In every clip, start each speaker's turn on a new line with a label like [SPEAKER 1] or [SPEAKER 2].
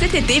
[SPEAKER 1] Cet été,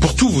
[SPEAKER 2] Pour tous vos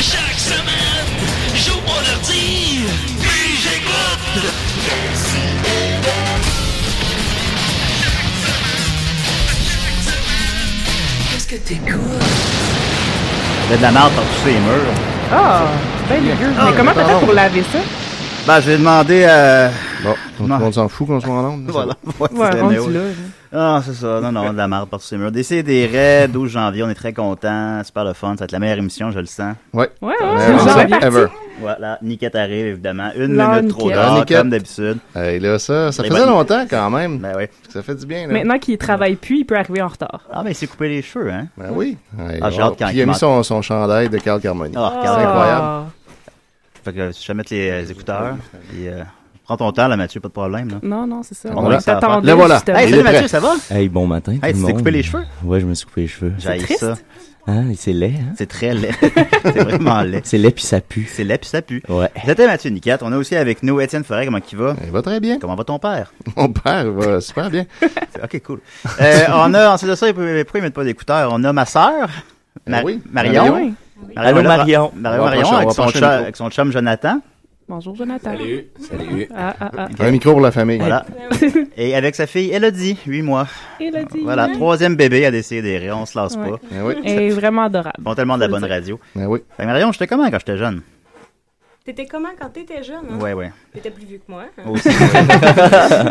[SPEAKER 3] Chaque semaine, j'ouvre mon ordi, puis j'écoute. Qu'est-ce que
[SPEAKER 4] Il y a de la merde par-dessus les murs.
[SPEAKER 5] Ah, c'est bien dégueu. Mais comment t'as fait pour laver ça?
[SPEAKER 4] Ben, j'ai demandé à...
[SPEAKER 6] Bon, tout le monde s'en fout qu'on soit en onde.
[SPEAKER 4] Voilà. Ouais,
[SPEAKER 5] Ouais,
[SPEAKER 4] c'est
[SPEAKER 5] rendu
[SPEAKER 4] Léo.
[SPEAKER 5] là.
[SPEAKER 4] Ah, c'est ça. Non, non, de la merde par-dessus les murs. Décès des raids, 12 janvier, on est très contents. Super le fun. Ça va être la meilleure émission, je le sens.
[SPEAKER 6] Ouais.
[SPEAKER 5] Ouais,
[SPEAKER 6] Euh,
[SPEAKER 5] ouais, c'est
[SPEAKER 6] on
[SPEAKER 5] genre
[SPEAKER 6] sait
[SPEAKER 5] parti.
[SPEAKER 6] ever.
[SPEAKER 4] Voilà, Niquette arrive, évidemment. Une
[SPEAKER 5] Là,
[SPEAKER 4] minute trop
[SPEAKER 5] Niquette.
[SPEAKER 6] Là,
[SPEAKER 4] tard,
[SPEAKER 6] Niquette.
[SPEAKER 4] comme d'habitude.
[SPEAKER 6] Hey, là, ça, ça
[SPEAKER 4] Les
[SPEAKER 6] faisait
[SPEAKER 4] bonnes-
[SPEAKER 6] longtemps quand même.
[SPEAKER 4] Ben oui.
[SPEAKER 6] Ça fait du bien, là.
[SPEAKER 5] Maintenant qu'il travaille plus, il peut arriver en retard.
[SPEAKER 4] Ah, ben, il s'est coupé les cheveux, hein?
[SPEAKER 6] Ben oui. Hey,
[SPEAKER 4] Ah, j'ai hâte quand
[SPEAKER 6] puis
[SPEAKER 4] il
[SPEAKER 6] il a mis
[SPEAKER 4] manque.
[SPEAKER 6] son, son chandail de Carl Carmoni.
[SPEAKER 4] Ah,
[SPEAKER 5] Ah.
[SPEAKER 4] regarde.
[SPEAKER 6] incroyable.
[SPEAKER 4] Fait que euh, je vais mettre les, euh, les écouteurs. Puis, euh, prends ton temps, là, Mathieu, pas de problème, là.
[SPEAKER 5] Non, non, c'est ça.
[SPEAKER 4] On
[SPEAKER 5] On
[SPEAKER 4] voilà.
[SPEAKER 5] t'attendait,
[SPEAKER 6] Le voilà.
[SPEAKER 5] justement.
[SPEAKER 4] Hey,
[SPEAKER 6] il est
[SPEAKER 4] salut Mathieu,
[SPEAKER 6] prêt.
[SPEAKER 4] ça va?
[SPEAKER 7] Hey, bon matin.
[SPEAKER 4] Hey,
[SPEAKER 7] tout le
[SPEAKER 4] tu t'es
[SPEAKER 7] monde.
[SPEAKER 4] coupé les cheveux?
[SPEAKER 7] Ouais, je me suis coupé les cheveux.
[SPEAKER 4] J'ai
[SPEAKER 5] triste.
[SPEAKER 4] ça.
[SPEAKER 7] Hein, c'est laid, hein?
[SPEAKER 4] C'est très laid. c'est vraiment laid.
[SPEAKER 7] C'est laid puis ça pue.
[SPEAKER 4] C'est laid puis ça pue.
[SPEAKER 7] Ouais.
[SPEAKER 4] C'était Mathieu Niquette. On a aussi avec nous Étienne Forêt. Comment il va?
[SPEAKER 6] Il va très bien.
[SPEAKER 4] Comment va ton père?
[SPEAKER 6] Mon père va super bien.
[SPEAKER 4] Ok, cool. Euh, on a, ensuite de ça, pourquoi ils mettent pas d'écouteurs? On a ma sœur, Ma-
[SPEAKER 6] Ben oui,
[SPEAKER 4] Marion.
[SPEAKER 6] Marion.
[SPEAKER 7] Allô,
[SPEAKER 4] voilà,
[SPEAKER 7] Marion.
[SPEAKER 4] Marion,
[SPEAKER 6] On va
[SPEAKER 4] Marion,
[SPEAKER 6] pencher- on
[SPEAKER 4] avec
[SPEAKER 6] va
[SPEAKER 4] son,
[SPEAKER 6] pencher
[SPEAKER 4] chum,
[SPEAKER 6] le micro.
[SPEAKER 4] avec son chum Jonathan.
[SPEAKER 5] Bonjour, Jonathan.
[SPEAKER 8] Salut, salut.
[SPEAKER 5] Ah, ah, ah.
[SPEAKER 6] Un micro pour la famille.
[SPEAKER 4] Voilà. Et avec sa fille Elodie, 8 mois.
[SPEAKER 5] Il a dit.
[SPEAKER 4] Voilà, troisième bébé à décider. On se lasse pas.
[SPEAKER 5] Ouais.
[SPEAKER 6] Ben oui.
[SPEAKER 5] Elle est vraiment adorable.
[SPEAKER 4] Ils font tellement de la
[SPEAKER 5] Faut le
[SPEAKER 4] bonne radio.
[SPEAKER 6] Ben oui.
[SPEAKER 4] Fait que Marion, j'étais comment quand j'étais jeune?
[SPEAKER 9] T'étais comment quand t'étais jeune? Hein?
[SPEAKER 4] Ouais, ouais.
[SPEAKER 9] T'étais plus vieux que moi. hein?
[SPEAKER 4] Aussi, ouais.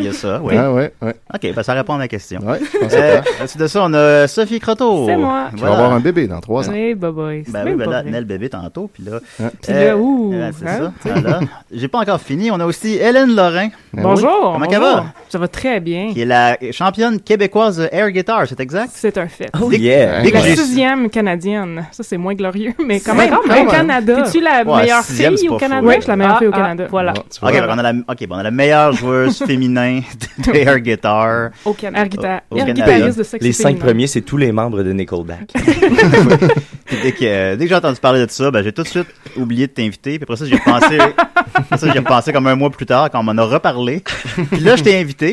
[SPEAKER 4] Il y a ça, ouais.
[SPEAKER 6] Ah, ouais, ouais.
[SPEAKER 4] Ok, ben, ça répond à ma question.
[SPEAKER 6] Ouais, je pense que
[SPEAKER 4] Euh,
[SPEAKER 6] ça.
[SPEAKER 4] ensuite de ça, on a Sophie Croteau.
[SPEAKER 5] C'est moi.
[SPEAKER 6] Tu vas
[SPEAKER 4] Voilà.
[SPEAKER 6] avoir un bébé dans trois ans.
[SPEAKER 5] Oui, bye bye. C'est
[SPEAKER 4] Ben oui,
[SPEAKER 5] même
[SPEAKER 4] ben
[SPEAKER 5] pas
[SPEAKER 4] là,
[SPEAKER 5] vrai.
[SPEAKER 4] on a le bébé tantôt, puis là...
[SPEAKER 5] Puis là, ouh,
[SPEAKER 4] euh, c'est
[SPEAKER 5] hein,
[SPEAKER 4] ça, voilà. J'ai pas encore fini. On a aussi Hélène Lorrain,
[SPEAKER 6] Ben
[SPEAKER 5] Bonjour.
[SPEAKER 4] Comment
[SPEAKER 5] bonjour.
[SPEAKER 4] ça va?
[SPEAKER 5] Ça Oh, va très bien.
[SPEAKER 4] qui est la championne québécoise de air guitar, c'est exact?
[SPEAKER 5] C'est un fait.
[SPEAKER 7] Oh,
[SPEAKER 4] Dès-
[SPEAKER 7] yeah.
[SPEAKER 10] Hein,
[SPEAKER 4] dès que
[SPEAKER 5] La
[SPEAKER 4] j'ai-
[SPEAKER 5] sixième canadienne. Ça, c'est moins glorieux, mais quand
[SPEAKER 6] C'est
[SPEAKER 5] même.
[SPEAKER 6] quand
[SPEAKER 5] Au
[SPEAKER 6] même.
[SPEAKER 5] Canada. Es-tu la
[SPEAKER 4] Ouais,
[SPEAKER 5] meilleure
[SPEAKER 4] sixième, c'est
[SPEAKER 5] fille
[SPEAKER 4] pas
[SPEAKER 5] au
[SPEAKER 4] fou.
[SPEAKER 5] Canada?
[SPEAKER 4] Ouais.
[SPEAKER 5] je suis la meilleure fille au Canada.
[SPEAKER 1] Voilà.
[SPEAKER 6] Bon, tu vois.
[SPEAKER 4] Ok, ben, on a la, ok, ben, on a la meilleure joueuse féminin d'air guitar.
[SPEAKER 5] Au Canada. Air guitar-
[SPEAKER 4] Au- au
[SPEAKER 5] air
[SPEAKER 4] Canada.
[SPEAKER 5] guitariste de sexe
[SPEAKER 7] Les cinq
[SPEAKER 5] féminin.
[SPEAKER 7] premiers, c'est tous les membres de Nickelback.
[SPEAKER 4] Puis dès que, euh, dès que j'ai entendu parler de ça, ben, j'ai tout de suite oublié de t'inviter. Puis après ça, j'ai repensé, après ça, j'ai repensé comme un mois plus tard quand on m'en a reparlé. Puis là, je t'ai invité.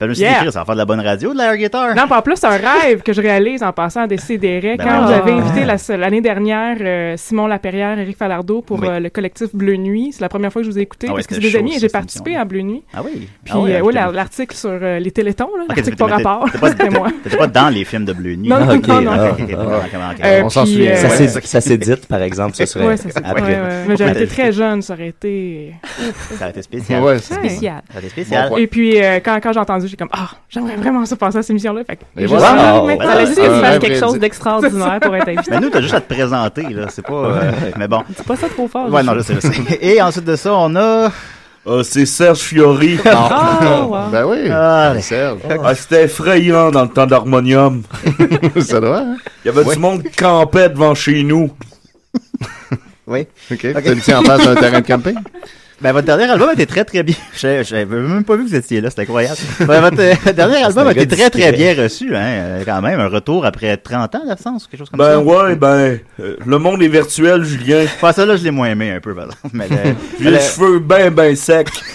[SPEAKER 4] Puis je me suis dit,
[SPEAKER 5] Yeah.
[SPEAKER 4] Chris, ça va faire de la bonne radio, de l'air guitar.
[SPEAKER 5] Non, puis en plus, c'est un rêve que je réalise en passant à des CDR.
[SPEAKER 4] Ben
[SPEAKER 5] E. quand
[SPEAKER 4] oui.
[SPEAKER 5] vous avez
[SPEAKER 4] Ah.
[SPEAKER 5] invité la- l'année dernière euh, Simon Laperrière et Eric Falardeau pour
[SPEAKER 4] Oui.
[SPEAKER 5] euh, le collectif Bleu Nuit, c'est la première fois que je vous ai écouté
[SPEAKER 4] Ah ouais,
[SPEAKER 5] parce que c'est
[SPEAKER 4] c'était chaud,
[SPEAKER 5] des amis et
[SPEAKER 4] ça,
[SPEAKER 5] j'ai
[SPEAKER 4] cette
[SPEAKER 5] participé
[SPEAKER 4] émission-là.
[SPEAKER 5] à Bleu Nuit.
[SPEAKER 4] Ah oui.
[SPEAKER 5] Puis,
[SPEAKER 4] ah oui,
[SPEAKER 5] euh,
[SPEAKER 4] ah,
[SPEAKER 5] oui,
[SPEAKER 4] je
[SPEAKER 5] la-
[SPEAKER 4] t'ai-
[SPEAKER 5] l'article sur euh, les télétons, là,
[SPEAKER 4] Ok, t'étais-
[SPEAKER 5] l'article par rapport,
[SPEAKER 4] t'étais pas-
[SPEAKER 5] c'était moi.
[SPEAKER 4] T'étais pas dans les films de Bleu Nuit.
[SPEAKER 5] Non, non,
[SPEAKER 4] Ok,
[SPEAKER 5] non, non.
[SPEAKER 4] ok, ok, ok, ok, ok.
[SPEAKER 5] Euh,
[SPEAKER 6] On s'en
[SPEAKER 5] puis,
[SPEAKER 6] souvient.
[SPEAKER 5] euh,
[SPEAKER 7] Ça
[SPEAKER 6] Ouais.
[SPEAKER 7] s'édite, ça s'édite, par exemple, ça serait
[SPEAKER 5] Ouais, ça
[SPEAKER 4] Ah,
[SPEAKER 5] c'est
[SPEAKER 7] après.
[SPEAKER 5] ouais, ouais. Mais j'aurais été très jeune, ça aurait été
[SPEAKER 4] Ça a été spécial.
[SPEAKER 6] Ouais, c'est-
[SPEAKER 5] Ouais.
[SPEAKER 4] Ça a été spécial.
[SPEAKER 6] Bon
[SPEAKER 5] Et puis, euh, quand, quand j'ai entendu, j'ai comme, ah, j'aimerais vraiment ça passer à cette émission-là. Fait que
[SPEAKER 6] Et
[SPEAKER 5] je
[SPEAKER 6] voilà.
[SPEAKER 5] suis là
[SPEAKER 7] Wow.
[SPEAKER 5] maintenant.
[SPEAKER 4] Ça
[SPEAKER 9] T'as
[SPEAKER 4] Ouais,
[SPEAKER 9] laissé
[SPEAKER 6] ouais,
[SPEAKER 9] me
[SPEAKER 6] ouais,
[SPEAKER 9] faire quelque
[SPEAKER 6] prédit.
[SPEAKER 9] chose d'extraordinaire pour être invité.
[SPEAKER 4] Mais nous, t'as juste à te présenter, là. C'est pas. euh, mais bon.
[SPEAKER 5] C'est pas ça trop fort.
[SPEAKER 4] Ouais, non, je sais, je sais. Et ensuite de ça, on a.
[SPEAKER 10] Ah, c'est Serge Fiori.
[SPEAKER 5] Ah, wow.
[SPEAKER 6] Ben oui.
[SPEAKER 4] Ah,
[SPEAKER 6] C'est Serge.
[SPEAKER 10] Ah, c'était effrayant dans le temps d'harmonium.
[SPEAKER 6] Ça doit, hein?
[SPEAKER 10] Il y avait
[SPEAKER 4] Ouais.
[SPEAKER 10] du monde qui campait devant chez nous.
[SPEAKER 4] Oui.
[SPEAKER 6] OK. Tu t'es mis en face d'un terrain de camping?
[SPEAKER 4] Ben, votre dernier album était très très bien. Je- J'avais même pas vu que vous étiez là, c'était incroyable. Ben, votre euh, dernier album
[SPEAKER 7] un
[SPEAKER 4] était
[SPEAKER 7] gars
[SPEAKER 4] très très
[SPEAKER 7] discret.
[SPEAKER 4] bien reçu, hein, euh, quand même. Un retour après 30 ans d'absence, quelque chose comme ça.
[SPEAKER 10] Ben ouais, ben, euh, le monde est virtuel, Julien.
[SPEAKER 4] Enfin, ça là, je l'ai moins aimé un peu, par exemple. Mais euh, le-
[SPEAKER 10] J'ai les
[SPEAKER 4] le-
[SPEAKER 10] cheveux ben ben secs.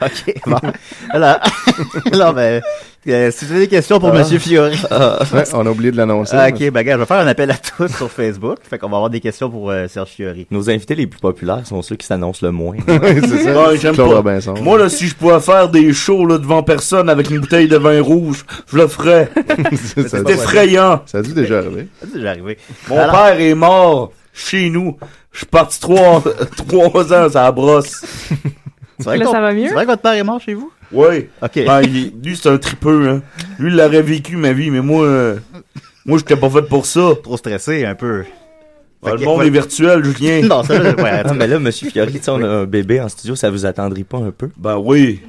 [SPEAKER 4] OK, bon. Alors, alors, ben, euh, si vous avez des questions pour Monsieur Fiori.
[SPEAKER 6] Ouais, on a oublié de l'annoncer.
[SPEAKER 4] Ah, ok, ben, gars, je vais faire un appel à tous sur Facebook. Fait qu'on va avoir des questions pour euh, Serge Fiori.
[SPEAKER 7] Nos invités les plus populaires sont ceux qui s'annoncent le moins.
[SPEAKER 6] Ouais, c'est ça.
[SPEAKER 10] Ouais, j'aime
[SPEAKER 6] Claude
[SPEAKER 10] pas.
[SPEAKER 6] Robinson.
[SPEAKER 10] Moi, là, si je pouvais faire des shows là, devant personne avec une bouteille de vin rouge, je le ferais.
[SPEAKER 6] ça,
[SPEAKER 10] C'est effrayant.
[SPEAKER 6] ça a dû déjà arriver.
[SPEAKER 4] Ça, C'est déjà arrivé.
[SPEAKER 10] Mon
[SPEAKER 4] Alors-
[SPEAKER 10] père est mort chez nous. Je suis parti trois, trois ans, ça brosse.
[SPEAKER 4] C'est vrai,
[SPEAKER 5] Là,
[SPEAKER 4] qu'on-
[SPEAKER 5] ça va mieux?
[SPEAKER 4] C'est vrai que votre père est mort chez vous?
[SPEAKER 10] Oui.
[SPEAKER 4] OK.
[SPEAKER 10] Ben, il- lui, c'est un tripeux. Hein. Lui, il l'aurait vécu, ma vie, mais moi, euh, moi, j'étais pas fait pour ça.
[SPEAKER 4] Trop stressé, un peu.
[SPEAKER 10] Ben,
[SPEAKER 4] Fait
[SPEAKER 10] le
[SPEAKER 4] que-
[SPEAKER 10] monde
[SPEAKER 4] ouais.
[SPEAKER 10] est virtuel, Julien.
[SPEAKER 4] Non, ça, là, ouais,
[SPEAKER 7] Ah, mais là, Monsieur Fiori, tu sais, on a un bébé en studio, ça vous attendrit pas un peu?
[SPEAKER 10] Ben oui.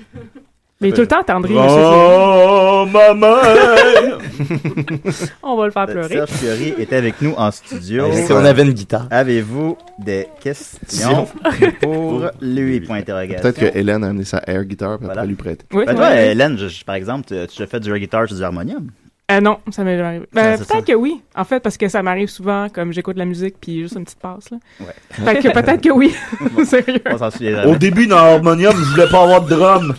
[SPEAKER 5] Mais il est tout le temps attendri, monsieur Fiori.
[SPEAKER 10] Oh, maman!
[SPEAKER 5] On va le faire pleurer.
[SPEAKER 4] Ben, Serge Fiori était avec nous en studio. euh,
[SPEAKER 7] Hey, si on avait une guitare.
[SPEAKER 4] Avez-vous des questions pour lui? Point interrogation.
[SPEAKER 6] Peut-être que Hélène a amené sa air guitar pour
[SPEAKER 4] Voilà.
[SPEAKER 6] lui prêter.
[SPEAKER 5] Oui,
[SPEAKER 4] Ben,
[SPEAKER 5] c'est
[SPEAKER 4] toi,
[SPEAKER 5] vrai.
[SPEAKER 4] Hélène, je- je- par exemple, tu tu as fait du guitare sur du harmonium.
[SPEAKER 5] Euh, non, ça m'est jamais arrivé.
[SPEAKER 4] Ah,
[SPEAKER 5] Ben,
[SPEAKER 4] c'est ça.
[SPEAKER 5] peut-être que oui, en fait, parce que ça m'arrive souvent, comme j'écoute la musique, puis juste une petite passe. Là.
[SPEAKER 4] Ouais.
[SPEAKER 5] Fait que peut-être que oui. Sérieux.
[SPEAKER 4] On s'en souvient
[SPEAKER 10] Au
[SPEAKER 4] jamais.
[SPEAKER 10] début, dans Harmonium, je voulais pas avoir de drum.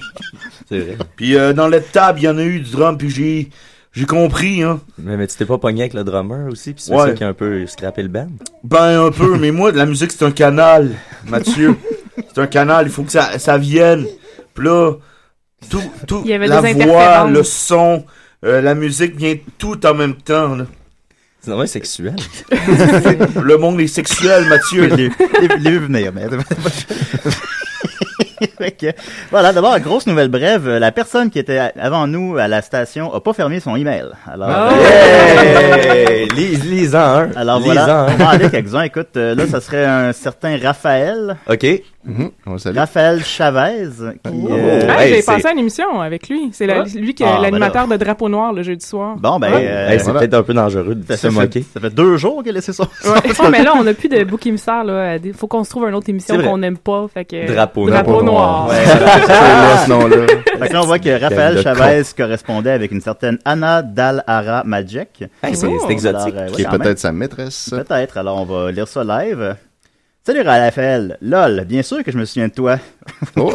[SPEAKER 7] C'est vrai.
[SPEAKER 10] Puis euh, dans le table, il y en a eu du drum, puis j'ai j'ai compris, hein.
[SPEAKER 7] Mais, mais tu t'es pas pogné avec le drummer aussi, puis c'est
[SPEAKER 10] Ouais.
[SPEAKER 7] ça qui a un peu scrappé le band.
[SPEAKER 10] Ben un peu, mais moi, la musique, c'est un canal, Mathieu. c'est un canal, il faut que ça, ça vienne. Puis là, tout, tout,
[SPEAKER 5] Il y avait
[SPEAKER 10] la
[SPEAKER 5] des
[SPEAKER 10] voix,
[SPEAKER 5] interférences.
[SPEAKER 10] le son, euh, la musique vient tout en même temps. là.
[SPEAKER 7] C'est normal sexuel.
[SPEAKER 10] Le monde est sexuel, Mathieu.
[SPEAKER 4] Je l'ai- je l'ai vu venir, mais. Fait que, voilà, d'abord, grosse nouvelle brève. euh, La personne qui était à- avant nous à la station a pas fermé son email.
[SPEAKER 7] Ah
[SPEAKER 4] Alors, euh,
[SPEAKER 7] Hey! Lise, lise-en un.
[SPEAKER 4] alors
[SPEAKER 7] Lise-en
[SPEAKER 4] voilà, on
[SPEAKER 7] un.
[SPEAKER 4] va en lire quelques-uns. Écoute, euh, là, ça serait un certain Raphaël.
[SPEAKER 7] OK.
[SPEAKER 6] Mhm. On le salue.
[SPEAKER 4] Raphaël Chavez, qui, euh,
[SPEAKER 7] Oh.
[SPEAKER 5] Ah,
[SPEAKER 7] Hey,
[SPEAKER 5] j'ai
[SPEAKER 7] c'est-
[SPEAKER 5] passé à une émission avec lui. C'est la- lui qui est
[SPEAKER 4] Ah, ben
[SPEAKER 5] l'animateur de Drapeau Noir le jeudi soir.
[SPEAKER 4] bon, ben, euh,
[SPEAKER 7] Ah. Hey, c'est
[SPEAKER 6] voilà.
[SPEAKER 7] peut-être un peu dangereux de
[SPEAKER 4] ça,
[SPEAKER 7] se
[SPEAKER 4] ça fait,
[SPEAKER 7] moquer.
[SPEAKER 4] ça fait deux jours qu'elle a laissé son.
[SPEAKER 5] Ouais. Ouais, mais là, on n'a plus de bouc émissaire. Là. Euh, Des- Faut qu'on se trouve une autre émission
[SPEAKER 7] C'est vrai.
[SPEAKER 5] qu'on n'aime pas. Fait que...
[SPEAKER 7] Drapeau
[SPEAKER 5] Drapeau
[SPEAKER 6] noir.
[SPEAKER 5] noir.
[SPEAKER 6] Ah! C'est là, ce nom-là.
[SPEAKER 4] Fait que là, on voit que
[SPEAKER 7] Quel
[SPEAKER 4] Raphaël
[SPEAKER 7] de
[SPEAKER 4] Chavez correspondait avec une certaine Anna Dalhara Majek.
[SPEAKER 7] Hey, c'est
[SPEAKER 5] Oh.
[SPEAKER 7] c'est exotique.
[SPEAKER 4] Alors, euh,
[SPEAKER 6] Qui est
[SPEAKER 4] quand même.
[SPEAKER 6] peut-être sa maîtresse.
[SPEAKER 4] Peut-être. Alors, on va lire ça live. Salut Raphaël. Lol, bien sûr que je me souviens de toi. ah,
[SPEAKER 6] Oh!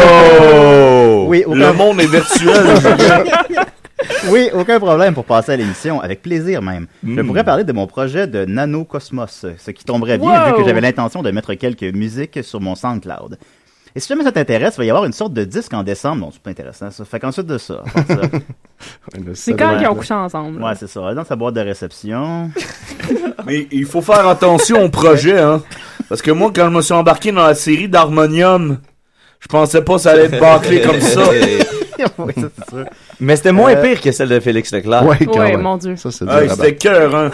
[SPEAKER 10] Oh!
[SPEAKER 4] Oui, aucun,
[SPEAKER 10] Le monde est virtuel.
[SPEAKER 4] oui, aucun problème pour passer à l'émission. Avec plaisir, même. Je pourrais parler de mon projet de Nano Cosmos, ce qui tomberait bien
[SPEAKER 5] Wow!
[SPEAKER 4] vu que j'avais l'intention de mettre quelques musiques sur mon SoundCloud. Et si jamais ça t'intéresse, il va y avoir une sorte de disque en décembre. Non, c'est pas intéressant, ça. Fait qu'ensuite de ça, à part ça,
[SPEAKER 5] C'est quand
[SPEAKER 4] Ouais.
[SPEAKER 5] qu'ils ont couché ensemble. là.
[SPEAKER 4] Ouais, c'est ça. Dans sa boîte de réception.
[SPEAKER 10] Mais il faut faire attention au projet, hein. Parce que moi, quand je me suis embarqué dans la série d'Harmonium, je pensais pas que ça allait être bâclé comme ça.
[SPEAKER 4] oui, ça, c'est sûr.
[SPEAKER 7] Mais c'était moins
[SPEAKER 4] Euh,
[SPEAKER 7] pire que celle de Félix Leclerc.
[SPEAKER 4] ah.
[SPEAKER 7] Ah, bah.
[SPEAKER 6] Ouais, quand
[SPEAKER 5] Ouais,
[SPEAKER 6] même.
[SPEAKER 5] mon Dieu.
[SPEAKER 6] Ça, c'est du
[SPEAKER 10] Hey,
[SPEAKER 6] rabat.
[SPEAKER 10] c'était cœur, hein.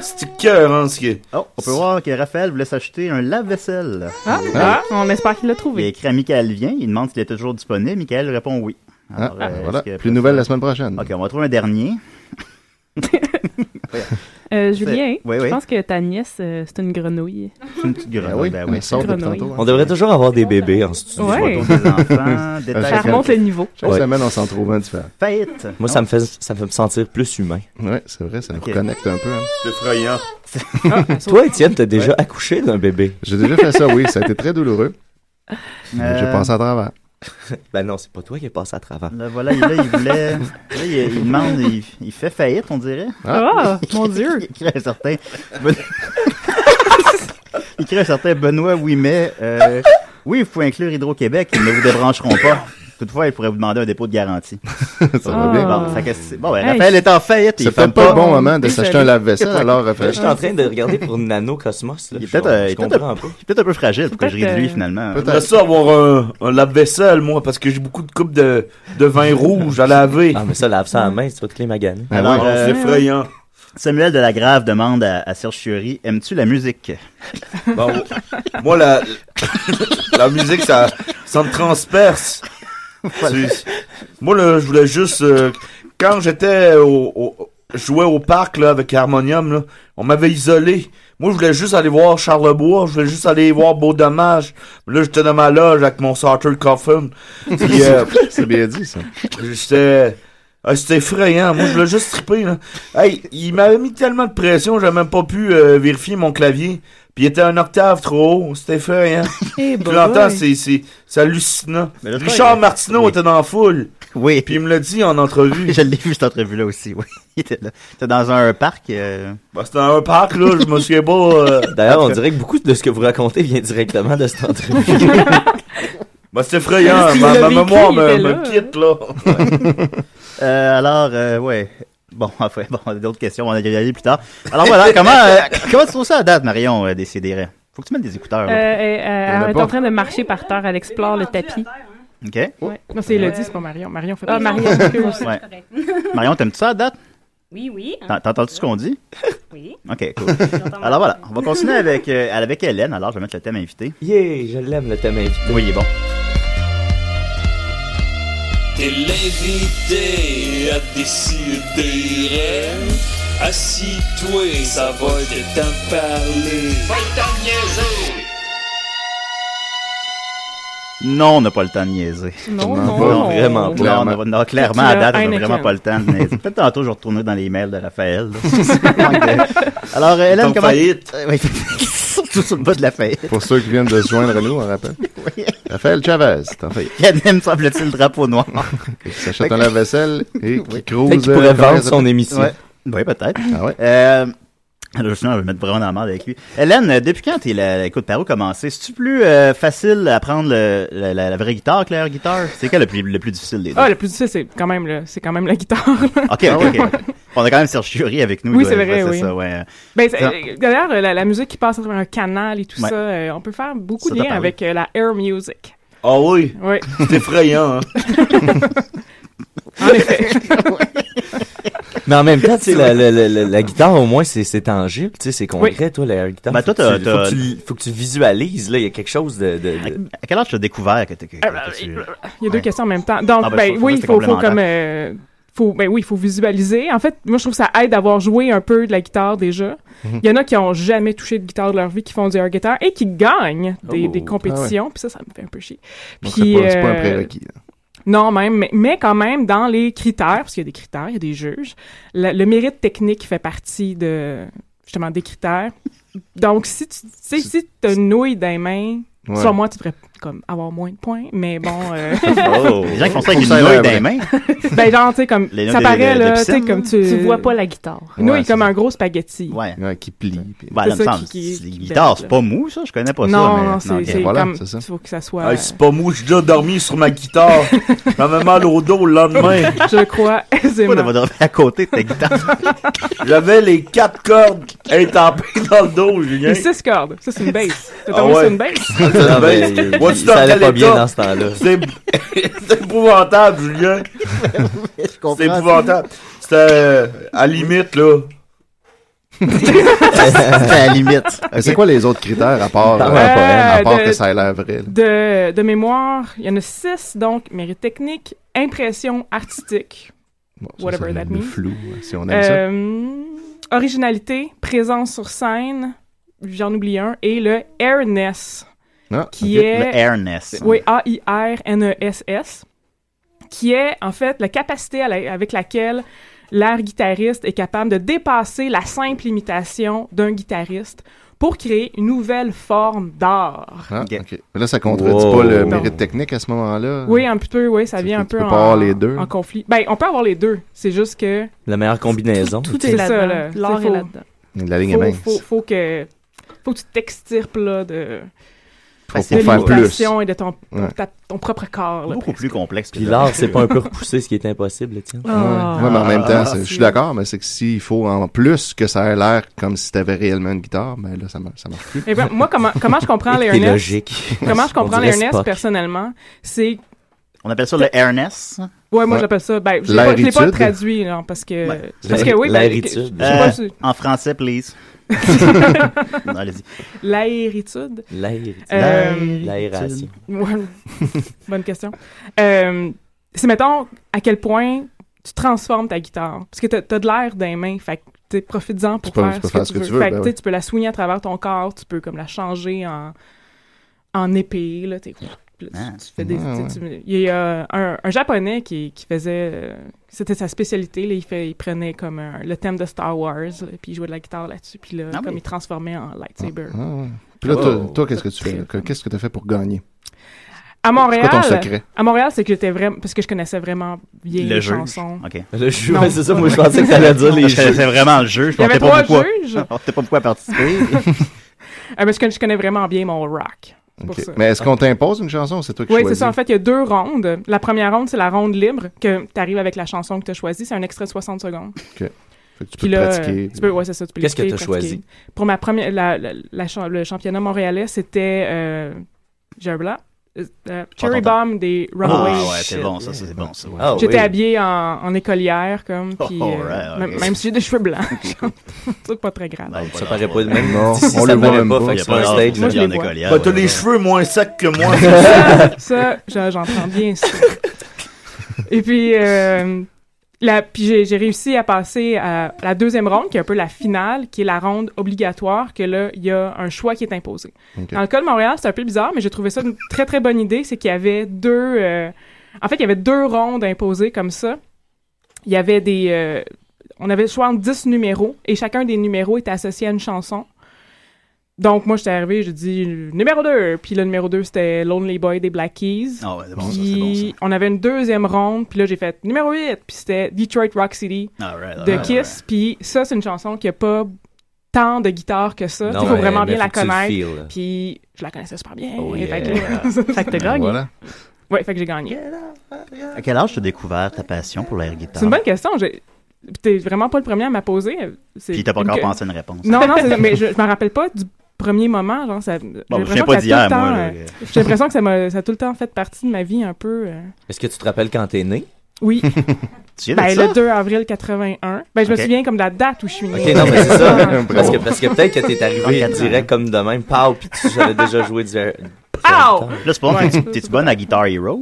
[SPEAKER 10] C'était cœur, hein, ce qui est.
[SPEAKER 4] Oh, on peut voir que Raphaël voulait s'acheter un lave-vaisselle.
[SPEAKER 5] Ah,
[SPEAKER 6] Ah.
[SPEAKER 5] ah, on espère qu'il l'a
[SPEAKER 4] Il a
[SPEAKER 5] trouvé.
[SPEAKER 4] écrit à Michael Vien, il demande s'il est toujours disponible. Michael répond oui.
[SPEAKER 6] Ah,
[SPEAKER 4] Alors, euh,
[SPEAKER 6] voilà.
[SPEAKER 4] est-ce que-
[SPEAKER 6] Plus de nouvelles la semaine prochaine.
[SPEAKER 4] Ok, on va trouver un dernier.
[SPEAKER 5] Euh, Julien,
[SPEAKER 4] Oui, oui.
[SPEAKER 5] je pense que ta nièce, euh, c'est une grenouille.
[SPEAKER 4] C'est une petite
[SPEAKER 6] Ah
[SPEAKER 4] grenouille.
[SPEAKER 6] oui,
[SPEAKER 4] ben
[SPEAKER 6] on
[SPEAKER 4] oui.
[SPEAKER 6] sort depuis
[SPEAKER 5] Grenouille.
[SPEAKER 6] tantôt. hein.
[SPEAKER 7] On devrait toujours avoir des bébés en studio.
[SPEAKER 5] Ouais.
[SPEAKER 4] Photos des enfants, détails
[SPEAKER 5] Ça
[SPEAKER 6] Chacun.
[SPEAKER 4] sur
[SPEAKER 5] remonte le niveau.
[SPEAKER 6] Chaque
[SPEAKER 7] Ouais.
[SPEAKER 6] semaine, on s'en trouve un différent.
[SPEAKER 4] la fête.
[SPEAKER 7] Moi, ça me fait, ça me fait me sentir plus humain.
[SPEAKER 6] Ouais, c'est vrai, ça nous
[SPEAKER 4] Ok.
[SPEAKER 6] reconnecte un peu. hein.
[SPEAKER 10] C'est effrayant.
[SPEAKER 5] Ah,
[SPEAKER 7] Toi, Étienne, t'as déjà accouché d'un bébé.
[SPEAKER 6] J'ai déjà fait ça, oui. Ça a été très douloureux. mais
[SPEAKER 4] Euh,
[SPEAKER 6] J'ai passé à travers.
[SPEAKER 7] Ben non, c'est pas toi qui es passé à travers.
[SPEAKER 4] Là, ben voilà, il, là, il voulait. Là, il, il demande, il, il fait faillite, on dirait.
[SPEAKER 5] Ah, mon Dieu.
[SPEAKER 4] Il crée un certain. Ben- il crée un certain Benoît Ouimet. euh, Oui, vous pouvez inclure Hydro-Québec, ils ne vous débrancheront pas. Toutefois, ils pourraient vous demander un dépôt de garantie.
[SPEAKER 6] ça va
[SPEAKER 5] Ah.
[SPEAKER 6] bien.
[SPEAKER 4] Bon, fait que c'est- bon, ben,
[SPEAKER 5] Hey,
[SPEAKER 4] Raphaël est en faillite, il
[SPEAKER 6] C'est
[SPEAKER 4] fait
[SPEAKER 6] peut-être pas
[SPEAKER 4] pas.
[SPEAKER 6] le bon moment de
[SPEAKER 5] Désolé.
[SPEAKER 6] s'acheter un lave-vaisselle, alors euh,
[SPEAKER 7] Là,
[SPEAKER 6] fait-
[SPEAKER 7] je suis en train de regarder pour Nano Cosmos. Là.
[SPEAKER 4] Il est
[SPEAKER 7] Je
[SPEAKER 4] peut-être,
[SPEAKER 7] com-
[SPEAKER 4] euh,
[SPEAKER 7] je
[SPEAKER 4] il est peut-être
[SPEAKER 7] comprends pas.
[SPEAKER 4] Il est peut-être un peu fragile pour que je ris de lui,
[SPEAKER 5] Peut-être, euh,
[SPEAKER 4] finalement.
[SPEAKER 6] peut-être.
[SPEAKER 10] J'aimerais ça avoir un, un lave-vaisselle, moi, parce que j'ai beaucoup de coupes de, de vin rouge à laver.
[SPEAKER 7] Ah, mais ça, lave ça à la main, tu vas te les maganer.
[SPEAKER 6] Ah,
[SPEAKER 4] Alors,
[SPEAKER 6] ouais.
[SPEAKER 10] Ah,
[SPEAKER 4] euh,
[SPEAKER 10] c'est effrayant.
[SPEAKER 4] Samuel de la Grave demande à, à Serge Fiori Aimes-tu la musique
[SPEAKER 10] Bon, Bah, moi, la, la musique, ça, ça me transperce. C'est- Moi, là, je voulais juste... euh, quand j'étais au, au- je jouais au parc là, avec Harmonium, là. on m'avait isolé. Moi, je voulais juste aller voir Charlebois, je voulais juste aller voir Beau Dommage. Mais Là, j'étais dans ma loge avec mon Sartre Coffin. Puis, euh,
[SPEAKER 6] C'est bien dit, ça.
[SPEAKER 10] J'étais. ah, c'était effrayant. Moi, je l'ai juste trippé, là. Hey, il m'avait mis tellement de pression, j'avais même pas pu euh, vérifier mon clavier. Puis il était un octave trop haut. C'était effrayant.
[SPEAKER 5] Eh,
[SPEAKER 10] Tu
[SPEAKER 5] boy.
[SPEAKER 7] Bah
[SPEAKER 10] l'entends, c'est, c'est, c'est hallucinant.
[SPEAKER 7] Mais le
[SPEAKER 10] Richard
[SPEAKER 7] truc,
[SPEAKER 10] Martineau
[SPEAKER 4] oui.
[SPEAKER 10] était dans la foule.
[SPEAKER 4] Oui,
[SPEAKER 10] Puis
[SPEAKER 4] puis
[SPEAKER 10] il me l'a dit en entrevue.
[SPEAKER 4] je l'ai vu cette entrevue-là aussi, oui. Il était là. C'était dans un parc. euh,
[SPEAKER 10] Bah, c'était dans un parc, là. Je me souviens pas. euh,
[SPEAKER 7] D'ailleurs, on dirait que beaucoup de ce que vous racontez vient directement de cette entrevue.
[SPEAKER 10] Bah, c'était effrayant.
[SPEAKER 5] Il
[SPEAKER 10] Ma,
[SPEAKER 5] l'a
[SPEAKER 10] ma
[SPEAKER 5] vécu,
[SPEAKER 10] mémoire
[SPEAKER 5] il
[SPEAKER 10] me,
[SPEAKER 5] était
[SPEAKER 10] me
[SPEAKER 5] là.
[SPEAKER 10] quitte, là.
[SPEAKER 4] euh, alors, euh, ouais. Bon, enfin, bon, on a d'autres questions, on va y aller plus tard. Alors voilà, comment, euh, comment tu trouves ça à date, Marion, euh, Décidéré? Faut que tu mettes des écouteurs.
[SPEAKER 5] Euh,
[SPEAKER 4] là.
[SPEAKER 5] euh, euh,
[SPEAKER 6] en a
[SPEAKER 5] elle est
[SPEAKER 6] pas.
[SPEAKER 5] en train de marcher par terre, elle explore le tapis.
[SPEAKER 4] OK?
[SPEAKER 5] Ouais. Non, c'est Elodie, c'est pas Marion. Marion fait pas. Ah, Marion, excuse.
[SPEAKER 4] Ouais. Marion, t'aimes-tu ça à date?
[SPEAKER 9] Oui, oui.
[SPEAKER 4] T'en- T'entends-tu ce qu'on dit?
[SPEAKER 9] Oui.
[SPEAKER 4] OK, cool. Alors voilà, on va continuer avec, euh, avec Hélène. Alors, je vais mettre le thème invité.
[SPEAKER 7] yeah, je l'aime le thème invité.
[SPEAKER 4] Oui, il est bon.
[SPEAKER 3] T'es l'invité à décider. Assis-toi, ça va te t'en parler. Va t'en niaiser!
[SPEAKER 4] Non, on n'a pas le temps de niaiser.
[SPEAKER 5] Non,
[SPEAKER 6] Non,
[SPEAKER 5] non,
[SPEAKER 6] pas
[SPEAKER 5] non.
[SPEAKER 7] vraiment pas.
[SPEAKER 4] Non, on
[SPEAKER 6] Clairement.
[SPEAKER 4] a- non, clairement,
[SPEAKER 5] Tu
[SPEAKER 4] à
[SPEAKER 5] l'as
[SPEAKER 4] date, on n'a
[SPEAKER 5] Heineken.
[SPEAKER 4] vraiment pas le temps de niaiser. Peut-être tantôt, je vais retourner dans les mails de Raphaël. là. Alors, euh, Hélène,
[SPEAKER 10] T'es en
[SPEAKER 4] comment...
[SPEAKER 10] faillite.
[SPEAKER 4] Euh, oui, surtout sur le bas de la faillite.
[SPEAKER 6] Pour ceux qui viennent de se joindre à nous, on rappelle. Raphaël Chavez, t'en fais.
[SPEAKER 4] Yannem, semble-t-il, drapeau noir.
[SPEAKER 6] Qui s'achète un lave-vaisselle et qui crouse.
[SPEAKER 7] Peut-être qu'il
[SPEAKER 6] euh,
[SPEAKER 7] pourrait
[SPEAKER 6] dans
[SPEAKER 7] vendre
[SPEAKER 6] les-
[SPEAKER 7] son émission.
[SPEAKER 4] Ouais. Oui, peut-être.
[SPEAKER 6] Ah ouais?
[SPEAKER 4] Euh, alors, sinon, je vais mettre vraiment dans la merde avec lui. Hélène, euh, depuis quand t'es la, la- écoute, par où commencer? C'est-tu plus euh, facile à prendre le- la, la- la vraie guitare que l'air guitare? C'est quoi le plus, le plus difficile des deux?
[SPEAKER 5] Ah, le plus difficile, c'est quand même le, c'est quand même la guitare.
[SPEAKER 4] Ok, ok, ok. On a quand même Serge Jury avec nous.
[SPEAKER 5] Oui,
[SPEAKER 4] là.
[SPEAKER 5] c'est vrai,
[SPEAKER 4] Ouais,
[SPEAKER 5] oui.
[SPEAKER 4] ça, ouais.
[SPEAKER 5] Ben, c'est-
[SPEAKER 4] Ça-
[SPEAKER 5] euh, d'ailleurs, la, la musique qui passe à travers un canal et tout
[SPEAKER 4] Ouais.
[SPEAKER 5] ça, euh, on peut faire beaucoup
[SPEAKER 4] Ça
[SPEAKER 5] de
[SPEAKER 4] t'a
[SPEAKER 5] liens
[SPEAKER 4] parlé.
[SPEAKER 5] avec euh, la air music.
[SPEAKER 10] Ah oui,
[SPEAKER 5] Oui,
[SPEAKER 10] c'est effrayant, hein.
[SPEAKER 5] en effet.
[SPEAKER 7] Mais en même temps, tu sais, la, la, la, la- la guitare, au moins, c'est, c'est tangible, tu sais, c'est concret, toi, la guitare.
[SPEAKER 4] Ben,
[SPEAKER 7] faut, que
[SPEAKER 4] toi,
[SPEAKER 7] tu, faut,
[SPEAKER 4] t'as-
[SPEAKER 7] que tu, li- faut que tu visualises, là, il y a quelque chose de... de,
[SPEAKER 4] À,
[SPEAKER 7] de-
[SPEAKER 4] à quel âge tu as découvert que t'es- que- que- que tu-
[SPEAKER 5] Eh ben, Il y a deux
[SPEAKER 6] hein.
[SPEAKER 4] Ouais.
[SPEAKER 5] questions en même temps. Donc,
[SPEAKER 4] Ah, ben, je
[SPEAKER 5] ben,
[SPEAKER 4] trouve-
[SPEAKER 5] oui,
[SPEAKER 4] je
[SPEAKER 5] il
[SPEAKER 4] trouve
[SPEAKER 5] faut,
[SPEAKER 4] que c'est
[SPEAKER 5] faut comme. euh, faut, ben oui, il faut visualiser. En fait, moi, je trouve que ça aide d'avoir joué un peu de la guitare déjà.
[SPEAKER 6] Mhm.
[SPEAKER 5] Il y en a qui ont jamais touché de guitare de leur vie, qui font du air guitar et qui gagnent des,
[SPEAKER 7] Oh.
[SPEAKER 5] des compétitions. Puis ça, ça me fait un peu chier.
[SPEAKER 6] Donc,
[SPEAKER 5] Puis,
[SPEAKER 6] Ah C'est pas, c'est pas un
[SPEAKER 5] euh,
[SPEAKER 6] prérequis. là.
[SPEAKER 5] non, même, mais, mais quand même, dans les critères, parce qu'il y a des critères, il y a des juges, la- le mérite technique fait partie de, justement, des critères. Donc, si tu sais, si tu as une nouille dans les mains,
[SPEAKER 6] Ouais.
[SPEAKER 5] selon moi, tu devrais comme, avoir moins de points, mais bon, euh,
[SPEAKER 7] Oh.
[SPEAKER 4] Les gens qui font ça avec
[SPEAKER 6] Faut
[SPEAKER 4] une
[SPEAKER 6] que ça aille
[SPEAKER 4] nouille
[SPEAKER 6] à la
[SPEAKER 4] dans les mains.
[SPEAKER 5] ben genre, tu sais, comme,
[SPEAKER 4] Les nouilles
[SPEAKER 5] ça
[SPEAKER 4] de-
[SPEAKER 5] paraît,
[SPEAKER 4] de- de
[SPEAKER 5] là, tu sais,
[SPEAKER 4] piscine,
[SPEAKER 5] comme tu...
[SPEAKER 9] Tu vois pas la guitare.
[SPEAKER 5] Une nouille
[SPEAKER 6] Ouais,
[SPEAKER 5] comme
[SPEAKER 6] c'est
[SPEAKER 5] un gros spaghetti.
[SPEAKER 4] Ouais.
[SPEAKER 6] Ouais, qui plie. puis-
[SPEAKER 4] Bah,
[SPEAKER 5] C'est
[SPEAKER 4] là, me
[SPEAKER 5] ça
[SPEAKER 4] semble,
[SPEAKER 5] qui-
[SPEAKER 4] c'est-
[SPEAKER 5] qui
[SPEAKER 4] les
[SPEAKER 5] bête,
[SPEAKER 4] guitares,
[SPEAKER 5] là.
[SPEAKER 4] c'est pas mou, ça. Je connais pas ça.
[SPEAKER 5] non,
[SPEAKER 4] mais-
[SPEAKER 5] non, c'est
[SPEAKER 4] ok.
[SPEAKER 5] c'est
[SPEAKER 6] voilà,
[SPEAKER 5] comme,
[SPEAKER 6] c'est ça.
[SPEAKER 5] il faut que ça soit,
[SPEAKER 10] Hey, c'est pas moi, j'ai déjà dormi sur ma guitare. J'avais mal au dos le lendemain.
[SPEAKER 5] je crois, aisément.
[SPEAKER 4] Pourquoi t'as pas dormi à côté de ta guitare?
[SPEAKER 10] J'avais les quatre cordes étampées dans le dos, Julien.
[SPEAKER 5] Et six cordes, ça c'est une bass. T'as
[SPEAKER 10] Ah
[SPEAKER 5] tombé
[SPEAKER 10] ouais.
[SPEAKER 5] sur une bass?
[SPEAKER 7] Non, mais
[SPEAKER 10] Ben,
[SPEAKER 7] il-
[SPEAKER 10] vois-tu
[SPEAKER 7] il-
[SPEAKER 10] dans
[SPEAKER 7] ça allait
[SPEAKER 10] quel
[SPEAKER 7] pas bien
[SPEAKER 10] état?
[SPEAKER 7] dans ce temps-là.
[SPEAKER 10] C'est c'est épouvantable, Julien. C'est épouvantable. C'était euh, à la limite, là.
[SPEAKER 4] C'était à la limite.
[SPEAKER 6] Mais C'est quoi les autres critères à part,
[SPEAKER 7] Parle
[SPEAKER 6] euh,
[SPEAKER 7] à un
[SPEAKER 5] poème.
[SPEAKER 6] à part
[SPEAKER 5] Euh,
[SPEAKER 6] que
[SPEAKER 5] de-
[SPEAKER 6] ça a l'air vrai? là?
[SPEAKER 5] De, de mémoire, il y en a six, donc mérite technique, impression artistique,
[SPEAKER 6] Bon, ça,
[SPEAKER 5] whatever
[SPEAKER 6] c'est
[SPEAKER 5] that
[SPEAKER 6] le
[SPEAKER 5] means.
[SPEAKER 6] flou, hein, si on aime ça.
[SPEAKER 5] euh, originalité, présence sur scène, j'en oublie un, et le airness,
[SPEAKER 6] Ah,
[SPEAKER 5] qui
[SPEAKER 4] Le
[SPEAKER 6] ok.
[SPEAKER 5] est...
[SPEAKER 4] airness.
[SPEAKER 5] Oui, A-I-R-N-E-S-S, E qui est en fait la capacité à la- avec laquelle l'air guitariste est capable de dépasser la simple imitation d'un guitariste pour créer une nouvelle forme d'art.
[SPEAKER 6] Ah,
[SPEAKER 4] Ok.
[SPEAKER 6] ok. Mais Là, ça contredit
[SPEAKER 7] Wow.
[SPEAKER 6] pas le
[SPEAKER 7] Non.
[SPEAKER 6] mérite technique à ce moment-là.
[SPEAKER 5] Oui, un peu, oui, ça
[SPEAKER 6] Ah. Tu
[SPEAKER 5] vient un
[SPEAKER 6] peux-
[SPEAKER 5] peu
[SPEAKER 6] tu peux
[SPEAKER 5] en,
[SPEAKER 6] pas avoir les deux.
[SPEAKER 5] en conflit. Ben, on peut avoir les deux. C'est juste que
[SPEAKER 7] La meilleure combinaison.
[SPEAKER 6] Ah,
[SPEAKER 9] Tout est
[SPEAKER 5] C'est ça, là.
[SPEAKER 9] là-dedans. L'art
[SPEAKER 5] C'est
[SPEAKER 9] est
[SPEAKER 5] faux.
[SPEAKER 9] là-dedans.
[SPEAKER 6] La ligne est
[SPEAKER 5] faut,
[SPEAKER 6] mince.
[SPEAKER 5] faut, faut que faut que tu t'extirpes là de,
[SPEAKER 6] Faut,
[SPEAKER 5] de
[SPEAKER 6] faut faire plus.
[SPEAKER 5] l'imitation et de ton, ton,
[SPEAKER 6] Ouais.
[SPEAKER 5] ta- ton propre corps. là,
[SPEAKER 4] Beaucoup
[SPEAKER 5] presque.
[SPEAKER 4] plus complexe. que
[SPEAKER 7] Puis
[SPEAKER 4] ça.
[SPEAKER 7] l'art, c'est pas un peu repousser ce qui est impossible, tiens.
[SPEAKER 6] Ouais.
[SPEAKER 5] Ah.
[SPEAKER 6] Ouais, mais en même temps, c'est- je suis
[SPEAKER 5] c'est-
[SPEAKER 6] d'accord, mais c'est que s'il faut en plus que ça ait l'air comme si t'avais réellement une guitare, ben là, ça mar- ça marche plus.
[SPEAKER 5] Eh ben, moi, comment, comment je comprends les
[SPEAKER 7] C'est
[SPEAKER 5] Ernest
[SPEAKER 7] logique.
[SPEAKER 5] Comment je
[SPEAKER 7] On
[SPEAKER 5] comprends
[SPEAKER 7] dirait
[SPEAKER 5] l'Ernest
[SPEAKER 7] Spock.
[SPEAKER 5] personnellement, c'est
[SPEAKER 4] On appelle ça le airness.
[SPEAKER 5] ouais moi
[SPEAKER 6] Ouais.
[SPEAKER 5] je l'appelle ça ben je l'ai pas- je l'ai pas
[SPEAKER 6] L'airitude.
[SPEAKER 5] traduit non parce que
[SPEAKER 4] Ouais.
[SPEAKER 5] parce que oui ben,
[SPEAKER 7] L'airitude.
[SPEAKER 5] je sais pas
[SPEAKER 4] Euh,
[SPEAKER 5] si-
[SPEAKER 4] En français, please. non, allez-y.
[SPEAKER 5] l'airitude
[SPEAKER 7] L'air-
[SPEAKER 5] Euh,
[SPEAKER 7] L'aération.
[SPEAKER 5] Ouais. bonne question Euh, c'est mettons à quel point tu transformes ta guitare. Parce que t'as as de l'air dans les mains. Fait que t'sais, profites-en pour
[SPEAKER 6] peux-
[SPEAKER 5] faire,
[SPEAKER 6] tu peux faire ce que tu veux,
[SPEAKER 5] Fait que
[SPEAKER 6] ben
[SPEAKER 5] t'sais,
[SPEAKER 6] oui.
[SPEAKER 5] tu peux la swinguer à travers ton corps, tu peux comme la changer en, en épée. Là, t'sais. Puis là, tu, tu fais des.
[SPEAKER 6] Ah,
[SPEAKER 5] t'sais, tu- il y a un, un japonais qui, qui faisait. euh, c'était sa spécialité. Là, il, fait, il prenait comme un- le thème de Star Wars, là, puis il jouait de la guitare là-dessus. Puis là,
[SPEAKER 4] Ah oui.
[SPEAKER 5] comme il transformait en lightsaber.
[SPEAKER 6] Ah ouais. Puis là, toi,
[SPEAKER 7] Oh.
[SPEAKER 6] toi, qu'est-ce que tu fais? là? Que- Qu'est-ce que tu as fait pour gagner?
[SPEAKER 5] À Montréal.
[SPEAKER 6] C'est quoi ton secret?
[SPEAKER 5] À Montréal, c'est que j'étais vraiment. Parce que je connaissais vraiment bien
[SPEAKER 4] Le
[SPEAKER 5] les
[SPEAKER 4] jeu.
[SPEAKER 5] chansons.
[SPEAKER 4] OK.
[SPEAKER 7] Le jeu,
[SPEAKER 5] Non.
[SPEAKER 7] ouais, c'est ça, moi je pensais que t'allais dire les
[SPEAKER 4] Je
[SPEAKER 7] jeux.
[SPEAKER 4] connaissais vraiment le jeu. Je
[SPEAKER 5] Il y avait
[SPEAKER 4] ne pas Ah.
[SPEAKER 5] trois
[SPEAKER 4] pourquoi.
[SPEAKER 5] juges.
[SPEAKER 4] Je portais pas pourquoi participer.
[SPEAKER 5] Ah, parce que je connais vraiment bien mon rock. C'est pour
[SPEAKER 6] Ok.
[SPEAKER 5] ça.
[SPEAKER 6] Mais est-ce qu'on t'impose une chanson ou c'est toi qui
[SPEAKER 5] Oui, c'est
[SPEAKER 6] choisis?
[SPEAKER 5] ça. En fait, il y a deux rondes. La première ronde, c'est la ronde libre, que tu arrives avec la chanson que tu as choisie. C'est un extrait de 60 secondes.
[SPEAKER 6] Fait que tu peux
[SPEAKER 5] Puis là, euh,
[SPEAKER 6] pratiquer.
[SPEAKER 5] tu peux, ouais, c'est ça, tu peux
[SPEAKER 7] Qu'est-ce que
[SPEAKER 5] l'écouter,
[SPEAKER 7] t'as
[SPEAKER 5] pratiquer.
[SPEAKER 7] choisi?
[SPEAKER 5] Pour ma première, la, la- la cha- le championnat montréalais, c'était euh, j'ai un blanc. Euh, euh, Cherry
[SPEAKER 4] content.
[SPEAKER 5] Bomb des Runaways.
[SPEAKER 4] Ah ouais, c'est bon ça, ça, c'est bon ça. ouais.
[SPEAKER 7] Ah,
[SPEAKER 5] J'étais
[SPEAKER 7] oui.
[SPEAKER 5] habillée en, en écolière, comme, puis,
[SPEAKER 4] Oh,
[SPEAKER 5] euh,
[SPEAKER 4] right,
[SPEAKER 5] même-
[SPEAKER 4] ok.
[SPEAKER 5] même si j'ai des cheveux blancs. c'est pas très grave.
[SPEAKER 4] Ben,
[SPEAKER 7] Ah, Ça
[SPEAKER 4] voilà.
[SPEAKER 7] paraît pas de même.
[SPEAKER 6] Non,
[SPEAKER 7] Si, si,
[SPEAKER 6] on
[SPEAKER 7] ça
[SPEAKER 6] le voit
[SPEAKER 7] paraît
[SPEAKER 6] même
[SPEAKER 7] pas,
[SPEAKER 6] pas.
[SPEAKER 7] fait
[SPEAKER 4] Il
[SPEAKER 7] que
[SPEAKER 4] y a
[SPEAKER 7] c'est un
[SPEAKER 4] pas
[SPEAKER 7] stage.
[SPEAKER 5] Moi, je les
[SPEAKER 4] en
[SPEAKER 5] vois.
[SPEAKER 4] écolière.
[SPEAKER 10] Bah, t'as
[SPEAKER 4] ouais,
[SPEAKER 10] les
[SPEAKER 4] ouais.
[SPEAKER 10] cheveux moins secs que moi.
[SPEAKER 5] Ça, je- j'entends bien ça. Et puis, euh, la- puis j'ai, j'ai réussi à passer à la deuxième ronde, qui est un peu la finale, qui est la ronde obligatoire, que là, il y a un choix qui est imposé.
[SPEAKER 6] Ok.
[SPEAKER 5] Dans le cas de Montréal, c'est un peu bizarre, mais j'ai trouvé ça une très, très bonne idée. C'est qu'il y avait deux... euh, en fait, il y avait deux rondes imposées comme ça. Il y avait des... euh, on avait le choix entre 10 numéros, et chacun des numéros était associé à une chanson. Donc, moi, j'étais arrivé, j'ai dit numéro 2. Puis le numéro 2, c'était Lonely Boy des Black Keys.
[SPEAKER 4] Ah ouais, c'est bon ça, c'est bon ça.
[SPEAKER 5] Puis on avait une deuxième ronde, puis là j'ai fait numéro 8, puis c'était Detroit Rock City
[SPEAKER 4] All right, all
[SPEAKER 5] de
[SPEAKER 4] right, all
[SPEAKER 5] Kiss, puis ça c'est une chanson qui a pas tant de guitare que ça, il faut
[SPEAKER 7] ouais,
[SPEAKER 5] vraiment
[SPEAKER 7] mais
[SPEAKER 5] bien
[SPEAKER 7] faut
[SPEAKER 5] la
[SPEAKER 7] que tu le
[SPEAKER 5] connaître.
[SPEAKER 7] feels, là.
[SPEAKER 5] Puis je la connaissais super bien.
[SPEAKER 7] Oh,
[SPEAKER 5] Fait que
[SPEAKER 7] yeah.
[SPEAKER 5] là- fait que
[SPEAKER 4] Ben,
[SPEAKER 5] t'as gagné.
[SPEAKER 6] Voilà.
[SPEAKER 5] Ouais, fait que j'ai gagné.
[SPEAKER 4] right. À quel âge tu as découvert ta passion pour l'air guitare?
[SPEAKER 5] C'est une bonne question. j'ai- T'es vraiment pas le premier à me la poser. C'est
[SPEAKER 4] Puis t'as pas
[SPEAKER 5] une
[SPEAKER 4] encore
[SPEAKER 5] que-
[SPEAKER 4] pensé à une réponse.
[SPEAKER 5] Non, non, c'est- mais je, je m'en rappelle pas du premier moment. Genre, ça,
[SPEAKER 4] Bon,
[SPEAKER 5] j'ai
[SPEAKER 4] je viens
[SPEAKER 5] l'impression
[SPEAKER 4] pas
[SPEAKER 5] que ça a
[SPEAKER 4] d'hier,
[SPEAKER 5] tout le
[SPEAKER 4] moi.
[SPEAKER 5] temps,
[SPEAKER 4] là.
[SPEAKER 5] euh, J'ai l'impression que ça m'a- ça a tout le temps fait partie de ma vie un peu. euh.
[SPEAKER 7] Est-ce que tu te rappelles quand t'es né?
[SPEAKER 5] Oui.
[SPEAKER 4] Tu viens de
[SPEAKER 5] Ben,
[SPEAKER 4] ça?
[SPEAKER 5] le 2 avril 81. Ben, je me
[SPEAKER 4] Ok.
[SPEAKER 5] souviens comme de la date où je suis née.
[SPEAKER 7] Ok, non, mais c'est ça.
[SPEAKER 6] Bravo.
[SPEAKER 7] parce que, parce que peut-être que t'es arrivé
[SPEAKER 4] En quatre ans.
[SPEAKER 7] direct comme de même, pow, pis tu j'avais déjà joué du.
[SPEAKER 5] Pow!
[SPEAKER 4] Là, c'est pas bon, t'es- t'es-tu bonne à Guitar Hero?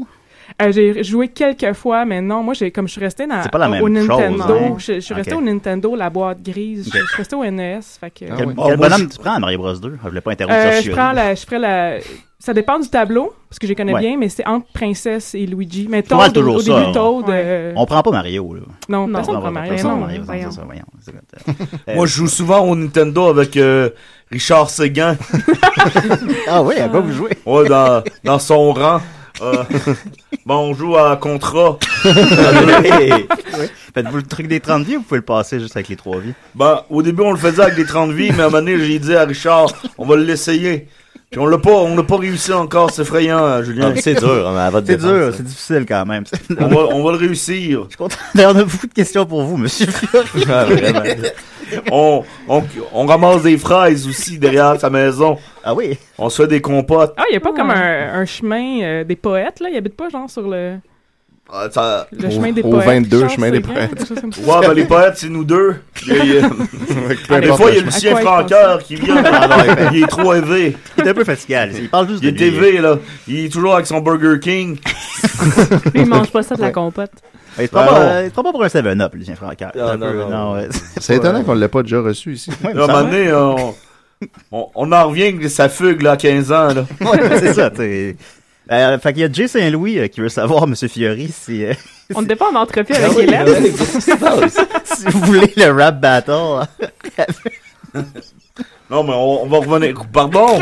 [SPEAKER 5] Euh, j'ai joué quelques fois, mais non, moi, j'ai, comme je suis resté dans,
[SPEAKER 4] C'est pas la même
[SPEAKER 5] au
[SPEAKER 4] chose,
[SPEAKER 5] Nintendo,
[SPEAKER 4] hein?
[SPEAKER 5] je, je suis
[SPEAKER 4] Ok.
[SPEAKER 5] resté au Nintendo, la boîte grise, je, je suis resté au NES, fait que...
[SPEAKER 6] Ah
[SPEAKER 4] Quel, quel
[SPEAKER 6] oui.
[SPEAKER 10] Oh, moi,
[SPEAKER 4] bonhomme
[SPEAKER 10] je-
[SPEAKER 4] tu prends à Mario Bros 2? Je voulais pas interrompre ça,
[SPEAKER 5] Euh,
[SPEAKER 4] je
[SPEAKER 5] je
[SPEAKER 4] suis-
[SPEAKER 5] prends la, je ferais la, ça dépend du tableau, parce que je les connais
[SPEAKER 4] Ouais.
[SPEAKER 5] bien, mais c'est entre Princesse et Luigi. Mais
[SPEAKER 4] Pas mal
[SPEAKER 5] Toad, au,
[SPEAKER 4] toujours
[SPEAKER 5] au
[SPEAKER 4] ça,
[SPEAKER 5] début,
[SPEAKER 4] hein.
[SPEAKER 5] Toad,
[SPEAKER 9] Ouais.
[SPEAKER 5] euh,
[SPEAKER 4] On prend pas Mario, là.
[SPEAKER 5] non,
[SPEAKER 9] Non,
[SPEAKER 5] personne
[SPEAKER 4] On prend
[SPEAKER 5] ne prend
[SPEAKER 4] pas-
[SPEAKER 5] Mario,
[SPEAKER 4] personne
[SPEAKER 5] non.
[SPEAKER 4] prend Mario,
[SPEAKER 9] voyons.
[SPEAKER 4] c'est ça, voyons. C'est comme- Euh,
[SPEAKER 10] Moi, je joue souvent au Nintendo avec euh, Richard Séguin.
[SPEAKER 4] Ah oui, à quoi vous jouez?
[SPEAKER 10] Ouais, dans, dans son rang. Euh, bon, on joue à contrat.
[SPEAKER 4] Faites-vous le truc des 30 vies ou vous pouvez le passer juste avec les 3 vies?
[SPEAKER 10] Ben, au début, on le faisait avec des 30 vies, mais à un moment donné, j'ai dit à Richard, on va l'essayer. Puis on l'a pas, on l'a pas réussi encore, c'est effrayant, hein, Julien.
[SPEAKER 7] C'est dur, hein, mais à votre
[SPEAKER 4] C'est
[SPEAKER 7] défense,
[SPEAKER 4] dur,
[SPEAKER 7] ça.
[SPEAKER 4] c'est difficile quand même.
[SPEAKER 10] On va, on va le réussir.
[SPEAKER 4] D'ailleurs, on a beaucoup de questions pour vous, monsieur Fiori.
[SPEAKER 7] Ah, vraiment.
[SPEAKER 10] On, on, on ramasse des fraises aussi derrière sa maison.
[SPEAKER 4] Ah oui?
[SPEAKER 10] On se fait des compotes.
[SPEAKER 5] Ah, il n'y a pas
[SPEAKER 9] Ah.
[SPEAKER 5] comme un, un chemin euh, des poètes, là? Il habite pas, genre, sur le,
[SPEAKER 10] Ah, ça-
[SPEAKER 5] le
[SPEAKER 6] Au-
[SPEAKER 5] chemin des
[SPEAKER 6] au
[SPEAKER 5] poètes.
[SPEAKER 6] 22
[SPEAKER 5] Richard
[SPEAKER 6] chemin des
[SPEAKER 5] Séguin,
[SPEAKER 6] poètes.
[SPEAKER 5] quelque chose comme ça.
[SPEAKER 10] Ouais, ben les poètes, c'est nous deux. Il y a- il y a-
[SPEAKER 6] Peu
[SPEAKER 10] Ah, des
[SPEAKER 6] importe
[SPEAKER 10] fois, il y a
[SPEAKER 6] le chemin.
[SPEAKER 10] Lucien
[SPEAKER 5] À quoi il
[SPEAKER 10] Francoeur qui vient.
[SPEAKER 7] Ah,
[SPEAKER 10] il est trop élevé.
[SPEAKER 4] Il est un peu fatigué, Alice. il parle juste
[SPEAKER 10] Il est
[SPEAKER 4] de lui.
[SPEAKER 10] TV, là. Il est toujours avec son Burger King.
[SPEAKER 9] Lui, il mange pas ça de la compote.
[SPEAKER 4] Il se prend
[SPEAKER 10] Ah, non.
[SPEAKER 4] pas euh, il se prend pas pour un 7-up, Lucien Francaire.
[SPEAKER 7] Ah,
[SPEAKER 4] Un
[SPEAKER 7] non,
[SPEAKER 4] peu-
[SPEAKER 7] non, non.
[SPEAKER 4] ouais.
[SPEAKER 6] C'est étonnant qu'on ne l'ait pas déjà reçu ici.
[SPEAKER 4] Ouais,
[SPEAKER 10] Là, à un
[SPEAKER 4] ça
[SPEAKER 10] moment
[SPEAKER 4] va.
[SPEAKER 10] donné, on, on, on en revient avec sa fugue, là, à 15 ans, là.
[SPEAKER 4] Ouais, c'est ça, tu sais. Euh, fait qu'il y a Jay Saint-Louis euh, qui veut savoir, Monsieur Fiori, si, euh,
[SPEAKER 9] On n'était pas en entrevue
[SPEAKER 7] Ah
[SPEAKER 9] avec
[SPEAKER 7] oui,
[SPEAKER 5] ben
[SPEAKER 9] Hélène.
[SPEAKER 7] ouais, qu'est-ce qui se passe?
[SPEAKER 4] si vous voulez le rap battle. hein.
[SPEAKER 10] Non, mais on, on va revenir. Pardon!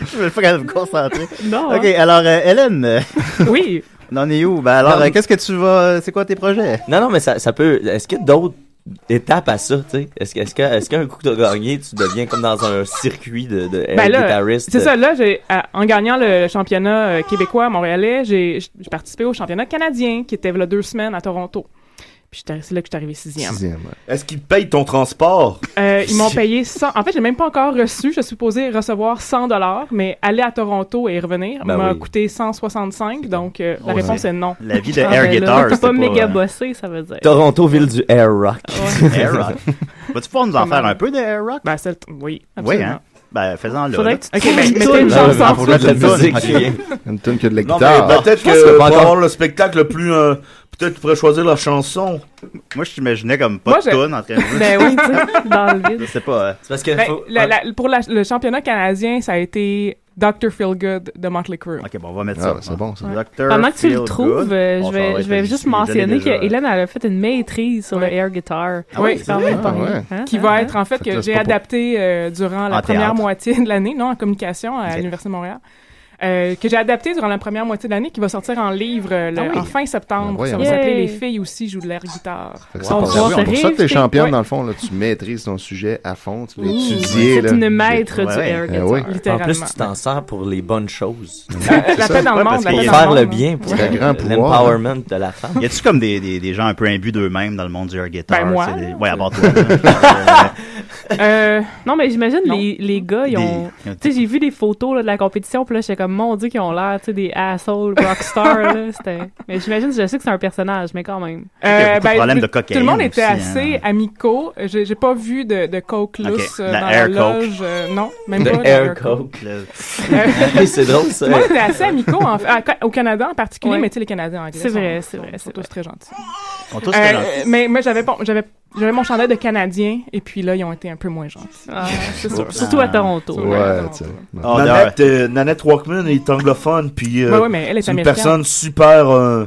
[SPEAKER 4] Je vais pas quand même me concentrer.
[SPEAKER 5] Ah,
[SPEAKER 9] Non.
[SPEAKER 5] hein.
[SPEAKER 4] Ok, alors euh, Hélène, euh,
[SPEAKER 5] Oui,
[SPEAKER 4] on en est où? Ben alors,
[SPEAKER 7] Non.
[SPEAKER 4] euh, qu'est-ce que tu vas... C'est quoi tes projets?
[SPEAKER 7] Non, non, mais ça, ça peut. Est-ce qu'il y a d'autres étapes à ça, tu sais? Est-ce que- est-ce que- est-ce qu'un coup que t'as gagné, tu deviens comme dans un circuit de, de
[SPEAKER 4] Euh,
[SPEAKER 7] air
[SPEAKER 5] Ben là,
[SPEAKER 7] guitariste?
[SPEAKER 5] C'est ça, là, j'ai, à- en gagnant le championnat euh, québécois à Montréalais, j'ai, j- j'ai participé au championnat canadien qui était là deux semaines à Toronto. Puis j'étais- c'est là que je suis arrivé sixième.
[SPEAKER 6] Sixième. ouais.
[SPEAKER 10] Est-ce qu'il te paye ton transport?
[SPEAKER 5] Euh, ils m'ont payé 100. En fait, j'ai même pas encore reçu. Je suis supposé recevoir 100 dollars, mais aller à Toronto et revenir
[SPEAKER 7] Ben
[SPEAKER 5] m'a
[SPEAKER 7] oui.
[SPEAKER 5] coûté 165. Donc euh, la
[SPEAKER 4] Ouais.
[SPEAKER 5] réponse est non.
[SPEAKER 4] La vie de
[SPEAKER 9] Ah, ben
[SPEAKER 4] Air
[SPEAKER 9] là,
[SPEAKER 4] Guitar,
[SPEAKER 9] T'es
[SPEAKER 4] c'est
[SPEAKER 9] pas méga
[SPEAKER 4] euh,
[SPEAKER 9] bossé, ça veut dire.
[SPEAKER 7] Toronto, ville du air rock.
[SPEAKER 4] Air Rock. Vas-tu pouvoir nous en faire un peu de Air Rock?
[SPEAKER 5] Ben, c'est- oui,
[SPEAKER 4] Oui,
[SPEAKER 5] absolument.
[SPEAKER 4] hein? Ben, faisons-le.
[SPEAKER 5] Faudrait
[SPEAKER 4] là.
[SPEAKER 5] que tu Ok, trouves ben, une mettez toune. une chanson.
[SPEAKER 4] Ah, faut mettre la
[SPEAKER 10] Une
[SPEAKER 4] toune.
[SPEAKER 10] musique.
[SPEAKER 4] Ok.
[SPEAKER 6] Une tune que de la
[SPEAKER 10] Non,
[SPEAKER 6] guitare.
[SPEAKER 10] mais peut-être
[SPEAKER 4] Je pense que
[SPEAKER 10] que
[SPEAKER 4] pas
[SPEAKER 10] pour
[SPEAKER 4] encore.
[SPEAKER 10] avoir le spectacle le plus. euh, peut-être tu pourrais choisir la chanson.
[SPEAKER 4] Moi, je t'imaginais comme pas
[SPEAKER 5] Moi,
[SPEAKER 4] de
[SPEAKER 5] je-
[SPEAKER 4] toune en train de
[SPEAKER 5] Ben oui, tu sais, dans le vide.
[SPEAKER 4] Je sais pas. euh,
[SPEAKER 7] C'est parce que.
[SPEAKER 5] Ben,
[SPEAKER 7] faut-
[SPEAKER 5] la- la- pour la- le championnat canadien, ça a été Dr. Feelgood de Motley Crue.
[SPEAKER 4] Ok, bon, on va mettre
[SPEAKER 6] Ah,
[SPEAKER 4] ça.
[SPEAKER 6] ben, c'est bon, ça.
[SPEAKER 4] Docteur
[SPEAKER 9] Pendant que tu le
[SPEAKER 4] Feel
[SPEAKER 9] trouves,
[SPEAKER 4] Good.
[SPEAKER 9] euh,
[SPEAKER 4] Bon,
[SPEAKER 9] je
[SPEAKER 4] ça va
[SPEAKER 9] vais,
[SPEAKER 4] être
[SPEAKER 9] je vais juste
[SPEAKER 4] isolé
[SPEAKER 9] mentionner
[SPEAKER 4] déjà.
[SPEAKER 9] que Hélène elle a fait une maîtrise sur le air guitar.
[SPEAKER 4] Ah oui,
[SPEAKER 9] C'est quand même
[SPEAKER 6] Ah,
[SPEAKER 9] pas rien.
[SPEAKER 6] ouais.
[SPEAKER 9] Hein,
[SPEAKER 5] qui
[SPEAKER 9] hein,
[SPEAKER 5] va
[SPEAKER 9] hein.
[SPEAKER 5] être en fait
[SPEAKER 6] Fait que
[SPEAKER 5] que
[SPEAKER 6] là, c'est
[SPEAKER 5] j'ai
[SPEAKER 6] pas pour-
[SPEAKER 5] adapté euh, durant la
[SPEAKER 4] En
[SPEAKER 5] première
[SPEAKER 4] théâtre.
[SPEAKER 5] moitié de l'année, non, en communication à
[SPEAKER 4] Ok.
[SPEAKER 5] l'Université de Montréal. Euh, que j'ai adapté durant la première moitié de l'année, qui va sortir en livre euh, le-
[SPEAKER 9] Ah oui.
[SPEAKER 5] en fin septembre.
[SPEAKER 6] Ben voyons.
[SPEAKER 5] ça va s'appeler
[SPEAKER 9] Yay.
[SPEAKER 5] Les filles aussi jouent de l'air guitare.
[SPEAKER 6] Fait que
[SPEAKER 9] On
[SPEAKER 6] c'est pour
[SPEAKER 9] va
[SPEAKER 6] ça- c'est pour ça que
[SPEAKER 9] arriver,
[SPEAKER 6] t'es championne,
[SPEAKER 5] ouais.
[SPEAKER 6] dans le fond. Là, tu maîtrises ton sujet à fond, tu
[SPEAKER 9] C'est
[SPEAKER 6] l'étudies. là.
[SPEAKER 9] une maître
[SPEAKER 4] Ouais,
[SPEAKER 9] du euh,
[SPEAKER 4] ouais.
[SPEAKER 9] air
[SPEAKER 6] Eh
[SPEAKER 9] guitar.
[SPEAKER 6] oui.
[SPEAKER 7] En
[SPEAKER 5] Littéralement.
[SPEAKER 7] plus, tu t'en sers pour les bonnes choses.
[SPEAKER 5] la, la paix dans le
[SPEAKER 4] Ouais,
[SPEAKER 5] monde,
[SPEAKER 4] parce
[SPEAKER 5] la
[SPEAKER 4] qu'il
[SPEAKER 5] paix
[SPEAKER 4] y
[SPEAKER 7] Pour
[SPEAKER 4] a-
[SPEAKER 5] dans
[SPEAKER 7] faire
[SPEAKER 5] le
[SPEAKER 7] le
[SPEAKER 5] monde.
[SPEAKER 7] bien, pour
[SPEAKER 6] C'est un grand pouvoir.
[SPEAKER 7] l'empowerment de la femme.
[SPEAKER 4] Y a-tu comme des, des, des gens un peu imbus d'eux-mêmes dans le monde du air guitar?
[SPEAKER 5] Ben, moi,
[SPEAKER 4] c'est des-
[SPEAKER 5] là,
[SPEAKER 4] Ouais, à part toi. là.
[SPEAKER 5] Euh,
[SPEAKER 9] Non, mais j'imagine
[SPEAKER 5] Non.
[SPEAKER 9] les, les gars, ils ont.
[SPEAKER 4] Des- ils ont-
[SPEAKER 9] Tu sais, j'ai vu des photos là, de la compétition, puis là, j'étais comme, mon Dieu, qu'ils ont l'air, tu sais, des assholes rockstars, là. C'était. Mais j'imagine, je sais que c'est un personnage, mais quand même.
[SPEAKER 4] y a
[SPEAKER 5] euh,
[SPEAKER 4] beaucoup de
[SPEAKER 5] ben,
[SPEAKER 4] problèmes de
[SPEAKER 5] tout- Tout
[SPEAKER 4] cocaïne
[SPEAKER 5] le monde était
[SPEAKER 4] aussi,
[SPEAKER 5] assez
[SPEAKER 4] hein.
[SPEAKER 5] amicaux. J'ai j'ai pas vu de, de coke
[SPEAKER 4] Ok.
[SPEAKER 5] lousse euh,
[SPEAKER 4] La
[SPEAKER 5] dans
[SPEAKER 4] air
[SPEAKER 5] la
[SPEAKER 4] coke.
[SPEAKER 5] loge. euh, non, même
[SPEAKER 7] De
[SPEAKER 5] pas. de
[SPEAKER 7] air coke.
[SPEAKER 4] Le-
[SPEAKER 5] Euh,
[SPEAKER 7] Hey, c'est drôle ça.
[SPEAKER 5] Tout le monde était assez amicaux en fait, à- au Canada en particulier,
[SPEAKER 9] Ouais.
[SPEAKER 5] mais tu sais, les Canadiens anglais.
[SPEAKER 9] C'est
[SPEAKER 5] sont-
[SPEAKER 9] vrai, c'est vrai,
[SPEAKER 5] Ils
[SPEAKER 9] c'est
[SPEAKER 5] sont tous
[SPEAKER 9] vrai.
[SPEAKER 5] très gentils.
[SPEAKER 4] On tous très
[SPEAKER 5] Euh,
[SPEAKER 4] gentils.
[SPEAKER 5] mais mais j'avais bon, j'avais j'avais mon chandail de Canadien et puis là ils ont été un peu moins gentils.
[SPEAKER 9] Ah, c'est
[SPEAKER 4] Oups.
[SPEAKER 9] sûr. Surtout à Toronto.
[SPEAKER 5] Ouais.
[SPEAKER 6] Ouais, tu sais. Ouais.
[SPEAKER 4] Oh, d'ailleurs,
[SPEAKER 10] Nanette, euh, Nanette Walkman est anglophone, puis. euh,
[SPEAKER 5] ouais, ouais, mais elle est,
[SPEAKER 10] C'est une
[SPEAKER 5] américaine.
[SPEAKER 10] personne super. euh,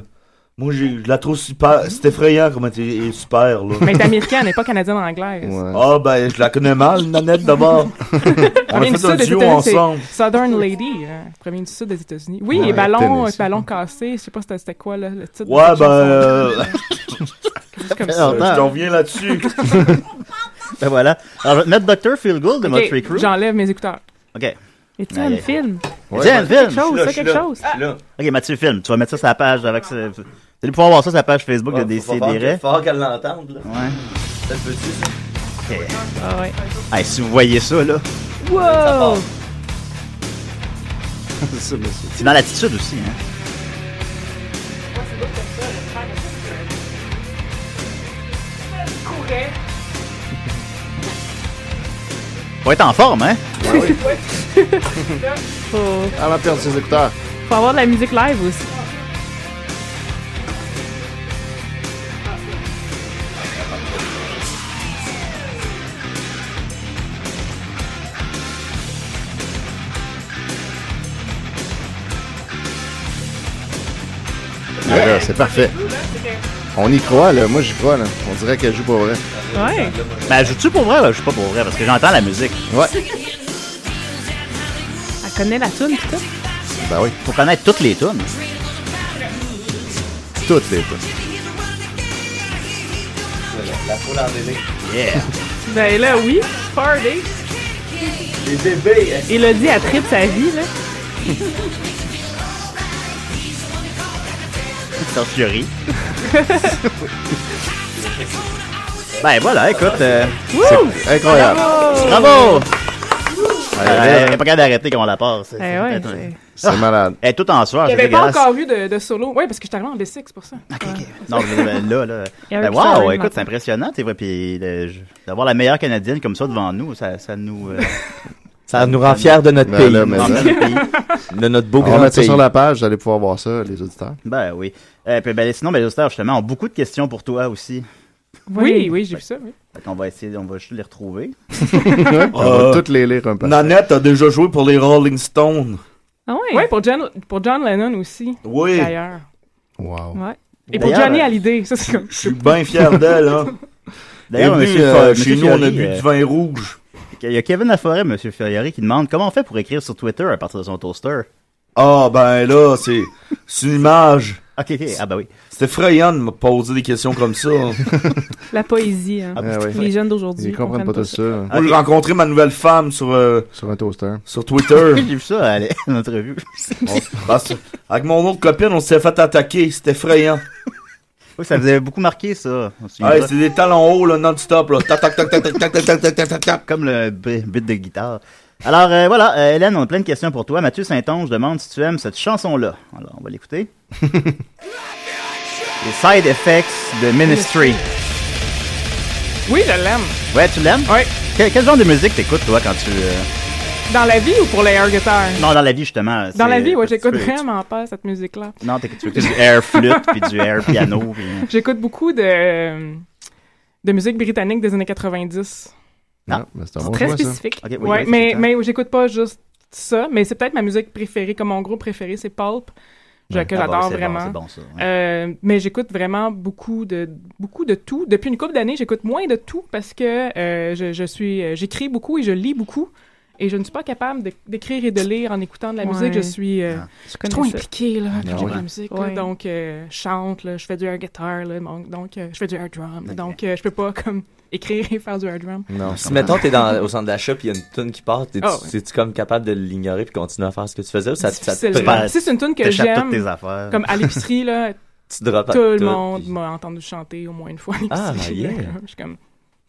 [SPEAKER 10] moi, j'ai- je la trouve super.
[SPEAKER 6] Mhm.
[SPEAKER 10] C'est effrayant comment elle est super, là.
[SPEAKER 5] Mais elle est américaine, elle n'est pas canadienne anglaise.
[SPEAKER 10] Ah, ben, je la connais mal, Nanette, d'abord. On
[SPEAKER 5] Premier
[SPEAKER 10] a fait
[SPEAKER 5] ministre
[SPEAKER 10] un
[SPEAKER 5] des
[SPEAKER 10] duo
[SPEAKER 5] États-Unis, c'est-
[SPEAKER 10] ensemble.
[SPEAKER 5] Southern Lady, hein, premier du sud des États-Unis. Oui,
[SPEAKER 6] Ouais,
[SPEAKER 5] et ballon, euh,
[SPEAKER 6] Tennessee.
[SPEAKER 5] ballon cassé, je sais pas c'était- c'était quoi là, le titre. de
[SPEAKER 10] Ouais,
[SPEAKER 5] cette
[SPEAKER 10] ben.
[SPEAKER 5] chanson.
[SPEAKER 10] euh,
[SPEAKER 5] Quelque chose comme ça.
[SPEAKER 4] Alors,
[SPEAKER 10] je t'en reviens là-dessus.
[SPEAKER 4] ben voilà. hein. Alors, je vais te mettre Dr. Feel Good de Motley
[SPEAKER 5] Ok,
[SPEAKER 4] Crue.
[SPEAKER 5] J'enlève mes écouteurs.
[SPEAKER 4] Ok.
[SPEAKER 9] Et tu
[SPEAKER 4] Aïe,
[SPEAKER 9] un
[SPEAKER 4] aïe.
[SPEAKER 9] film?
[SPEAKER 6] Ouais.
[SPEAKER 4] Tiens,
[SPEAKER 10] ben,
[SPEAKER 4] le
[SPEAKER 9] Quelque
[SPEAKER 4] film!
[SPEAKER 9] chose,
[SPEAKER 10] là,
[SPEAKER 9] ça,
[SPEAKER 10] je suis
[SPEAKER 9] quelque
[SPEAKER 10] là.
[SPEAKER 9] chose.
[SPEAKER 10] Là. Ah,
[SPEAKER 4] Ok, Mathieu, film. Tu vas mettre ça sur la page avec ce... Vous allez pouvoir voir ça sur la page Facebook de DCDR.
[SPEAKER 7] fort qu'elle l'entende, là.
[SPEAKER 4] Ouais.
[SPEAKER 7] Ça peut ça.
[SPEAKER 9] Ah ouais.
[SPEAKER 4] Hey, si vous voyez ça, là,
[SPEAKER 9] Wow!
[SPEAKER 6] C'est ça, mais c'est-
[SPEAKER 4] c'est dans l'attitude aussi, hein. Faut être en forme, hein?
[SPEAKER 9] Faut,
[SPEAKER 6] Ah, va perdre ses écouteurs.
[SPEAKER 9] faut avoir de la musique live aussi.
[SPEAKER 6] Ouais, là, c'est parfait. On y croit, là. Moi, j'y crois, là. On dirait qu'elle joue pas vrai.
[SPEAKER 9] Ouais.
[SPEAKER 4] Ben, joues-tu pour vrai? Ben, je suis pas pour vrai, parce que j'entends la musique.
[SPEAKER 9] Elle connaît la tune, pis tout.
[SPEAKER 6] Ben oui,
[SPEAKER 4] Faut connaître toutes les tunes.
[SPEAKER 6] toutes les toutes.
[SPEAKER 7] La foule en délire.
[SPEAKER 4] Yeah!
[SPEAKER 9] Ben là, oui. Party.
[SPEAKER 7] Les bébés.
[SPEAKER 9] Elodie, elle tripe sa vie, là.
[SPEAKER 4] Sorcerie. ben voilà, écoute, euh,
[SPEAKER 6] Incroyable.
[SPEAKER 4] bravo!
[SPEAKER 6] Ouais,
[SPEAKER 4] Elle est pas capable d'arrêter quand on la passe. C'est-
[SPEAKER 9] Eh ouais,
[SPEAKER 4] Ah, c'est-
[SPEAKER 9] c'est-
[SPEAKER 10] Ah.
[SPEAKER 6] C'est malade.
[SPEAKER 4] Elle est toute en soir,
[SPEAKER 5] Il
[SPEAKER 4] c'est
[SPEAKER 5] n'y avait pas
[SPEAKER 4] dégueulasse.
[SPEAKER 5] encore vu de, de solo. Oui, parce que je suis arrivé en B6 pour ça.
[SPEAKER 4] Non, mais, euh, là, là.
[SPEAKER 9] Eric
[SPEAKER 4] Ben,
[SPEAKER 9] Sarah,
[SPEAKER 4] wow,
[SPEAKER 9] il m'entend.
[SPEAKER 4] écoute, c'est impressionnant, t'es vrai. Puis le- je- d'avoir la meilleure Canadienne comme ça devant nous, ça, ça nous. euh,
[SPEAKER 7] Ça nous rend fiers de notre
[SPEAKER 6] Ben
[SPEAKER 7] pays.
[SPEAKER 6] là, mais
[SPEAKER 4] emmène
[SPEAKER 6] ça.
[SPEAKER 4] le pays.
[SPEAKER 7] De notre beau
[SPEAKER 6] On va
[SPEAKER 7] grand
[SPEAKER 6] mettre ça
[SPEAKER 7] pays.
[SPEAKER 6] sur la page, vous allez pouvoir voir ça, les auditeurs.
[SPEAKER 4] ben oui. Euh, puis, ben, sinon, ben, les auditeurs, justement, ont beaucoup de questions pour toi aussi.
[SPEAKER 5] Oui, oui, j'ai vu ça. oui.
[SPEAKER 4] on va essayer, on va juste les retrouver.
[SPEAKER 6] On va toutes les lire un peu.
[SPEAKER 10] Euh, Nanette a déjà joué pour les Rolling Stones.
[SPEAKER 9] Ah ouais.
[SPEAKER 5] Oui, pour John, pour John Lennon aussi,
[SPEAKER 10] Oui.
[SPEAKER 5] d'ailleurs.
[SPEAKER 6] Wow.
[SPEAKER 9] Ouais.
[SPEAKER 5] Et pour
[SPEAKER 4] D'ailleurs,
[SPEAKER 5] Johnny
[SPEAKER 4] euh,
[SPEAKER 5] Hallyday, ça c'est comme.
[SPEAKER 10] Je suis bien fier d'elle, hein.
[SPEAKER 4] D'ailleurs,
[SPEAKER 10] Elle est venue,
[SPEAKER 4] monsieur,
[SPEAKER 10] euh,
[SPEAKER 4] Fa-
[SPEAKER 10] chez
[SPEAKER 4] monsieur
[SPEAKER 10] nous, on
[SPEAKER 4] Fiori,
[SPEAKER 10] a bu
[SPEAKER 4] euh,
[SPEAKER 10] du vin rouge.
[SPEAKER 4] Il y a Kevin Laforêt, monsieur Ferriari, qui demande comment on fait pour écrire sur Twitter à partir de son toaster.
[SPEAKER 10] Ah, ben là, c'est c'est une image.
[SPEAKER 4] Ok, ok. Ah, bah oui.
[SPEAKER 10] C'est effrayant de me poser des questions comme ça. hein.
[SPEAKER 9] La poésie, hein.
[SPEAKER 4] Ah,
[SPEAKER 6] Ouais, ouais.
[SPEAKER 9] Les jeunes d'aujourd'hui.
[SPEAKER 6] Ils comprennent pas tout ça
[SPEAKER 10] Moi, j'ai rencontré ma nouvelle femme sur, euh,
[SPEAKER 6] sur un toaster.
[SPEAKER 10] sur Twitter.
[SPEAKER 4] J'ai vu ça à l'entrevue.
[SPEAKER 10] Parce que avec mon autre copine, on s'est fait attaquer. C'est effrayant.
[SPEAKER 4] Oui, ça faisait beaucoup marqué, ça. On se souviendra.
[SPEAKER 10] Hey, Ah, c'est des talons hauts, là, non-stop, là. Tac, tac, tac, tac, tac, tac, tac, tac, tac, tac, tac, tac.
[SPEAKER 4] Comme le b- beat de guitare. Alors, euh, voilà, euh, Hélène, on a plein de questions pour toi. Mathieu Saint-Onge demande si tu aimes cette chanson-là. Alors, on va l'écouter. Les side effects de Ministry.
[SPEAKER 5] Oui, je l'aime.
[SPEAKER 4] Ouais, tu l'aimes?
[SPEAKER 5] Ouais.
[SPEAKER 4] Que- quel genre de musique t'écoutes, toi, quand tu... euh,
[SPEAKER 5] Dans la vie ou pour les air guitar?
[SPEAKER 4] Non, dans la vie, justement.
[SPEAKER 5] Dans
[SPEAKER 4] c'est-
[SPEAKER 5] la vie, ouais, j'écoute
[SPEAKER 4] tu peux-
[SPEAKER 5] vraiment pas cette musique-là.
[SPEAKER 4] tu- Non, t'es- tu écoutes du air flute, puis du air piano. puis-
[SPEAKER 5] J'écoute beaucoup de, de musique britannique des années 90.
[SPEAKER 4] Ah,
[SPEAKER 6] ben, c'est un
[SPEAKER 5] C'est
[SPEAKER 6] bon
[SPEAKER 5] très
[SPEAKER 6] choix, ça.
[SPEAKER 5] spécifique.
[SPEAKER 4] Ok, oui,
[SPEAKER 5] ouais,
[SPEAKER 4] oui,
[SPEAKER 5] mais,
[SPEAKER 4] c'est
[SPEAKER 5] mais j'écoute pas juste ça, mais c'est peut-être ma musique préférée, comme mon groupe préféré, c'est Pulp, je-
[SPEAKER 4] Ouais.
[SPEAKER 5] que
[SPEAKER 4] Ah, bah,
[SPEAKER 5] j'adore
[SPEAKER 4] c'est bon,
[SPEAKER 5] vraiment.
[SPEAKER 4] c'est bon, ça, ouais.
[SPEAKER 5] Euh, mais j'écoute vraiment beaucoup de, beaucoup de tout. Depuis une couple d'années, j'écoute moins de tout parce que euh, je, je suis, euh, j'écris beaucoup et je lis beaucoup. Et je ne suis pas capable de- d'écrire et de lire en écoutant de la
[SPEAKER 9] Ouais.
[SPEAKER 5] musique. Je suis euh,
[SPEAKER 4] Ah.
[SPEAKER 9] Je
[SPEAKER 5] trop
[SPEAKER 9] connais ça.
[SPEAKER 5] impliquée
[SPEAKER 4] Ben
[SPEAKER 5] là, quand
[SPEAKER 6] Ah
[SPEAKER 5] j'écoute
[SPEAKER 6] ouais.
[SPEAKER 5] la musique. là.
[SPEAKER 9] Ouais.
[SPEAKER 5] donc, euh, je chante, là, je fais du air guitar, là, mon- donc euh, je fais du air drum. Donc, euh, je peux pas comme écrire et faire du air drum.
[SPEAKER 6] Non,
[SPEAKER 7] Si mettons t'es dans au centre d'achat puis il y a une tune qui part, t'es
[SPEAKER 5] Ah ouais.
[SPEAKER 7] tu comme capable de l'ignorer puis continuer à faire ce que tu faisais ou ça, ça te
[SPEAKER 5] Difficilement.
[SPEAKER 4] prend-
[SPEAKER 5] Si c'est une tune que
[SPEAKER 4] T'échappes toutes tes
[SPEAKER 5] j'aime,
[SPEAKER 4] affaires.
[SPEAKER 5] comme à l'épicerie, là,
[SPEAKER 7] tu drops à
[SPEAKER 5] tout le
[SPEAKER 7] tout,
[SPEAKER 5] monde
[SPEAKER 7] puis-
[SPEAKER 5] m'a entendu chanter au moins une fois. à
[SPEAKER 7] Ah,
[SPEAKER 5] l'épicerie,
[SPEAKER 7] yeah.
[SPEAKER 5] là, comme- Je suis comme,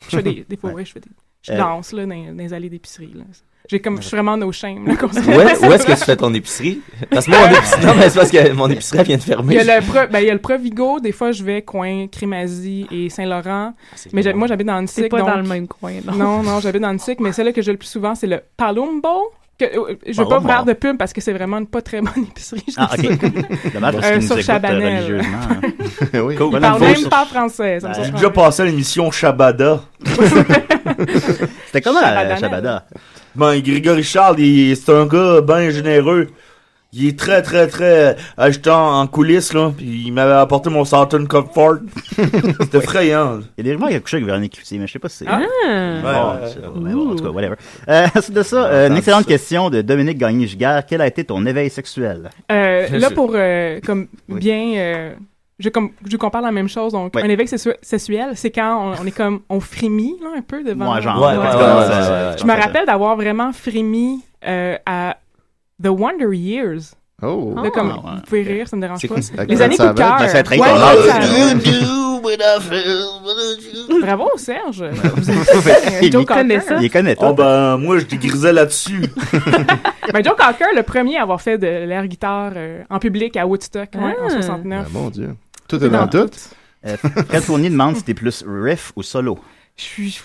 [SPEAKER 5] je fais des, des fois, ouais, je fais des, je
[SPEAKER 4] Euh,
[SPEAKER 5] danse là, dans, dans les allées d'épicerie. là. J'ai comme, je suis vraiment no shame. Là, comme ça.
[SPEAKER 7] Ouais, où est-ce que tu fais ton épicerie? Parce que moi, mon épicerie, non, mais c'est parce que mon épicerie vient de
[SPEAKER 5] Il
[SPEAKER 7] fermer.
[SPEAKER 5] y, a le pro- ben, il y a le Provigo, des fois je vais coin Crémazie et Saint-Laurent,
[SPEAKER 7] C'est
[SPEAKER 5] mais j'ai-
[SPEAKER 7] bon.
[SPEAKER 5] moi j'habite dans le
[SPEAKER 9] C'est pas
[SPEAKER 5] donc,
[SPEAKER 9] dans le même coin, non.
[SPEAKER 5] Non, non, j'habite dans le Tic, mais celle que j'ai le plus souvent, c'est le Palumbo. Que, euh, je veux pas vous
[SPEAKER 4] Palumbo.
[SPEAKER 5] faire de pub parce que c'est vraiment une pas très bonne épicerie. je
[SPEAKER 4] Ah,
[SPEAKER 5] le sais.
[SPEAKER 4] ok. Dommage parce
[SPEAKER 5] Euh,
[SPEAKER 4] qu'ils nous
[SPEAKER 5] sur
[SPEAKER 4] écoutent
[SPEAKER 5] Chabanel.
[SPEAKER 4] religieusement. hein.
[SPEAKER 6] oui.
[SPEAKER 4] Cool.
[SPEAKER 5] Ils
[SPEAKER 4] Bonne
[SPEAKER 5] parlent
[SPEAKER 4] info,
[SPEAKER 5] même
[SPEAKER 4] ça.
[SPEAKER 5] pas français. Ça me
[SPEAKER 7] Ben,
[SPEAKER 4] Ouais.
[SPEAKER 5] surprend.
[SPEAKER 10] Déjà passé à l'émission Shabada.
[SPEAKER 4] C'était comment la
[SPEAKER 5] Chabanel.
[SPEAKER 4] Shabada?
[SPEAKER 10] Ben, Grégory Charles, il- c'est un gars bien généreux. Il est très, très, très agitant en coulisses, là. Puis il m'avait apporté mon Saturn Comfort. C'était effrayant.
[SPEAKER 4] Il y a des rumeurs qu'il a couché avec Véronique Cloutier, mais je sais pas si c'est.
[SPEAKER 9] Ah.
[SPEAKER 4] Bon,
[SPEAKER 10] ouais,
[SPEAKER 4] c'est- ouais, bon, en tout cas, whatever. Euh, ensuite de ça, euh, une
[SPEAKER 10] entendu
[SPEAKER 4] excellente
[SPEAKER 10] ça.
[SPEAKER 4] question de Dominique Gagné-Giguère. Quel a été ton éveil sexuel?
[SPEAKER 5] Euh, là,
[SPEAKER 7] Je-
[SPEAKER 5] pour euh, comme
[SPEAKER 4] Oui.
[SPEAKER 5] bien. euh, je, comme, je compare la même chose. Donc,
[SPEAKER 4] Ouais.
[SPEAKER 5] un éveil sexu- sexuel, c'est quand on, on est comme. On frémit là, un peu devant.
[SPEAKER 4] Moi, genre.
[SPEAKER 7] Ouais, ouais, ouais, ouais, ouais.
[SPEAKER 5] Je me rappelle d'avoir vraiment frémi euh, à The Wonder Years.
[SPEAKER 6] Oh.
[SPEAKER 5] Là, comme,
[SPEAKER 4] Ah, ouais.
[SPEAKER 5] vous pouvez rire, ça me dérange
[SPEAKER 7] C'est
[SPEAKER 5] pas.
[SPEAKER 7] quoi
[SPEAKER 6] Avec
[SPEAKER 5] Les
[SPEAKER 6] Fred
[SPEAKER 5] années coup de
[SPEAKER 6] Savage.
[SPEAKER 5] cœur.
[SPEAKER 4] Ben, ça va être
[SPEAKER 5] Ouais,
[SPEAKER 4] inconnu,
[SPEAKER 5] ça-
[SPEAKER 4] là.
[SPEAKER 5] Bravo, Serge. Vous êtes un Joe
[SPEAKER 4] Il
[SPEAKER 9] connaît
[SPEAKER 5] Cocker.
[SPEAKER 9] ça.
[SPEAKER 4] Il connaît
[SPEAKER 10] Oh
[SPEAKER 4] tout.
[SPEAKER 10] ben, moi, je dégrisais là-dessus.
[SPEAKER 5] Ben, Joe Cocker, le premier à avoir fait de l'air guitare euh, en public à Woodstock ouais,
[SPEAKER 9] Ah.
[SPEAKER 5] en
[SPEAKER 6] Ah,
[SPEAKER 5] 69.
[SPEAKER 6] mon Dieu. Tout est dans tout.
[SPEAKER 4] Euh, Fred Fournier demande si t'es plus riff ou solo.
[SPEAKER 5] Je suis, je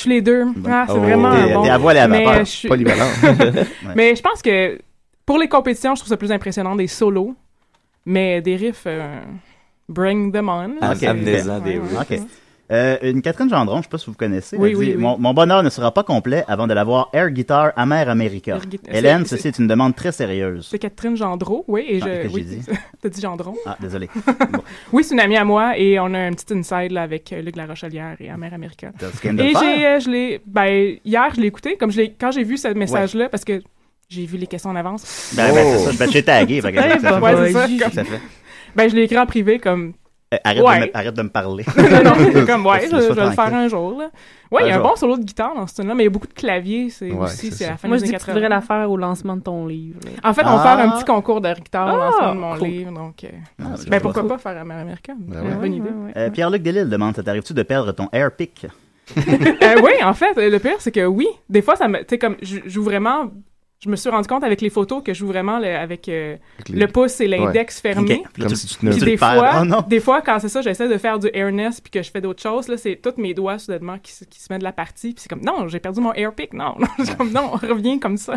[SPEAKER 5] suis les deux. Ah, c'est
[SPEAKER 7] Oh.
[SPEAKER 5] vraiment
[SPEAKER 4] T'es-
[SPEAKER 5] bon.
[SPEAKER 4] t'es à voile et à
[SPEAKER 5] mais,
[SPEAKER 4] vapeur.
[SPEAKER 5] je suis-
[SPEAKER 6] Polyvalent.
[SPEAKER 5] mais je pense que pour les compétitions, je trouve ça plus impressionnant des solos, mais des riffs, euh, bring them on.
[SPEAKER 7] Am-
[SPEAKER 4] Ok.
[SPEAKER 7] Ah, amenez-en
[SPEAKER 5] Ouais,
[SPEAKER 7] des
[SPEAKER 4] Ok.
[SPEAKER 5] ouais.
[SPEAKER 4] Euh, une Catherine Gendron, je sais pas si vous connaissez.
[SPEAKER 5] Oui,
[SPEAKER 4] elle
[SPEAKER 5] oui,
[SPEAKER 4] dit,
[SPEAKER 5] oui.
[SPEAKER 4] Mon, mon bonheur ne sera pas complet avant de l'avoir Air Guitar Amer America.
[SPEAKER 5] Air Guitar-
[SPEAKER 4] Hélène,
[SPEAKER 5] c'est-
[SPEAKER 4] ceci est une demande très sérieuse.
[SPEAKER 5] C'est Catherine Gendreau, oui, et
[SPEAKER 4] Ah, qu'est-ce
[SPEAKER 5] je.
[SPEAKER 4] que
[SPEAKER 5] oui,
[SPEAKER 4] j'ai dit?
[SPEAKER 5] T'as dit Gendron.
[SPEAKER 4] Ah, désolé.
[SPEAKER 5] Oui, c'est une amie à moi et on a un petit inside là, avec euh, Luc Larochelière et Amère America.
[SPEAKER 4] T'as ce qu'il vient de
[SPEAKER 5] Et
[SPEAKER 4] faire.
[SPEAKER 5] j'ai, euh, je l'ai, ben, hier, je l'ai écouté, comme je l'ai, quand j'ai vu ce message-là, parce que j'ai vu les questions en avance,
[SPEAKER 4] Ben, ben,
[SPEAKER 6] Oh.
[SPEAKER 4] c'est ça, ben, j'ai tagué. fait que
[SPEAKER 9] Eh,
[SPEAKER 4] ça fait-
[SPEAKER 9] bah,
[SPEAKER 5] Ouais,
[SPEAKER 9] bah,
[SPEAKER 5] c'est ça,
[SPEAKER 9] Guy.
[SPEAKER 5] comme-
[SPEAKER 4] ça fait-
[SPEAKER 5] ben, je l'ai écrit en privé, comme,
[SPEAKER 4] Euh, arrête,
[SPEAKER 5] Ouais.
[SPEAKER 4] de me, arrête de me parler.
[SPEAKER 5] non, non, c'est comme, ouais,
[SPEAKER 4] Laisse-le
[SPEAKER 5] je, je vais le
[SPEAKER 4] tranquille.
[SPEAKER 5] faire un jour, là. Ouais,
[SPEAKER 4] Un
[SPEAKER 5] il y a un
[SPEAKER 4] jour.
[SPEAKER 5] bon solo de guitare dans ce tune-là, mais il y a beaucoup de clavier, c'est
[SPEAKER 6] Ouais,
[SPEAKER 5] aussi,
[SPEAKER 6] c'est
[SPEAKER 5] c'est
[SPEAKER 6] ça.
[SPEAKER 5] la fin
[SPEAKER 9] Moi, je
[SPEAKER 5] des
[SPEAKER 9] dis
[SPEAKER 5] années
[SPEAKER 9] que tu devrais
[SPEAKER 5] 80.
[SPEAKER 9] la faire au lancement de ton livre. là.
[SPEAKER 5] En fait, on va
[SPEAKER 4] Ah.
[SPEAKER 5] faire un petit concours de guitare au lancement de mon
[SPEAKER 9] cool.
[SPEAKER 5] livre, donc, euh,
[SPEAKER 4] Ah, c'est
[SPEAKER 5] ben,
[SPEAKER 4] bon.
[SPEAKER 5] pourquoi pas faire Amère America?
[SPEAKER 6] Ben
[SPEAKER 5] Bonne
[SPEAKER 6] ouais.
[SPEAKER 5] idée.
[SPEAKER 9] ouais.
[SPEAKER 4] Euh, Pierre-Luc Delisle demande ça t'arrive-tu de perdre ton air pick
[SPEAKER 5] Euh, oui, en fait, le pire, c'est que oui, des fois, ça me, tu sais, comme, je je joue vraiment, je me suis rendu compte avec les photos que je joue vraiment le- avec euh,
[SPEAKER 6] Avec les-
[SPEAKER 5] le pouce et l'index fermés.
[SPEAKER 4] Ok. Puis là,
[SPEAKER 6] Comme
[SPEAKER 4] tu-
[SPEAKER 6] si tu tenais.
[SPEAKER 5] Puis
[SPEAKER 4] Tu
[SPEAKER 5] Ah des
[SPEAKER 4] le perds.
[SPEAKER 5] fois,
[SPEAKER 4] Oh non.
[SPEAKER 5] des fois, quand c'est ça, j'essaie de faire du airness puis que je fais d'autres choses. Là, c'est tous mes doigts soudainement qui, se- qui se mettent de la partie. Puis c'est comme non, j'ai perdu mon airpick. Non, non, C'est comme, non, reviens comme ça.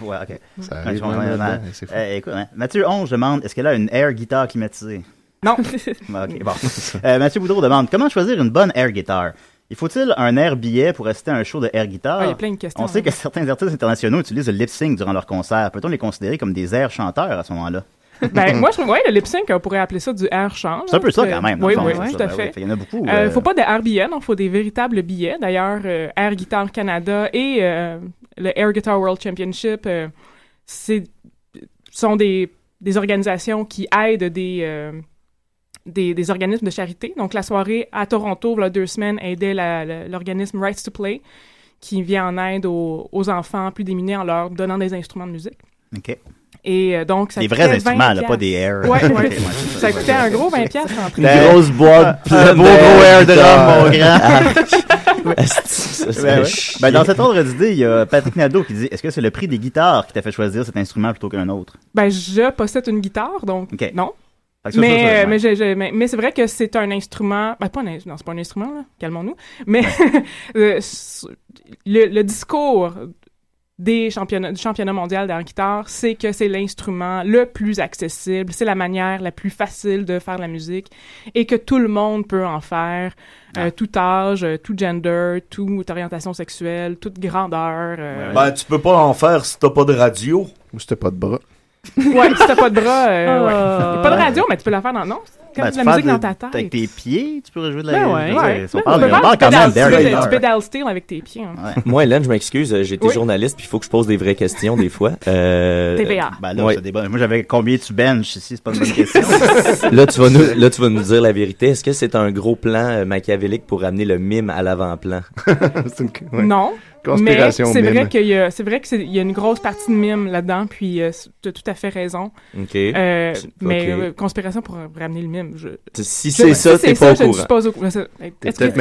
[SPEAKER 4] Ouais, ok.
[SPEAKER 6] Ça
[SPEAKER 4] Ouais,
[SPEAKER 6] arrive
[SPEAKER 4] je comprends
[SPEAKER 6] même
[SPEAKER 4] vraiment.
[SPEAKER 6] là-dedans, c'est fou.
[SPEAKER 4] Euh, écoute, hein. Mathieu 11 demande est-ce qu'elle a une air guitare climatisée
[SPEAKER 5] Non.
[SPEAKER 4] Ouais,
[SPEAKER 5] Mm.
[SPEAKER 4] ok, bon. Euh, Mathieu Boudreau demande comment choisir une bonne air guitar Il faut-il un air billet pour rester à un show de air guitar
[SPEAKER 5] Ah, il y a plein de questions. hein.
[SPEAKER 4] On sait que certains artistes internationaux utilisent le lip sync durant leurs concerts. Peut-on les considérer comme des airs chanteurs à ce moment-là
[SPEAKER 5] Ben moi, je trouve ouais, le lip sync, on pourrait appeler ça du air chant.
[SPEAKER 4] C'est un peu ça quand même. dans
[SPEAKER 5] Oui,
[SPEAKER 4] le fond,
[SPEAKER 5] oui,
[SPEAKER 4] c'est ça.
[SPEAKER 5] tout à
[SPEAKER 4] Ben oui,
[SPEAKER 5] fait.
[SPEAKER 4] Il y en a beaucoup.
[SPEAKER 5] Euh,
[SPEAKER 4] euh,
[SPEAKER 5] faut pas de air billets, non, faut des véritables billets. D'ailleurs, euh, Air Guitar Canada et euh, le Air Guitar World Championship, euh, c'est sont des, des organisations qui aident des, euh, des des organismes de charité. Donc la soirée à Toronto, voilà deux semaines, aidait la- la- l'organisme Rights to Play qui vient en aide aux, aux enfants plus démunis en leur donnant des instruments de musique.
[SPEAKER 4] ok.
[SPEAKER 5] Et euh, donc ça
[SPEAKER 4] Des
[SPEAKER 5] coûtait
[SPEAKER 4] vrais
[SPEAKER 5] 20
[SPEAKER 4] instruments, là, pas des airs.
[SPEAKER 5] Ouais, ouais.
[SPEAKER 4] Ok, ouais, c'est
[SPEAKER 5] Ça coûtait un gros 20 pièces
[SPEAKER 7] Une grosse boîte,
[SPEAKER 4] Un beau gros
[SPEAKER 7] ben,
[SPEAKER 4] air de l'homme, mon grand.
[SPEAKER 7] Asti, ça, ça-
[SPEAKER 4] Ah, Ben, ouais. Ben, dans cet ordre d'idée, il y a Patrick Nadeau qui dit Est-ce que c'est le prix des guitares qui t'a fait choisir cet instrument plutôt qu'un autre
[SPEAKER 5] Ben, je possède une guitare, donc
[SPEAKER 4] Ok.
[SPEAKER 5] non.
[SPEAKER 4] Fait que ça, ça, ça,
[SPEAKER 5] Mais,
[SPEAKER 4] ouais.
[SPEAKER 5] euh, mais, j'ai- j'ai- mais, mais c'est vrai que c'est un instrument. Ben, pas un, in- non, c'est pas un instrument, là. Calmons-nous. Mais euh, s- le, le discours des championnats, du championnat mondial de la guitare, c'est que c'est l'instrument le plus accessible, c'est la manière la plus facile de faire de la musique et que tout le monde peut en faire, euh,
[SPEAKER 4] Ah.
[SPEAKER 5] tout âge, euh, tout gender, toute orientation sexuelle, toute grandeur. euh,
[SPEAKER 10] Ben, tu peux pas en faire si t'as pas de radio. Ou si t'as pas de bras.
[SPEAKER 5] Ouais, si t'as pas de bras, euh, ouais.
[SPEAKER 10] Ah.
[SPEAKER 5] T'as Pas de radio, mais tu peux la faire dans. Non, c'est comme
[SPEAKER 4] Ben,
[SPEAKER 5] de
[SPEAKER 4] tu
[SPEAKER 5] la
[SPEAKER 4] fais
[SPEAKER 5] musique
[SPEAKER 4] de-
[SPEAKER 5] dans ta tête.
[SPEAKER 4] Avec tes pieds, tu peux rejouer de la.
[SPEAKER 5] Ben
[SPEAKER 4] je
[SPEAKER 5] ouais,
[SPEAKER 4] veux
[SPEAKER 5] ouais.
[SPEAKER 4] dire,
[SPEAKER 5] Ben,
[SPEAKER 4] on parle-
[SPEAKER 5] tu peux
[SPEAKER 4] on parle
[SPEAKER 5] faire
[SPEAKER 4] quand même
[SPEAKER 5] du
[SPEAKER 4] d'Air
[SPEAKER 5] pedal-
[SPEAKER 4] Guitar.
[SPEAKER 5] Du pedal steel avec tes pieds. hein.
[SPEAKER 7] Moi, Hélène, je m'excuse, euh, j'étais
[SPEAKER 5] Oui.
[SPEAKER 7] journaliste, puis il faut que je pose des vraies questions des fois. Euh,
[SPEAKER 5] TVA.
[SPEAKER 4] Ben là, c'est des bonnes- Moi, j'avais combien tu benches ici, c'est pas une bonne question.
[SPEAKER 7] Là tu, vas nous, là, tu vas nous dire la vérité. Est-ce que c'est un gros plan euh, machiavélique pour amener le mime à l'avant-plan?
[SPEAKER 5] Non. Mais c'est
[SPEAKER 7] Conspiration mime.
[SPEAKER 5] vrai qu'il y a, c'est vrai que c'est- il y a une grosse partie de mime là-dedans, puis euh, tu as tout à fait raison.
[SPEAKER 7] Ok.
[SPEAKER 5] Euh,
[SPEAKER 7] Tu-
[SPEAKER 5] mais
[SPEAKER 7] ok.
[SPEAKER 5] euh, conspiration pour ramener le mime. Je...
[SPEAKER 7] Tu- si
[SPEAKER 5] Je-
[SPEAKER 7] c'est ça, t'es pas au
[SPEAKER 5] je
[SPEAKER 7] courant.
[SPEAKER 5] suis pas au courant. Ça-
[SPEAKER 7] T'es
[SPEAKER 9] Est-ce que, est-ce que tu penses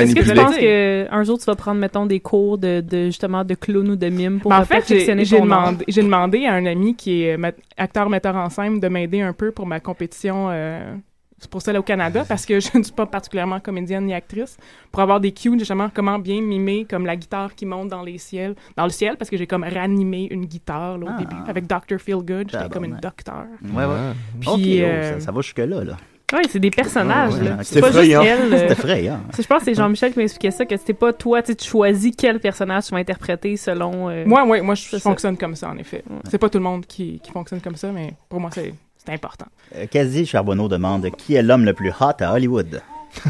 [SPEAKER 9] qu'un jour tu vas prendre, mettons, des cours de, de, justement de clown ou de mime pour
[SPEAKER 5] Ben, en
[SPEAKER 9] euh,
[SPEAKER 5] fait, j'ai
[SPEAKER 9] perfectionner
[SPEAKER 5] j'ai
[SPEAKER 9] ton art?
[SPEAKER 5] demandé, j'ai demandé à un ami qui est ma- acteur metteur en scène de m'aider un peu pour ma compétition. euh, c'est pour celle au Canada parce que je ne suis pas particulièrement comédienne ni actrice pour avoir des cues justement comment bien mimer comme la guitare qui monte dans les ciels dans le ciel parce que j'ai comme ranimé une guitare là, au début avec Dr Feelgood j'étais comme une docteur
[SPEAKER 4] Ah. Ouais, ouais.
[SPEAKER 5] Puis,
[SPEAKER 4] Ok,
[SPEAKER 5] euh, Ah,
[SPEAKER 4] oh, ça, ça va jusque-là, là.
[SPEAKER 9] Oui, c'est des personnages.
[SPEAKER 4] Ouais, ouais,
[SPEAKER 9] là.
[SPEAKER 4] ouais.
[SPEAKER 9] C'est pas juste
[SPEAKER 4] effrayant.
[SPEAKER 9] elle. euh,
[SPEAKER 4] C'est effrayant.
[SPEAKER 9] c'est- Je pense que c'est Jean-Michel qui m'expliquait ça, que c'était pas toi, tu sais, tu choisis quel personnage tu vas interpréter selon. euh,
[SPEAKER 5] moi ouais, moi je
[SPEAKER 9] c'est ça.
[SPEAKER 5] fonctionne comme ça en effet c'est pas tout le monde qui, qui fonctionne comme ça mais pour moi c'est c'est important
[SPEAKER 4] Euh, Casier Charbonneau demande qui est l'homme le plus hot à Hollywood.
[SPEAKER 5] Je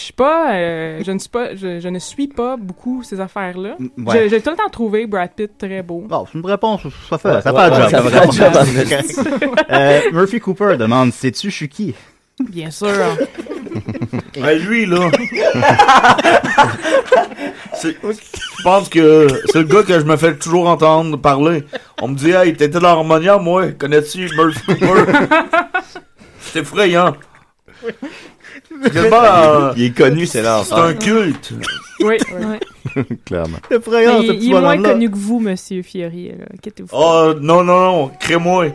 [SPEAKER 5] suis pas, euh, je ne suis pas, je, je ne suis pas beaucoup ces affaires-là.
[SPEAKER 4] ouais.
[SPEAKER 5] Je- J'ai tout le temps trouvé Brad Pitt très beau.
[SPEAKER 4] Bon, c'est une réponse, ça fait,
[SPEAKER 5] Ouais,
[SPEAKER 4] ça fait
[SPEAKER 5] ouais,
[SPEAKER 4] un job.
[SPEAKER 5] ouais, ça fait un job, en
[SPEAKER 4] C'est correct.
[SPEAKER 5] fait.
[SPEAKER 4] Euh, Murphy Cooper demande Sais-tu, je suis qui
[SPEAKER 5] Bien sûr.
[SPEAKER 10] Ben, lui, là. C'est- Je pense que c'est le gars que je me fais toujours entendre parler. On me dit, hey, t'étais dans l'harmonium, moi. Connais-tu Murphy Cooper? c'est effrayant. C'est tellement, euh,
[SPEAKER 7] Il est connu, c'est
[SPEAKER 10] C'est un
[SPEAKER 7] l'enfer.
[SPEAKER 10] culte.
[SPEAKER 5] Oui.
[SPEAKER 7] Clairement.
[SPEAKER 9] Mais
[SPEAKER 4] Effrayant,
[SPEAKER 9] il, il est moins connu que vous, monsieur Fiori. là. Inquiétez-vous.
[SPEAKER 10] Oh, non, non, non, crée-moi.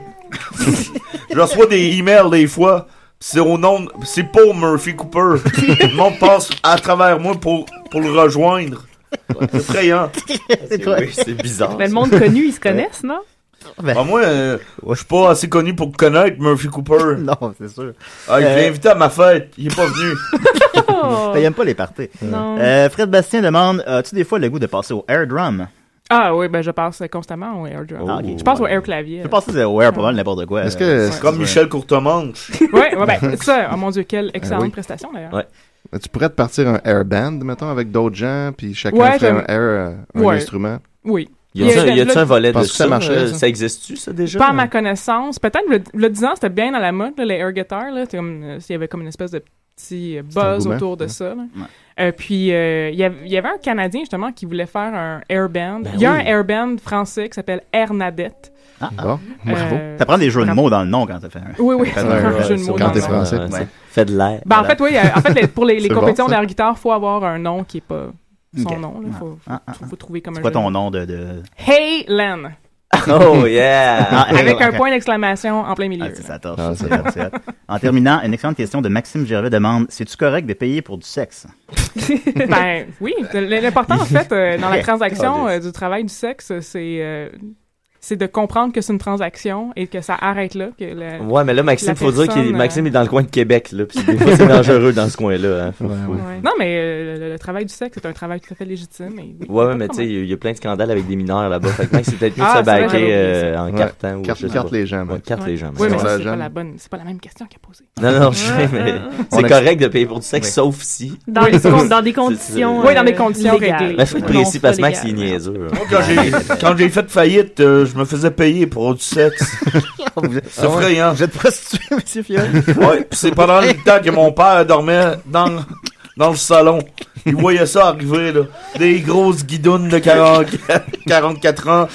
[SPEAKER 10] je reçois des emails des fois. C'est au nom. de- C'est pour Murphy Cooper. Le monde passe à travers moi pour, pour le rejoindre. C'est effrayant.
[SPEAKER 9] C'est quoi? oui, c'est
[SPEAKER 10] bizarre.
[SPEAKER 5] Ben,
[SPEAKER 9] Mais le monde connu, ils se connaissent, non?
[SPEAKER 10] moi, euh, je suis pas assez connu pour connaître Murphy Cooper.
[SPEAKER 4] non, c'est sûr.
[SPEAKER 10] Ah, il
[SPEAKER 4] Euh,
[SPEAKER 10] l'a invité à ma fête. Il est pas venu.
[SPEAKER 4] Ben, Il aime pas les parties.
[SPEAKER 5] Non.
[SPEAKER 4] Euh, Fred Bastien demande As-tu des fois le goût de passer au air drum
[SPEAKER 5] Ah oui, ben je passe constamment au air drum.
[SPEAKER 4] Ah, ok.
[SPEAKER 5] Je passe au air clavier.
[SPEAKER 4] Je pense que c'est au air, pas mal n'importe quoi.
[SPEAKER 10] euh,
[SPEAKER 6] Est-ce que-
[SPEAKER 10] C'est comme Michel Courtemanche.
[SPEAKER 5] Oui, ouais, ben ça, oh mon dieu, quelle excellente
[SPEAKER 6] Ah oui.
[SPEAKER 5] prestation d'ailleurs.
[SPEAKER 6] Ben, Tu pourrais te partir un air band, mettons, avec d'autres gens, puis chacun
[SPEAKER 5] Ouais,
[SPEAKER 6] fait
[SPEAKER 5] j'aime-
[SPEAKER 6] un air, euh, un
[SPEAKER 5] Ouais.
[SPEAKER 6] instrument.
[SPEAKER 5] Oui.
[SPEAKER 7] Y a-tu un- y a-tu
[SPEAKER 5] là-
[SPEAKER 7] un volet de
[SPEAKER 6] Penses-tu que ça
[SPEAKER 7] ça?
[SPEAKER 6] marchait,
[SPEAKER 7] euh,
[SPEAKER 6] ça?
[SPEAKER 7] Ça existe-tu, ça, déjà?
[SPEAKER 5] Pas à ma connaissance. Peut-être le, le 10 ans, c'était bien dans la mode, là, les air guitars. là. C'était comme, euh, il y avait comme une espèce de petit euh, buzz
[SPEAKER 6] engouement,
[SPEAKER 5] autour de
[SPEAKER 6] ouais.
[SPEAKER 5] ça. là. Euh, puis, euh, il y avait- il y avait un Canadien, justement, qui voulait faire un air band. il y a
[SPEAKER 4] Ben oui.
[SPEAKER 5] un air band français qui s'appelle Air Nadette.
[SPEAKER 4] Ah, ah.
[SPEAKER 5] bravo. Euh,
[SPEAKER 4] Ça prend des jeux de mots dans le nom quand ça fait un.
[SPEAKER 5] Oui, oui,
[SPEAKER 4] quand
[SPEAKER 5] ça
[SPEAKER 4] t'as
[SPEAKER 5] prend un
[SPEAKER 4] euh,
[SPEAKER 5] jeu de mots
[SPEAKER 4] Quand
[SPEAKER 5] dans
[SPEAKER 4] t'es
[SPEAKER 5] le nom.
[SPEAKER 4] français.
[SPEAKER 7] Ouais,
[SPEAKER 4] ouais.
[SPEAKER 7] Fait de l'air.
[SPEAKER 5] Ben, en fait, oui, euh, en fait, les- pour les, les
[SPEAKER 4] C'est bon,
[SPEAKER 5] compétitions
[SPEAKER 4] ça.
[SPEAKER 5] d'air guitare, il faut avoir un nom qui n'est pas son
[SPEAKER 4] Ok.
[SPEAKER 5] nom. Il faut,
[SPEAKER 4] Ah, ah,
[SPEAKER 5] faut- faut trouver comme
[SPEAKER 4] C'est
[SPEAKER 5] un
[SPEAKER 4] quoi
[SPEAKER 5] jeu de
[SPEAKER 4] ton
[SPEAKER 5] mots.
[SPEAKER 4] nom de. de...
[SPEAKER 5] Hey Len!
[SPEAKER 7] Oh, yeah!
[SPEAKER 4] Ah, hey,
[SPEAKER 5] Avec un
[SPEAKER 4] ok.
[SPEAKER 5] point d'exclamation en plein milieu.
[SPEAKER 4] Ah, c'est ça, torche.
[SPEAKER 6] Ah,
[SPEAKER 4] c'est
[SPEAKER 6] c'est
[SPEAKER 4] hot,
[SPEAKER 6] bon.
[SPEAKER 4] c'est hot. En terminant, une excellente question de Maxime Gervais demande C'est-tu correct de payer pour du sexe
[SPEAKER 5] ben oui, l'important en fait euh, dans la transaction
[SPEAKER 4] Oh,
[SPEAKER 5] euh, du travail du sexe, c'est euh, c'est de comprendre que c'est une transaction et que ça arrête là. Que la-
[SPEAKER 7] Ouais, mais là, Maxime,
[SPEAKER 5] la
[SPEAKER 7] faut dire
[SPEAKER 5] personne,
[SPEAKER 7] que
[SPEAKER 5] euh,
[SPEAKER 7] Maxime est dans le coin de Québec, là. Puis des fois, c'est dangereux dans ce coin-là. hein.
[SPEAKER 5] ouais. Non, mais euh, le, le travail du sexe, c'est un travail tout à fait légitime. et-
[SPEAKER 7] Ouais, ouais, mais tu sais, il y a- il y a plein de scandales avec des mineurs là-bas. Fait que Max, c'est peut-être mieux
[SPEAKER 5] Ah,
[SPEAKER 7] de se
[SPEAKER 5] c'est vrai,
[SPEAKER 7] baquer
[SPEAKER 5] j'avais oublié
[SPEAKER 7] euh, en
[SPEAKER 6] Ouais.
[SPEAKER 7] cartant. ou
[SPEAKER 6] Carte-
[SPEAKER 7] je sais
[SPEAKER 6] carte
[SPEAKER 7] pas.
[SPEAKER 6] les jambes.
[SPEAKER 7] Ouais, carte les jambes.
[SPEAKER 5] Oui, mais
[SPEAKER 7] Ouais.
[SPEAKER 5] ça,
[SPEAKER 6] la
[SPEAKER 5] c'est pas
[SPEAKER 6] jambe.
[SPEAKER 5] la bonne, c'est pas la même question qu'il a posée.
[SPEAKER 7] Non, non, je sais, mais
[SPEAKER 4] On
[SPEAKER 7] c'est
[SPEAKER 4] a-
[SPEAKER 7] correct de payer pour du sexe, sauf si.
[SPEAKER 9] Dans, les con- dans des conditions.
[SPEAKER 5] Oui, dans des conditions réglées.
[SPEAKER 7] Mais faut être précis parce que Max, il est niaiseux.
[SPEAKER 10] Moi, quand j'ai, quand j'ai fait faillite, euh, je me faisais payer pour du sexe.
[SPEAKER 7] Ah
[SPEAKER 10] C'est effrayant.
[SPEAKER 4] Vous êtes prostitué, monsieur Fiol
[SPEAKER 10] Ouais, pis c'est pendant le temps que mon père dormait dans, dans le salon. Il voyait ça arriver, là. Des grosses guidounes de 40 44 ans,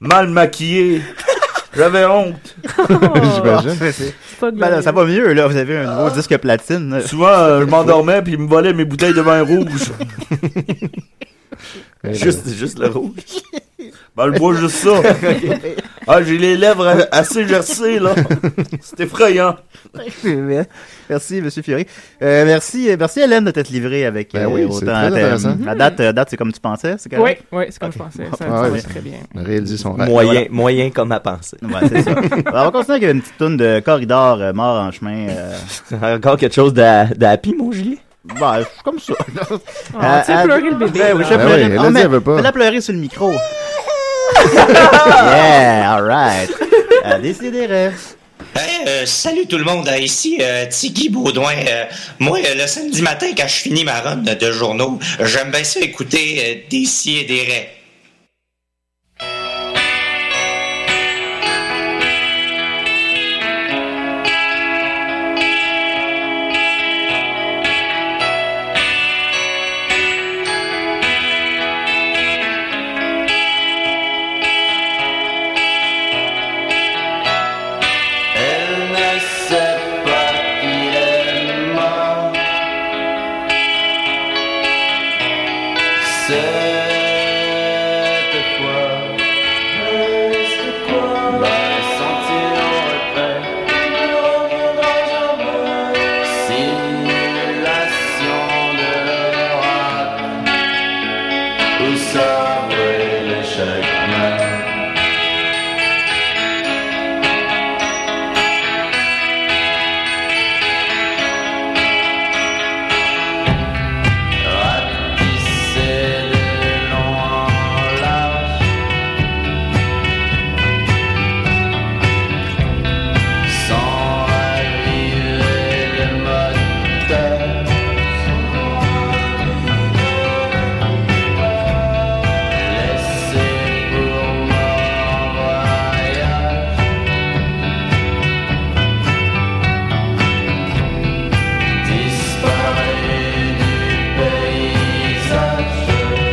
[SPEAKER 10] mal maquillées. J'avais honte.
[SPEAKER 5] Oh.
[SPEAKER 4] J'imagine. Ben là, ça va mieux, là. Vous avez un nouveau disque platine. là.
[SPEAKER 10] Souvent, euh, je m'endormais puis il me volait mes bouteilles de vin rouge.
[SPEAKER 7] Juste, juste le rouge.
[SPEAKER 10] Ben, je bois juste ça. Ah, j'ai les lèvres assez gercées, là. C'est effrayant.
[SPEAKER 4] merci, Monsieur Fiori. Euh, merci, euh, merci Hélène de t'être livrée avec euh,
[SPEAKER 6] Ben oui, c'est
[SPEAKER 4] autant.
[SPEAKER 6] très
[SPEAKER 4] euh,
[SPEAKER 6] intéressant.
[SPEAKER 4] La date, euh, date, c'est comme tu pensais, c'est
[SPEAKER 5] Oui,
[SPEAKER 4] correct?
[SPEAKER 5] oui, c'est comme je pensais. Ça,
[SPEAKER 6] Ah
[SPEAKER 5] ça
[SPEAKER 6] ouais,
[SPEAKER 5] va très bien.
[SPEAKER 6] On a réalisé son rêve.
[SPEAKER 7] Moyen,
[SPEAKER 4] voilà.
[SPEAKER 7] moyen comme à penser.
[SPEAKER 4] Ouais, c'est ça. Alors, on continue avec une petite toune de Corridor euh, mort en chemin. euh,
[SPEAKER 7] Encore quelque chose d'ha- d'happy, mon Julie?
[SPEAKER 4] bah, je suis comme ça.
[SPEAKER 5] Ah,
[SPEAKER 4] Ah,
[SPEAKER 5] tu
[SPEAKER 4] ah,
[SPEAKER 5] sais, pleurer le bébé.
[SPEAKER 4] Ben oui,
[SPEAKER 5] là.
[SPEAKER 4] je
[SPEAKER 6] Ben
[SPEAKER 4] pleurais.
[SPEAKER 6] oui, elle
[SPEAKER 4] Oh,
[SPEAKER 6] a dit,
[SPEAKER 4] mais-
[SPEAKER 6] elle veut pas.
[SPEAKER 4] mais la pleurer sur le micro. yeah, alright. À décider.
[SPEAKER 3] Hey, euh, salut tout le monde, Euh, ici euh, Tiggy Baudouin. Euh, moi, euh, le samedi matin, quand je finis ma run de journaux, j'aime bien ça écouter euh, des si et des raies.
[SPEAKER 8] Elle ne sait pas qu'il est mort. Cette fois, va sentir le regret. Simulation de rap. Où savourer l'échec même. Ratisser le long en large Sans raviver le moteur Laisser pour mon voyage Disparu du paysage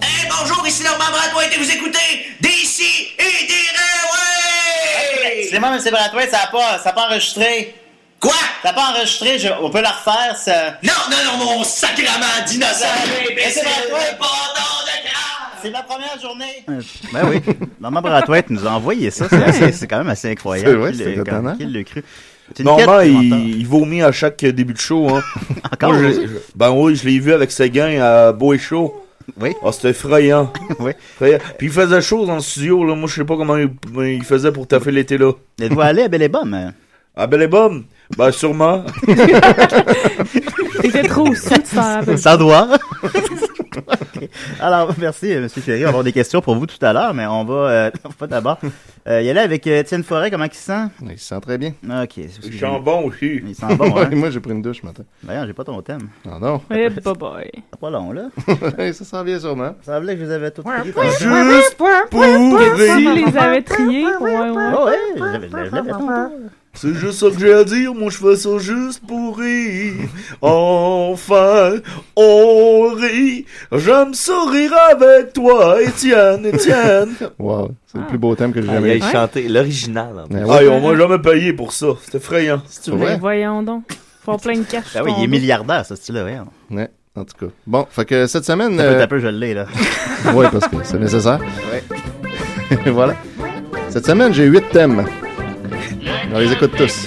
[SPEAKER 3] Hey, Eh, bonjour, ici Normand Bradway et vous écoutez des si et des raies, ouais!
[SPEAKER 4] Excusez-moi, M. Bratoit, ça n'a pas, ça a pas enregistré.
[SPEAKER 3] Quoi?
[SPEAKER 4] Ça n'a pas enregistré, je- on peut la refaire, ça.
[SPEAKER 3] Non, non, non, mon sacrement d'innocent!
[SPEAKER 4] Salut,
[SPEAKER 3] imbécile,
[SPEAKER 4] Bratoit.
[SPEAKER 3] bâtard de crabe!
[SPEAKER 4] C'est ma première journée. Ben oui. Normand Bratoit nous a envoyé ça, c'est, assez- c'est quand même assez incroyable.
[SPEAKER 6] C'est vrai,
[SPEAKER 4] qu'il
[SPEAKER 6] c'est
[SPEAKER 4] l'ait-
[SPEAKER 6] étonnant.
[SPEAKER 4] qu'il l'ait cru. C'est une
[SPEAKER 10] Normand,
[SPEAKER 4] quête
[SPEAKER 10] il, il vomit à chaque début de show. Hein.
[SPEAKER 4] Encore?
[SPEAKER 10] Moi, je- je- ben oui, je l'ai vu avec Séguin à Beau et Chaud.
[SPEAKER 4] Oui.
[SPEAKER 10] Ah, c'était effrayant.
[SPEAKER 4] Oui.
[SPEAKER 10] Effrayant. Puis il faisait chaud dans le studio. Là. Moi, je sais pas comment il, il faisait pour taffer l'été là.
[SPEAKER 4] Il doit aller à Belle et Bonne. hein.
[SPEAKER 10] Ah, bel et bon. Ben, sûrement.
[SPEAKER 9] T'étais trop sous, tu t'en rappelles.
[SPEAKER 4] Ça doit. Ok. Alors, merci, euh, Monsieur Ferry. On va avoir des questions pour vous tout à l'heure, mais on va, euh, on va d'abord euh, y aller avec euh, Étienne Forêt. Comment il se sent?
[SPEAKER 6] Il se sent très bien.
[SPEAKER 4] Ok. c'est-
[SPEAKER 10] Il sent bon aussi.
[SPEAKER 4] Il sent bon, hein?
[SPEAKER 6] Ouais, moi, j'ai pris une douche ce matin.
[SPEAKER 4] Voyons, j'ai pas ton thème.
[SPEAKER 6] Non, non.
[SPEAKER 9] Eh, bye bye.
[SPEAKER 4] C'est pas long, là.
[SPEAKER 6] ça sent bien sûrement.
[SPEAKER 4] Ça semblait que je vous avais tout pris.
[SPEAKER 10] Juste pour
[SPEAKER 9] Si
[SPEAKER 10] rire.
[SPEAKER 9] les avait triés, ouais, ouais.
[SPEAKER 4] Oh, ouais, je l'avais- je l'avais fait.
[SPEAKER 10] C'est juste ça que j'ai à dire. Moi, je fais ça juste pour rire. Enfin, on rit. J'aime sourire avec toi, Étienne, Étienne.
[SPEAKER 6] Wow, c'est le plus beau thème que j'ai
[SPEAKER 7] Ah, Il
[SPEAKER 6] jamais eu.
[SPEAKER 7] a chanté l'original. en plus.
[SPEAKER 6] Ben
[SPEAKER 10] Ah,
[SPEAKER 6] ouais.
[SPEAKER 10] ils on m'a jamais payé pour ça. C'est effrayant.
[SPEAKER 6] Ouais.
[SPEAKER 9] Ben voyons donc. Faut plein de cash.
[SPEAKER 4] Ah oui, il est
[SPEAKER 9] ton
[SPEAKER 4] milliardaire, ce style-là, ouais.
[SPEAKER 6] Ouais. En tout cas. Bon, fait que cette semaine.
[SPEAKER 4] T'as peu,
[SPEAKER 10] Euh.
[SPEAKER 4] t'as peu, je l'ai, là.
[SPEAKER 6] oui, parce que c'est nécessaire. Oui. voilà. Cette semaine, j'ai huit thèmes. On les écoute tous.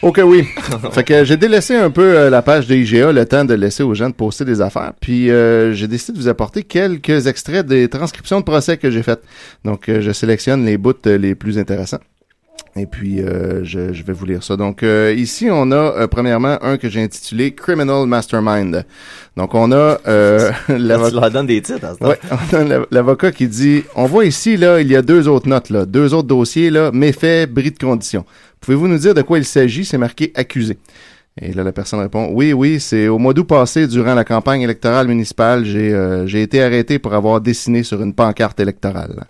[SPEAKER 6] Ok, oui. fait que j'ai délaissé un peu euh, la page de IGA, le temps de laisser aux gens de poster des affaires. Puis euh, j'ai décidé de vous apporter quelques extraits des transcriptions de procès que j'ai faites. Donc euh, je sélectionne les bouts euh, les plus intéressants. Et puis euh, je, je vais vous lire ça. Donc euh, ici on a euh, premièrement un que j'ai intitulé Criminal Mastermind. Donc on a euh, l'avocat-
[SPEAKER 7] Tu leur donnes des titres, hein, à ce temps.
[SPEAKER 6] Ouais, on a l'av- l'avocat qui dit On voit ici, là, il y a deux autres notes, là, deux autres dossiers, là, méfaits, bris de condition. Pouvez-vous nous dire de quoi il s'agit C'est marqué accusé. Et là, la personne répond Oui, oui, c'est au mois d'août passé, durant la campagne électorale municipale, j'ai euh, j'ai été arrêté pour avoir dessiné sur une pancarte électorale.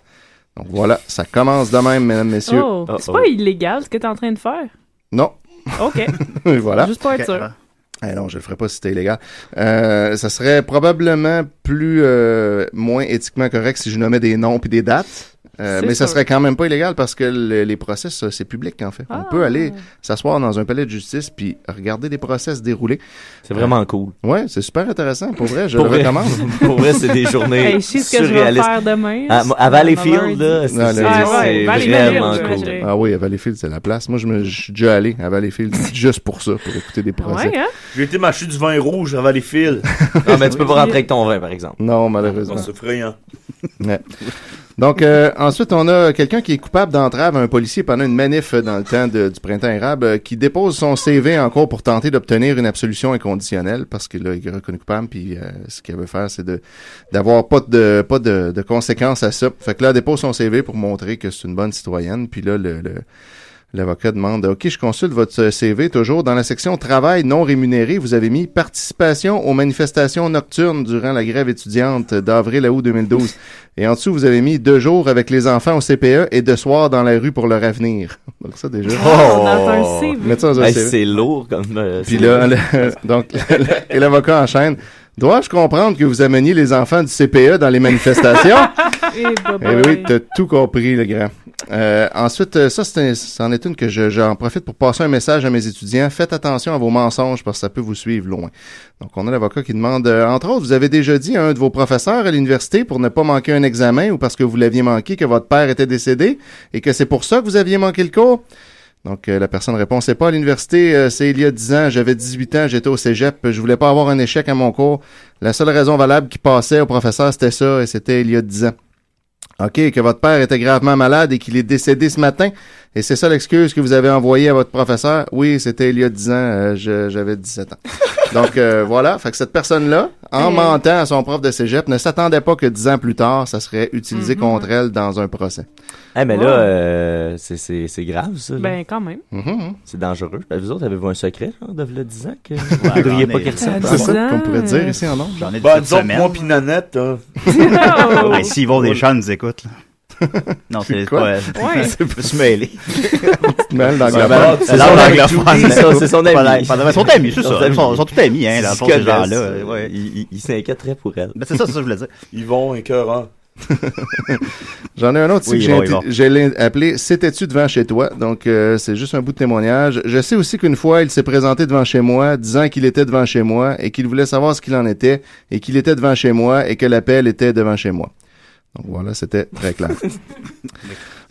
[SPEAKER 6] Donc voilà, ça commence de même, mesdames, messieurs.
[SPEAKER 9] Oh, c'est pas illégal ce que t'es en train de faire.
[SPEAKER 6] Non.
[SPEAKER 9] OK.
[SPEAKER 6] Et voilà.
[SPEAKER 9] Juste pour être sûr.
[SPEAKER 6] Eh non, je le ferai pas si c'était illégal. Euh, ça serait probablement plus euh, moins éthiquement correct si je nommais des noms puis des dates. Euh,
[SPEAKER 9] C'est
[SPEAKER 6] mais ça
[SPEAKER 9] sûr.
[SPEAKER 6] serait quand même pas illégal parce que le- les procès, ça, c'est public en fait. On
[SPEAKER 9] Ah.
[SPEAKER 6] peut aller s'asseoir dans un palais de justice puis regarder des procès se dérouler.
[SPEAKER 7] C'est vraiment cool.
[SPEAKER 6] Ouais, c'est super intéressant. Pour vrai, je
[SPEAKER 7] Pour
[SPEAKER 6] le
[SPEAKER 7] vrai.
[SPEAKER 6] recommande.
[SPEAKER 7] Pour vrai, c'est des journées
[SPEAKER 9] Hey, je sais ce que je vais
[SPEAKER 7] surréalistes.
[SPEAKER 9] faire demain.
[SPEAKER 10] Ah,
[SPEAKER 7] À, à Valleyfield, là,
[SPEAKER 9] Ah,
[SPEAKER 7] c'est
[SPEAKER 6] Non,
[SPEAKER 7] c'est-
[SPEAKER 6] là,
[SPEAKER 7] c'est vraiment cool.
[SPEAKER 6] Ah oui, à Valleyfield, c'est la place. Moi, je, me, je suis déjà allé à Valleyfield juste pour ça, pour écouter des procès.
[SPEAKER 9] Ouais, hein?
[SPEAKER 10] J'ai été m'acheter du vin rouge à Valleyfield.
[SPEAKER 7] Ah, mais tu peux pas rentrer avec ton vin, par exemple.
[SPEAKER 6] Non, malheureusement.
[SPEAKER 10] Oh, c'est effrayant.
[SPEAKER 6] Ouais. Donc, euh, ensuite, on a quelqu'un qui est coupable d'entrave à un policier pendant une manif euh, dans le temps de- du printemps arabe euh, qui dépose son CV en cours pour tenter d'obtenir une absolution inconditionnelle parce que là, il est reconnu coupable puis euh, ce qu'il veut faire, c'est de d'avoir pas de pas de, de conséquences à ça. Fait que là, elle dépose son CV pour montrer que c'est une bonne citoyenne puis là, le- le L'avocat demande OK, je consulte votre CV toujours dans la section travail non rémunéré. Vous avez mis participation aux manifestations nocturnes durant la grève étudiante d'avril à août 2012. Et en dessous, vous avez mis deux jours avec les enfants au CPE et deux soirs dans la rue pour leur avenir. Donc ça déjà.
[SPEAKER 9] Oh, dans un CV.
[SPEAKER 6] Mettre ça dans un
[SPEAKER 7] Hey,
[SPEAKER 6] CV.
[SPEAKER 7] c'est lourd comme. euh,
[SPEAKER 6] Puis
[SPEAKER 7] c'est-
[SPEAKER 6] là, le- donc, le- et l'avocat enchaîne. Dois-je comprendre que vous ameniez les enfants du CPE dans les manifestations?
[SPEAKER 9] Eh, bye-bye.
[SPEAKER 6] Eh oui, t'as tout compris, le grand. Euh, ensuite, euh, ça, c'est un- c'en est une que je- j'en profite pour passer un message à mes étudiants. Faites attention à vos mensonges parce que ça peut vous suivre loin. Donc, on a l'avocat qui demande, euh, entre autres, vous avez déjà dit à un de vos professeurs à l'université pour ne pas manquer un examen ou parce que vous l'aviez manqué que votre père était décédé et que c'est pour ça que vous aviez manqué le cours? Donc, euh, la personne répond, c'est pas à l'université, euh, c'est il y a 10 ans, j'avais 18 ans, j'étais au cégep, je voulais pas avoir un échec à mon cours. La seule raison valable qui passait au professeur, c'était ça, et c'était il y a 10 ans. OK, que votre père était gravement malade et qu'il est décédé ce matin. Et c'est ça l'excuse que vous avez envoyée à votre professeur. Oui, c'était il y a 10 ans, euh, je- j'avais 17 ans. Donc euh, voilà, fait que cette personne-là, en
[SPEAKER 9] Hey.
[SPEAKER 6] mentant à son prof de cégep, ne s'attendait pas que 10 ans plus tard, ça serait utilisé contre elle dans un procès.
[SPEAKER 7] Eh, mais
[SPEAKER 9] Ouais.
[SPEAKER 7] là, euh, c'est- c'est c'est grave, ça. là.
[SPEAKER 9] Ben, quand même.
[SPEAKER 6] Mhm.
[SPEAKER 7] C'est dangereux. Ben, Vous autres, avez-vous un secret, genre, de v'là 10 ans que vous voudriez
[SPEAKER 4] j'en
[SPEAKER 7] pas
[SPEAKER 4] ai-
[SPEAKER 7] qu'elle sorte?
[SPEAKER 6] C'est ça
[SPEAKER 9] Bizarre.
[SPEAKER 6] qu'on pourrait dire ici en nombre.
[SPEAKER 4] J'en ai
[SPEAKER 10] Bah,
[SPEAKER 4] des
[SPEAKER 10] disons que moi
[SPEAKER 4] semaines.
[SPEAKER 10] pis Nanette, euh,
[SPEAKER 9] Oh!
[SPEAKER 4] Ben, S'ils vont des chats, ils nous écoutent. là. Non, c'est
[SPEAKER 6] Quoi?
[SPEAKER 4] pas. euh,
[SPEAKER 9] Ouais.
[SPEAKER 4] Je me suis mêlé.
[SPEAKER 6] Mal dans
[SPEAKER 4] Ouais,
[SPEAKER 6] la
[SPEAKER 4] ben,
[SPEAKER 6] barre.
[SPEAKER 4] C'est ça, l'anglophone.
[SPEAKER 7] C'est ça, c'est son ami.
[SPEAKER 4] Pendant- pendant- ben, Son ami, c'est
[SPEAKER 7] Son
[SPEAKER 4] ça.
[SPEAKER 7] ami.
[SPEAKER 4] Ils sont, sont tous amis, hein, dans le fond, ces gens-là. euh, ouais.
[SPEAKER 7] Il, il- il s'inquiéterait pour elle.
[SPEAKER 4] Ben, c'est ça, c'est ça que je voulais dire.
[SPEAKER 10] Yvon, écœurant.
[SPEAKER 6] J'en ai un autre ici
[SPEAKER 4] Oui,
[SPEAKER 6] que
[SPEAKER 4] il va,
[SPEAKER 6] j'ai
[SPEAKER 4] il va.
[SPEAKER 6] inti- j'ai l'in- appelé C'était-tu devant chez toi Donc, euh, c'est juste un bout de témoignage. Je sais aussi qu'une fois, il s'est présenté devant chez moi, disant qu'il était devant chez moi et qu'il voulait savoir ce qu'il en était et qu'il était devant chez moi et que l'appel était devant chez moi. Donc voilà, c'était très clair.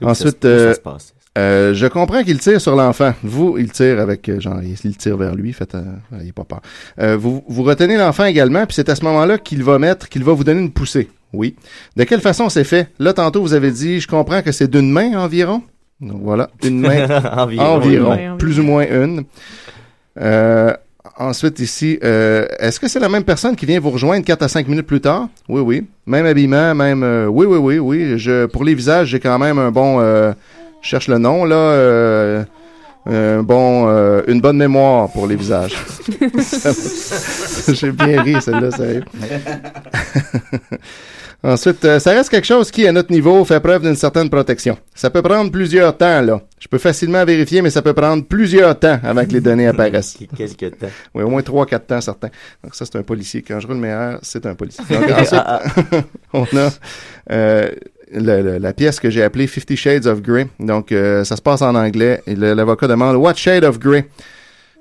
[SPEAKER 6] Ensuite,
[SPEAKER 7] Ça se-
[SPEAKER 6] euh,
[SPEAKER 7] ça se passe.
[SPEAKER 6] Euh, je comprends qu'il tire sur l'enfant. Vous, il tire avec, euh, genre, il, il tire vers lui, faites, euh, ayez pas peur. Euh, vous, vous retenez l'enfant également, puis c'est à ce moment-là qu'il va mettre, qu'il va vous donner une poussée. Oui. De quelle façon c'est fait? Là, tantôt, vous avez dit, je comprends que c'est d'une main environ. Donc voilà, une main
[SPEAKER 7] environ.
[SPEAKER 6] Ah, environ,
[SPEAKER 9] Ouais, environ.
[SPEAKER 6] plus ou moins une. Euh, ensuite, ici, euh, est-ce que c'est la même personne qui vient vous rejoindre 4 à 5 minutes plus tard? Oui, oui. Même habillement, même... euh, oui, oui, oui, oui. Je, pour les visages, j'ai quand même un bon... euh, je cherche le nom, là. euh, un bon, euh, une bonne mémoire pour les visages. J'ai bien ri, celle-là, sérieux. Ensuite, euh, ça reste quelque chose qui, à notre niveau, fait preuve d'une certaine protection. Ça peut prendre plusieurs temps, là. Je peux facilement vérifier, mais ça peut prendre plusieurs temps avant que les données apparaissent.
[SPEAKER 7] Quelque temps.
[SPEAKER 6] Oui, au moins trois, quatre temps certains. Donc ça, c'est un policier. Quand je roule mes airs, c'est un policier. Donc, ensuite, on a euh, le- le- la pièce que j'ai appelée Fifty Shades of Grey. Donc, euh, ça se passe en anglais. Et le- l'avocat demande What shade of grey?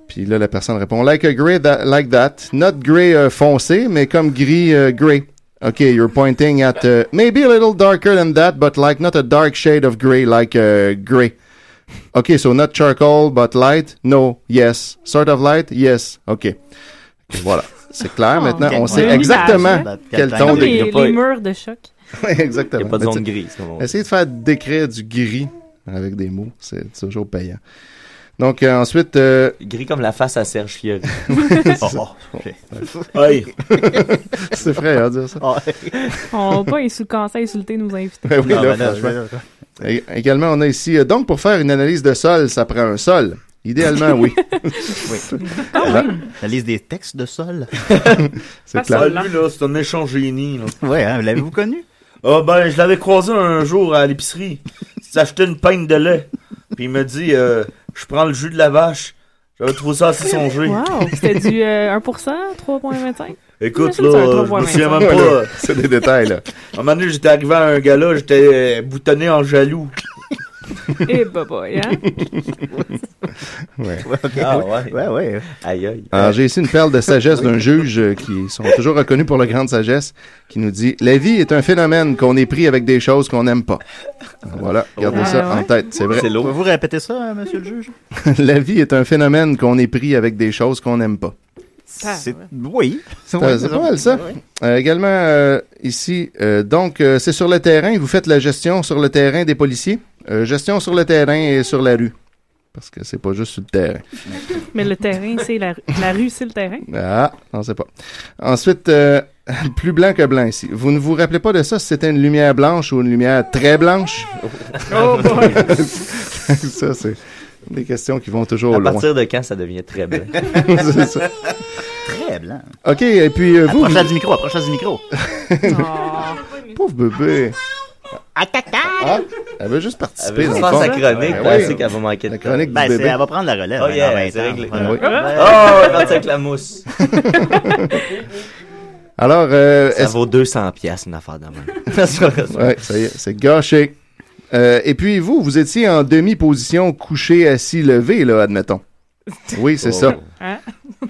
[SPEAKER 6] Puis là, la personne répond Like a gray tha- like that. Not gray euh, foncé, mais comme gris euh, gray. OK, you're pointing at euh, maybe a little darker than that, but like not a dark shade of gray, like euh, gray. OK, so not charcoal, but light? No. Yes. Sort of light? Yes. OK. Voilà. C'est clair. Maintenant, on sait exactement quel ton
[SPEAKER 9] Comme
[SPEAKER 6] de
[SPEAKER 9] les, les murs de choc.
[SPEAKER 6] Oui, exactement.
[SPEAKER 7] Il n'y a pas de
[SPEAKER 6] Mais
[SPEAKER 7] zone
[SPEAKER 6] tu-
[SPEAKER 7] grise, comme on dit.
[SPEAKER 6] Essayer de faire décrire du gris avec des mots, c'est toujours payant. Donc, euh, ensuite... euh,
[SPEAKER 7] Gris comme la face à Serge Fiori.
[SPEAKER 6] Oh,
[SPEAKER 7] Aïe.
[SPEAKER 6] c'est vrai à dire ça.
[SPEAKER 4] Ah,
[SPEAKER 9] On va pas insul- commencer à insulter nos invités.
[SPEAKER 6] Ben oui, là, franchement. É- Également, on a ici, euh, donc pour faire une analyse de sol, ça prend un sol. Idéalement, oui.
[SPEAKER 4] Ah oui. Analyse des textes de sol.
[SPEAKER 6] c'est
[SPEAKER 10] Ah,
[SPEAKER 6] clair.
[SPEAKER 10] lui, là, c'est un méchant génie. Là.
[SPEAKER 4] Ouais, hein, l'avez-vous connu?
[SPEAKER 10] Ah ben, je l'avais croisé un jour à l'épicerie. Il s'achetait une pinte de lait. Puis il me dit, euh, je prends le jus de la vache. J'avais trouvé ça assez songé.
[SPEAKER 9] Wow, c'était du euh, 1%, 3,25?
[SPEAKER 10] Écoute,
[SPEAKER 9] Je
[SPEAKER 10] là,
[SPEAKER 9] me souviens,
[SPEAKER 10] je me souviens même pas.
[SPEAKER 6] C'est des détails, là.
[SPEAKER 10] À un moment donné, j'étais arrivé à un gars-là, j'étais euh, boutonné en jaloux.
[SPEAKER 9] Eh, bah, bah, hein?
[SPEAKER 6] Ouais.
[SPEAKER 7] Ah ouais.
[SPEAKER 4] Ouais, ouais.
[SPEAKER 7] Aïe aïe.
[SPEAKER 6] Alors, Ah, j'ai ici une perle de sagesse d'un juge euh, qui sont toujours reconnus pour leur grande sagesse, qui nous dit La vie est un phénomène qu'on est pris avec des choses qu'on n'aime pas. Voilà, gardez
[SPEAKER 4] Ah,
[SPEAKER 6] ça en
[SPEAKER 4] ouais.
[SPEAKER 6] tête, c'est vrai.
[SPEAKER 7] C'est lourd.
[SPEAKER 4] Pouvez-vous répéter ça, hein, monsieur le juge?
[SPEAKER 6] La vie est un phénomène qu'on est pris avec des choses qu'on n'aime pas.
[SPEAKER 4] C'est... Oui.
[SPEAKER 6] C'est pas- c'est pas mal, ça. Euh, également, euh, ici, euh, donc, euh, c'est sur le terrain, vous faites la gestion sur le terrain des policiers, Euh, gestion sur le terrain et sur la rue. Parce que c'est pas juste sur le terrain.
[SPEAKER 9] Mais le terrain, c'est la, rue. la rue, c'est le terrain.
[SPEAKER 6] Ah, on sait pas. Ensuite, euh, plus blanc que blanc ici. Vous ne vous rappelez pas de ça si c'était une lumière blanche ou une lumière très blanche?
[SPEAKER 9] Oh boy!
[SPEAKER 6] ça, c'est des questions qui vont toujours
[SPEAKER 7] à
[SPEAKER 6] loin.
[SPEAKER 7] partir de quand ça devient très blanc?
[SPEAKER 6] C'est ça.
[SPEAKER 4] Très blanc.
[SPEAKER 6] OK, et puis euh, vous...
[SPEAKER 4] Approche-la du micro, approche-la du micro.
[SPEAKER 6] Pauvre bébé. Ah, elle veut juste
[SPEAKER 7] Elle
[SPEAKER 6] participer.
[SPEAKER 7] veut juste
[SPEAKER 6] dans
[SPEAKER 7] faire
[SPEAKER 6] le fond.
[SPEAKER 7] sa chronique,
[SPEAKER 6] Ben
[SPEAKER 7] pensez
[SPEAKER 6] oui.
[SPEAKER 7] qu'elle va manquer de
[SPEAKER 6] La chronique
[SPEAKER 4] Ben,
[SPEAKER 6] du
[SPEAKER 4] c'est,
[SPEAKER 6] bébé.
[SPEAKER 4] elle va prendre la relève. hein,
[SPEAKER 7] Oh yeah,
[SPEAKER 4] dans 20
[SPEAKER 7] c'est
[SPEAKER 4] ans.
[SPEAKER 7] réglé.
[SPEAKER 4] Ah, oui.
[SPEAKER 7] temps. Oh, elle est partie avec la mousse.
[SPEAKER 6] Alors, euh,
[SPEAKER 7] Ça
[SPEAKER 6] est-ce-
[SPEAKER 7] vaut 200 piastres, une affaire de même.
[SPEAKER 6] ouais, ça y est, c'est gâché. Euh, et puis vous, vous étiez en demi-position couché, assis, levé, là, admettons. Oui, c'est ça.
[SPEAKER 9] Hein?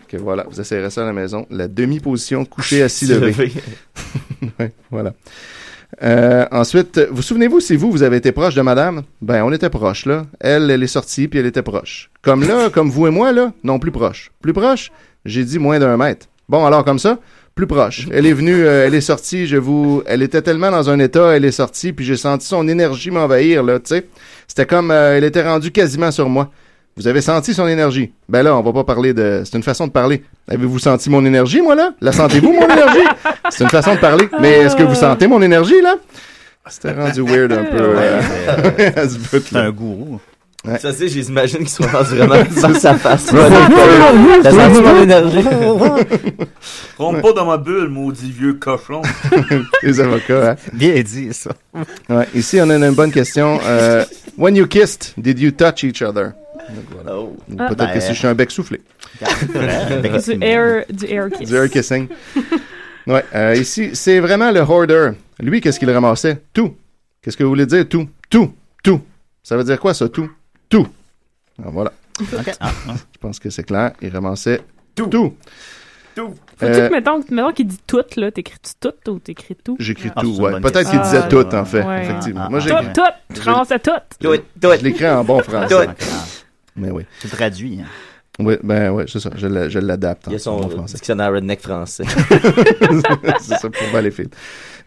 [SPEAKER 6] Que voilà, vous essayerez ça à la maison. La demi-position couché, assis, levé. Ouais, voilà. Euh, ensuite, vous souvenez-vous si vous, vous avez été proche de madame? Ben, on était proche, là. Elle, elle est sortie, puis elle était proche. Comme là, comme vous et moi, là, non, plus proche. Plus proche? J'ai dit moins d'un mètre. Bon, alors, comme ça, plus proche. Elle est venue, euh, elle est sortie, je vous... Elle était tellement dans un état, elle est sortie, puis j'ai senti son énergie m'envahir, là, tu sais. C'était comme, euh, elle était rendue quasiment sur moi. Vous avez senti son énergie. Ben là, on va pas parler de... C'est une façon de parler. Avez-vous senti mon énergie, moi, là? La sentez-vous, mon énergie? C'est une façon de parler. Mais est-ce que vous sentez mon énergie, là? Ah, C'était rendu weird un peu. euh, à ce
[SPEAKER 4] C'est
[SPEAKER 6] bout-là.
[SPEAKER 4] un gourou.
[SPEAKER 7] Ça, c'est, j'imagine qu'ils sont rendus vraiment dans sa face.
[SPEAKER 4] T'as senti mon énergie?
[SPEAKER 10] Rentre pas dans ma bulle, maudit vieux cochon.
[SPEAKER 6] Les avocats, hein?
[SPEAKER 4] Bien dit, ça.
[SPEAKER 6] Ouais, ici, on a une bonne question. Euh, when you kissed, did you touch each other?
[SPEAKER 7] Oh.
[SPEAKER 6] Ou
[SPEAKER 9] Ah,
[SPEAKER 6] Peut-être
[SPEAKER 4] ben,
[SPEAKER 6] que si je suis un bec soufflé.
[SPEAKER 4] Ah,
[SPEAKER 9] Du air, du air kiss.
[SPEAKER 6] Du air kissing. Ouais, euh, ici, c'est vraiment le hoarder. Lui, qu'est-ce qu'il ramassait? Tout. Qu'est-ce que vous voulez dire? Tout. Tout. Tout. Ça veut dire quoi, ça? Tout. Tout. Ah, voilà. Je pense que c'est clair. Il ramassait tout. tout.
[SPEAKER 9] Faut-tu
[SPEAKER 6] Euh,
[SPEAKER 9] que, mettons, mettons qu'il dit tout, là, t'écris tout ou t'écris tout?
[SPEAKER 6] J'écris
[SPEAKER 4] Ah,
[SPEAKER 6] tout,
[SPEAKER 4] c'est une
[SPEAKER 6] ouais.
[SPEAKER 4] bonne
[SPEAKER 6] Peut-être
[SPEAKER 9] question.
[SPEAKER 6] qu'il disait
[SPEAKER 9] Ah,
[SPEAKER 6] tout, en fait.
[SPEAKER 9] ouais.
[SPEAKER 6] Effectivement.
[SPEAKER 4] Ah, ah,
[SPEAKER 6] Moi,
[SPEAKER 4] ah.
[SPEAKER 6] j'ai-
[SPEAKER 9] Tout,
[SPEAKER 4] J'écris.
[SPEAKER 9] tout, ramasse à tout.
[SPEAKER 7] Tout,
[SPEAKER 6] je
[SPEAKER 7] tout.
[SPEAKER 6] l'écris en bon français.
[SPEAKER 7] Tout.
[SPEAKER 6] Mais oui.
[SPEAKER 4] Ah, Tu traduis. hein.
[SPEAKER 6] Oui, ben oui, c'est ça. Je l'a- je l'adapte hein,
[SPEAKER 7] Il y
[SPEAKER 6] en
[SPEAKER 7] a son
[SPEAKER 6] bon français.
[SPEAKER 7] dictionnaire redneck français.
[SPEAKER 6] c'est ça pour Battlefield.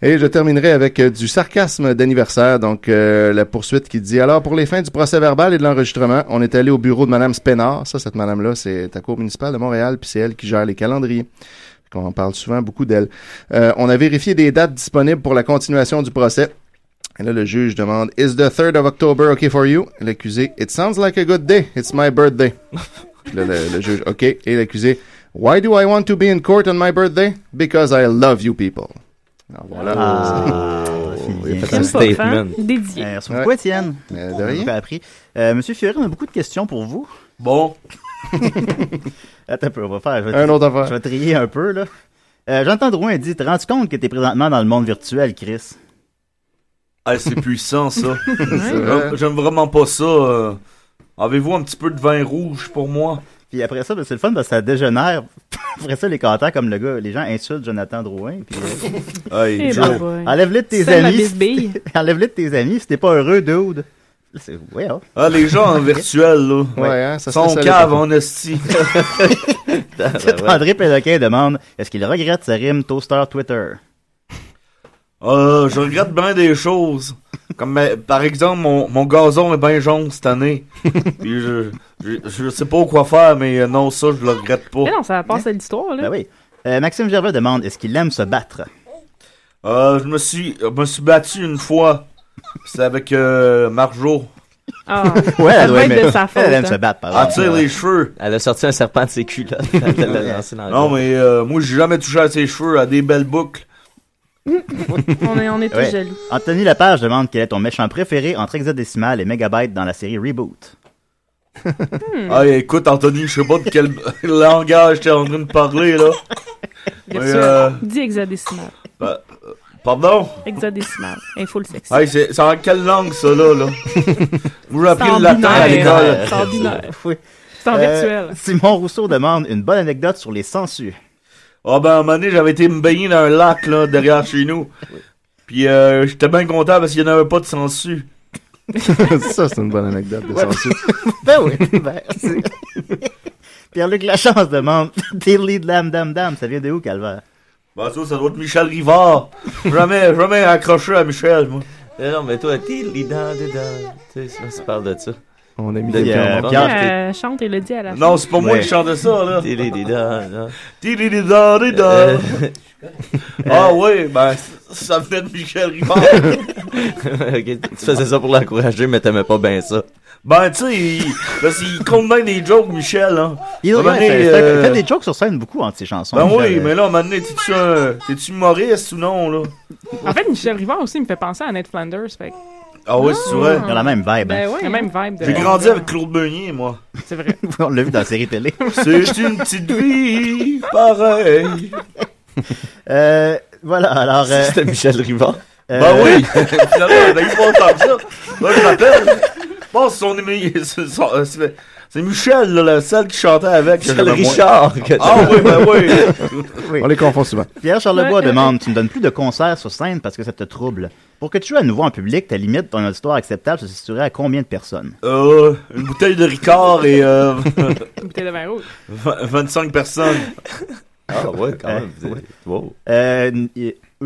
[SPEAKER 6] Et je terminerai avec euh, du sarcasme d'anniversaire. Donc, euh, la poursuite qui dit Alors, pour les fins du procès verbal et de l'enregistrement, on est allé au bureau de Mme Spénard. Ça, cette madame-là, c'est à Cour municipale de Montréal, puis c'est elle qui gère les calendriers. On en parle souvent beaucoup d'elle. Euh, on a vérifié des dates disponibles pour la continuation du procès. Et là, le juge demande Is the 3rd of October okay for you L'accusé It sounds like a good day. It's my birthday. Puis là, le, le juge OK. Et l'accusé Why do I want to be in court on my birthday? Because I love you people. Alors voilà.
[SPEAKER 4] Ah, fini.
[SPEAKER 6] oui,
[SPEAKER 9] Crime
[SPEAKER 7] C'est un
[SPEAKER 9] pas
[SPEAKER 5] hein?
[SPEAKER 9] fin,
[SPEAKER 7] statement.
[SPEAKER 9] Dédié.
[SPEAKER 4] Euh, Merci beaucoup, Étienne.
[SPEAKER 6] Euh, de
[SPEAKER 4] On
[SPEAKER 6] rien.
[SPEAKER 4] vous a appris. Euh, Monsieur Fiori, on a beaucoup de questions pour vous.
[SPEAKER 10] Bon,
[SPEAKER 4] Attends un peu, on va faire. je vais
[SPEAKER 6] Un
[SPEAKER 4] tri-
[SPEAKER 6] autre
[SPEAKER 4] Je
[SPEAKER 6] affaire.
[SPEAKER 4] vais trier un peu, là. Euh, J'entends Drouin dit Te rends-tu compte que t'es présentement dans le monde virtuel, Chris
[SPEAKER 10] Ah, c'est puissant ça.
[SPEAKER 6] C'est vrai.
[SPEAKER 10] J'aime j'aime vraiment pas ça. euh. Avez-vous un petit peu de vin rouge pour moi?
[SPEAKER 4] Puis après ça, ben, c'est le fun parce que ça dégénère. après ça, les commentaires comme le gars, les gens insultent Jonathan Drouin. Puis, euh,
[SPEAKER 10] Hey, Eh
[SPEAKER 4] ils
[SPEAKER 10] ben
[SPEAKER 4] disent,
[SPEAKER 10] ouais.
[SPEAKER 4] enlève-les de tes
[SPEAKER 10] C'est ma
[SPEAKER 4] amis. si t'es- Enlève-les de tes amis si t'es pas heureux, dude. C'est, ouais, hein.
[SPEAKER 10] Ah, les gens en virtuel, là.
[SPEAKER 4] Ouais, hein, ça serait
[SPEAKER 10] Son
[SPEAKER 4] ça,
[SPEAKER 10] cave
[SPEAKER 4] là.
[SPEAKER 10] en esti.
[SPEAKER 4] C'est
[SPEAKER 10] Ah,
[SPEAKER 4] André Péloquin demande est-ce qu'il regrette sa rime Toaster Twitter
[SPEAKER 10] Ah, je regrette bien des choses. Comme, euh, par exemple, mon, mon gazon est bien jaune cette année. Puis je, je, je sais pas quoi faire, mais euh, non, ça, je le regrette pas.
[SPEAKER 5] Mais Eh non, ça a passé l'histoire, là.
[SPEAKER 4] Ben oui. Euh, Maxime Gervais demande est-ce qu'il aime se battre
[SPEAKER 10] Euh, je me suis, je me suis battu une fois. C'est avec euh, Marjo.
[SPEAKER 5] Ah.
[SPEAKER 4] Ouais, elle Ça doit doit être aimer- de sa elle faute, aime hein. se battre, par
[SPEAKER 10] Elle
[SPEAKER 4] exemple.
[SPEAKER 10] Ah, tire
[SPEAKER 4] Ouais.
[SPEAKER 10] les
[SPEAKER 11] Ah,
[SPEAKER 10] cheveux.
[SPEAKER 11] ben Elle a sorti un serpent de ses culs, là. Elle l'a lancé dans le
[SPEAKER 10] Non,
[SPEAKER 11] coin.
[SPEAKER 10] mais euh, moi, j'ai jamais touché à ses cheveux, à des belles boucles.
[SPEAKER 5] On est, on est tous
[SPEAKER 4] Ouais.
[SPEAKER 5] jaloux.
[SPEAKER 4] Anthony Lapage demande quel est ton méchant préféré entre Hexadécimal et Megabyte dans la série Reboot
[SPEAKER 5] Hmm.
[SPEAKER 10] Ah, écoute, Anthony, je sais pas de quel langage t'es en train de parler, là.
[SPEAKER 5] Bien
[SPEAKER 10] Mais,
[SPEAKER 5] sûr.
[SPEAKER 10] euh,
[SPEAKER 5] Dis hexadécimal.
[SPEAKER 10] bah, euh, pardon?
[SPEAKER 5] Hexadécimal. Info le sexe.
[SPEAKER 10] Hey, c'est c'est en quelle langue, ça, là, là? Vous
[SPEAKER 5] C'est
[SPEAKER 10] appris
[SPEAKER 5] en
[SPEAKER 10] le latin
[SPEAKER 5] binaire,
[SPEAKER 10] à l'école.
[SPEAKER 5] c'est en binaire.
[SPEAKER 4] Oui.
[SPEAKER 5] C'est en
[SPEAKER 4] Euh,
[SPEAKER 5] virtuel.
[SPEAKER 4] Simon Rousseau demande une bonne anecdote sur les sangsues.
[SPEAKER 10] Ah ben, à un moment donné, j'avais été me baigner dans un lac, là, derrière chez nous. Puis euh, j'étais bien content parce qu'il n'y en avait pas de sensu.
[SPEAKER 6] ça, c'est une bonne anecdote de
[SPEAKER 4] Ouais.
[SPEAKER 6] censure.
[SPEAKER 4] ben oui, ben, c'est- Pierre-Luc Lachance demande Daily Dam Dam Dam, ça vient de où, Calvaire
[SPEAKER 10] Ben ça, ça doit être Michel Rivard. jamais, jamais accroché à Michel, moi.
[SPEAKER 11] Mais non, mais toi, t'es leader, t'es dans. Tu sais, ça, tu parles de ça.
[SPEAKER 6] On a mis
[SPEAKER 11] Puis,
[SPEAKER 6] quelqu'un
[SPEAKER 11] euh,
[SPEAKER 6] en
[SPEAKER 11] Pierre,
[SPEAKER 5] Euh,
[SPEAKER 11] t'es-
[SPEAKER 5] chante et le dit à la
[SPEAKER 10] Non, c'est pas moi
[SPEAKER 11] Ouais.
[SPEAKER 10] qui chantais ça, là.
[SPEAKER 11] T'es leader, là.
[SPEAKER 10] Tidididididida.
[SPEAKER 11] Euh,
[SPEAKER 10] Ah oui, ben, ça venait de Michel Rivard.
[SPEAKER 11] Ok, tu faisais ça pour l'encourager, mais t'aimais pas bien ça.
[SPEAKER 10] ben, tu sais, il, parce qu'il compte bien des jokes, Michel, hein.
[SPEAKER 4] Il
[SPEAKER 10] À un moment
[SPEAKER 4] fait,
[SPEAKER 10] donné,
[SPEAKER 4] fait-
[SPEAKER 10] euh,
[SPEAKER 4] fait des jokes sur scène beaucoup entre ses chansons.
[SPEAKER 10] Ben oui,
[SPEAKER 4] Michel. euh,
[SPEAKER 10] mais là, à un moment donné, t'es-tu un- t'es-tu humoriste ou non, là?
[SPEAKER 12] En fait, Michel Rivard aussi me fait penser à Ned Flanders. Fait. que-
[SPEAKER 10] Ah oui, c'est vrai.
[SPEAKER 4] Ils ont la même vibe.
[SPEAKER 12] Ben
[SPEAKER 4] hein.
[SPEAKER 12] oui, la même vibe. de-
[SPEAKER 10] J'ai grandi avec Claude Meunier, moi.
[SPEAKER 12] C'est vrai.
[SPEAKER 4] On l'a vu dans la série télé.
[SPEAKER 10] C'est une petite vie pareille.
[SPEAKER 4] Euh, voilà, alors. euh,
[SPEAKER 11] C'était Michel Rivard.
[SPEAKER 4] euh,
[SPEAKER 10] Ben oui! Finalement, on a eu bon temps que ça. Moi, je m'appelle. Bon, c'est son émi- c'est son- c'est- C'est Michel, là, la celle qui chantait avec. que
[SPEAKER 11] Michel
[SPEAKER 10] j'aimais moins.
[SPEAKER 11] Richard. que
[SPEAKER 10] Ah
[SPEAKER 11] t'as-
[SPEAKER 10] oui, ben oui!
[SPEAKER 4] oui.
[SPEAKER 6] On les confond souvent.
[SPEAKER 4] Pierre Charlebois
[SPEAKER 5] Ouais.
[SPEAKER 4] demande Tu ne donnes plus de concerts sur scène parce que ça te trouble. Pour que tu joues à nouveau en public, ta limite, ton auditoire acceptable se situerait à combien de personnes
[SPEAKER 10] Euh, une bouteille de Ricard et euh,
[SPEAKER 12] Une bouteille de vin rouge.
[SPEAKER 10] vingt- 25 personnes.
[SPEAKER 11] Ah ouais, quand même. vous êtes- Wow.
[SPEAKER 4] Euh,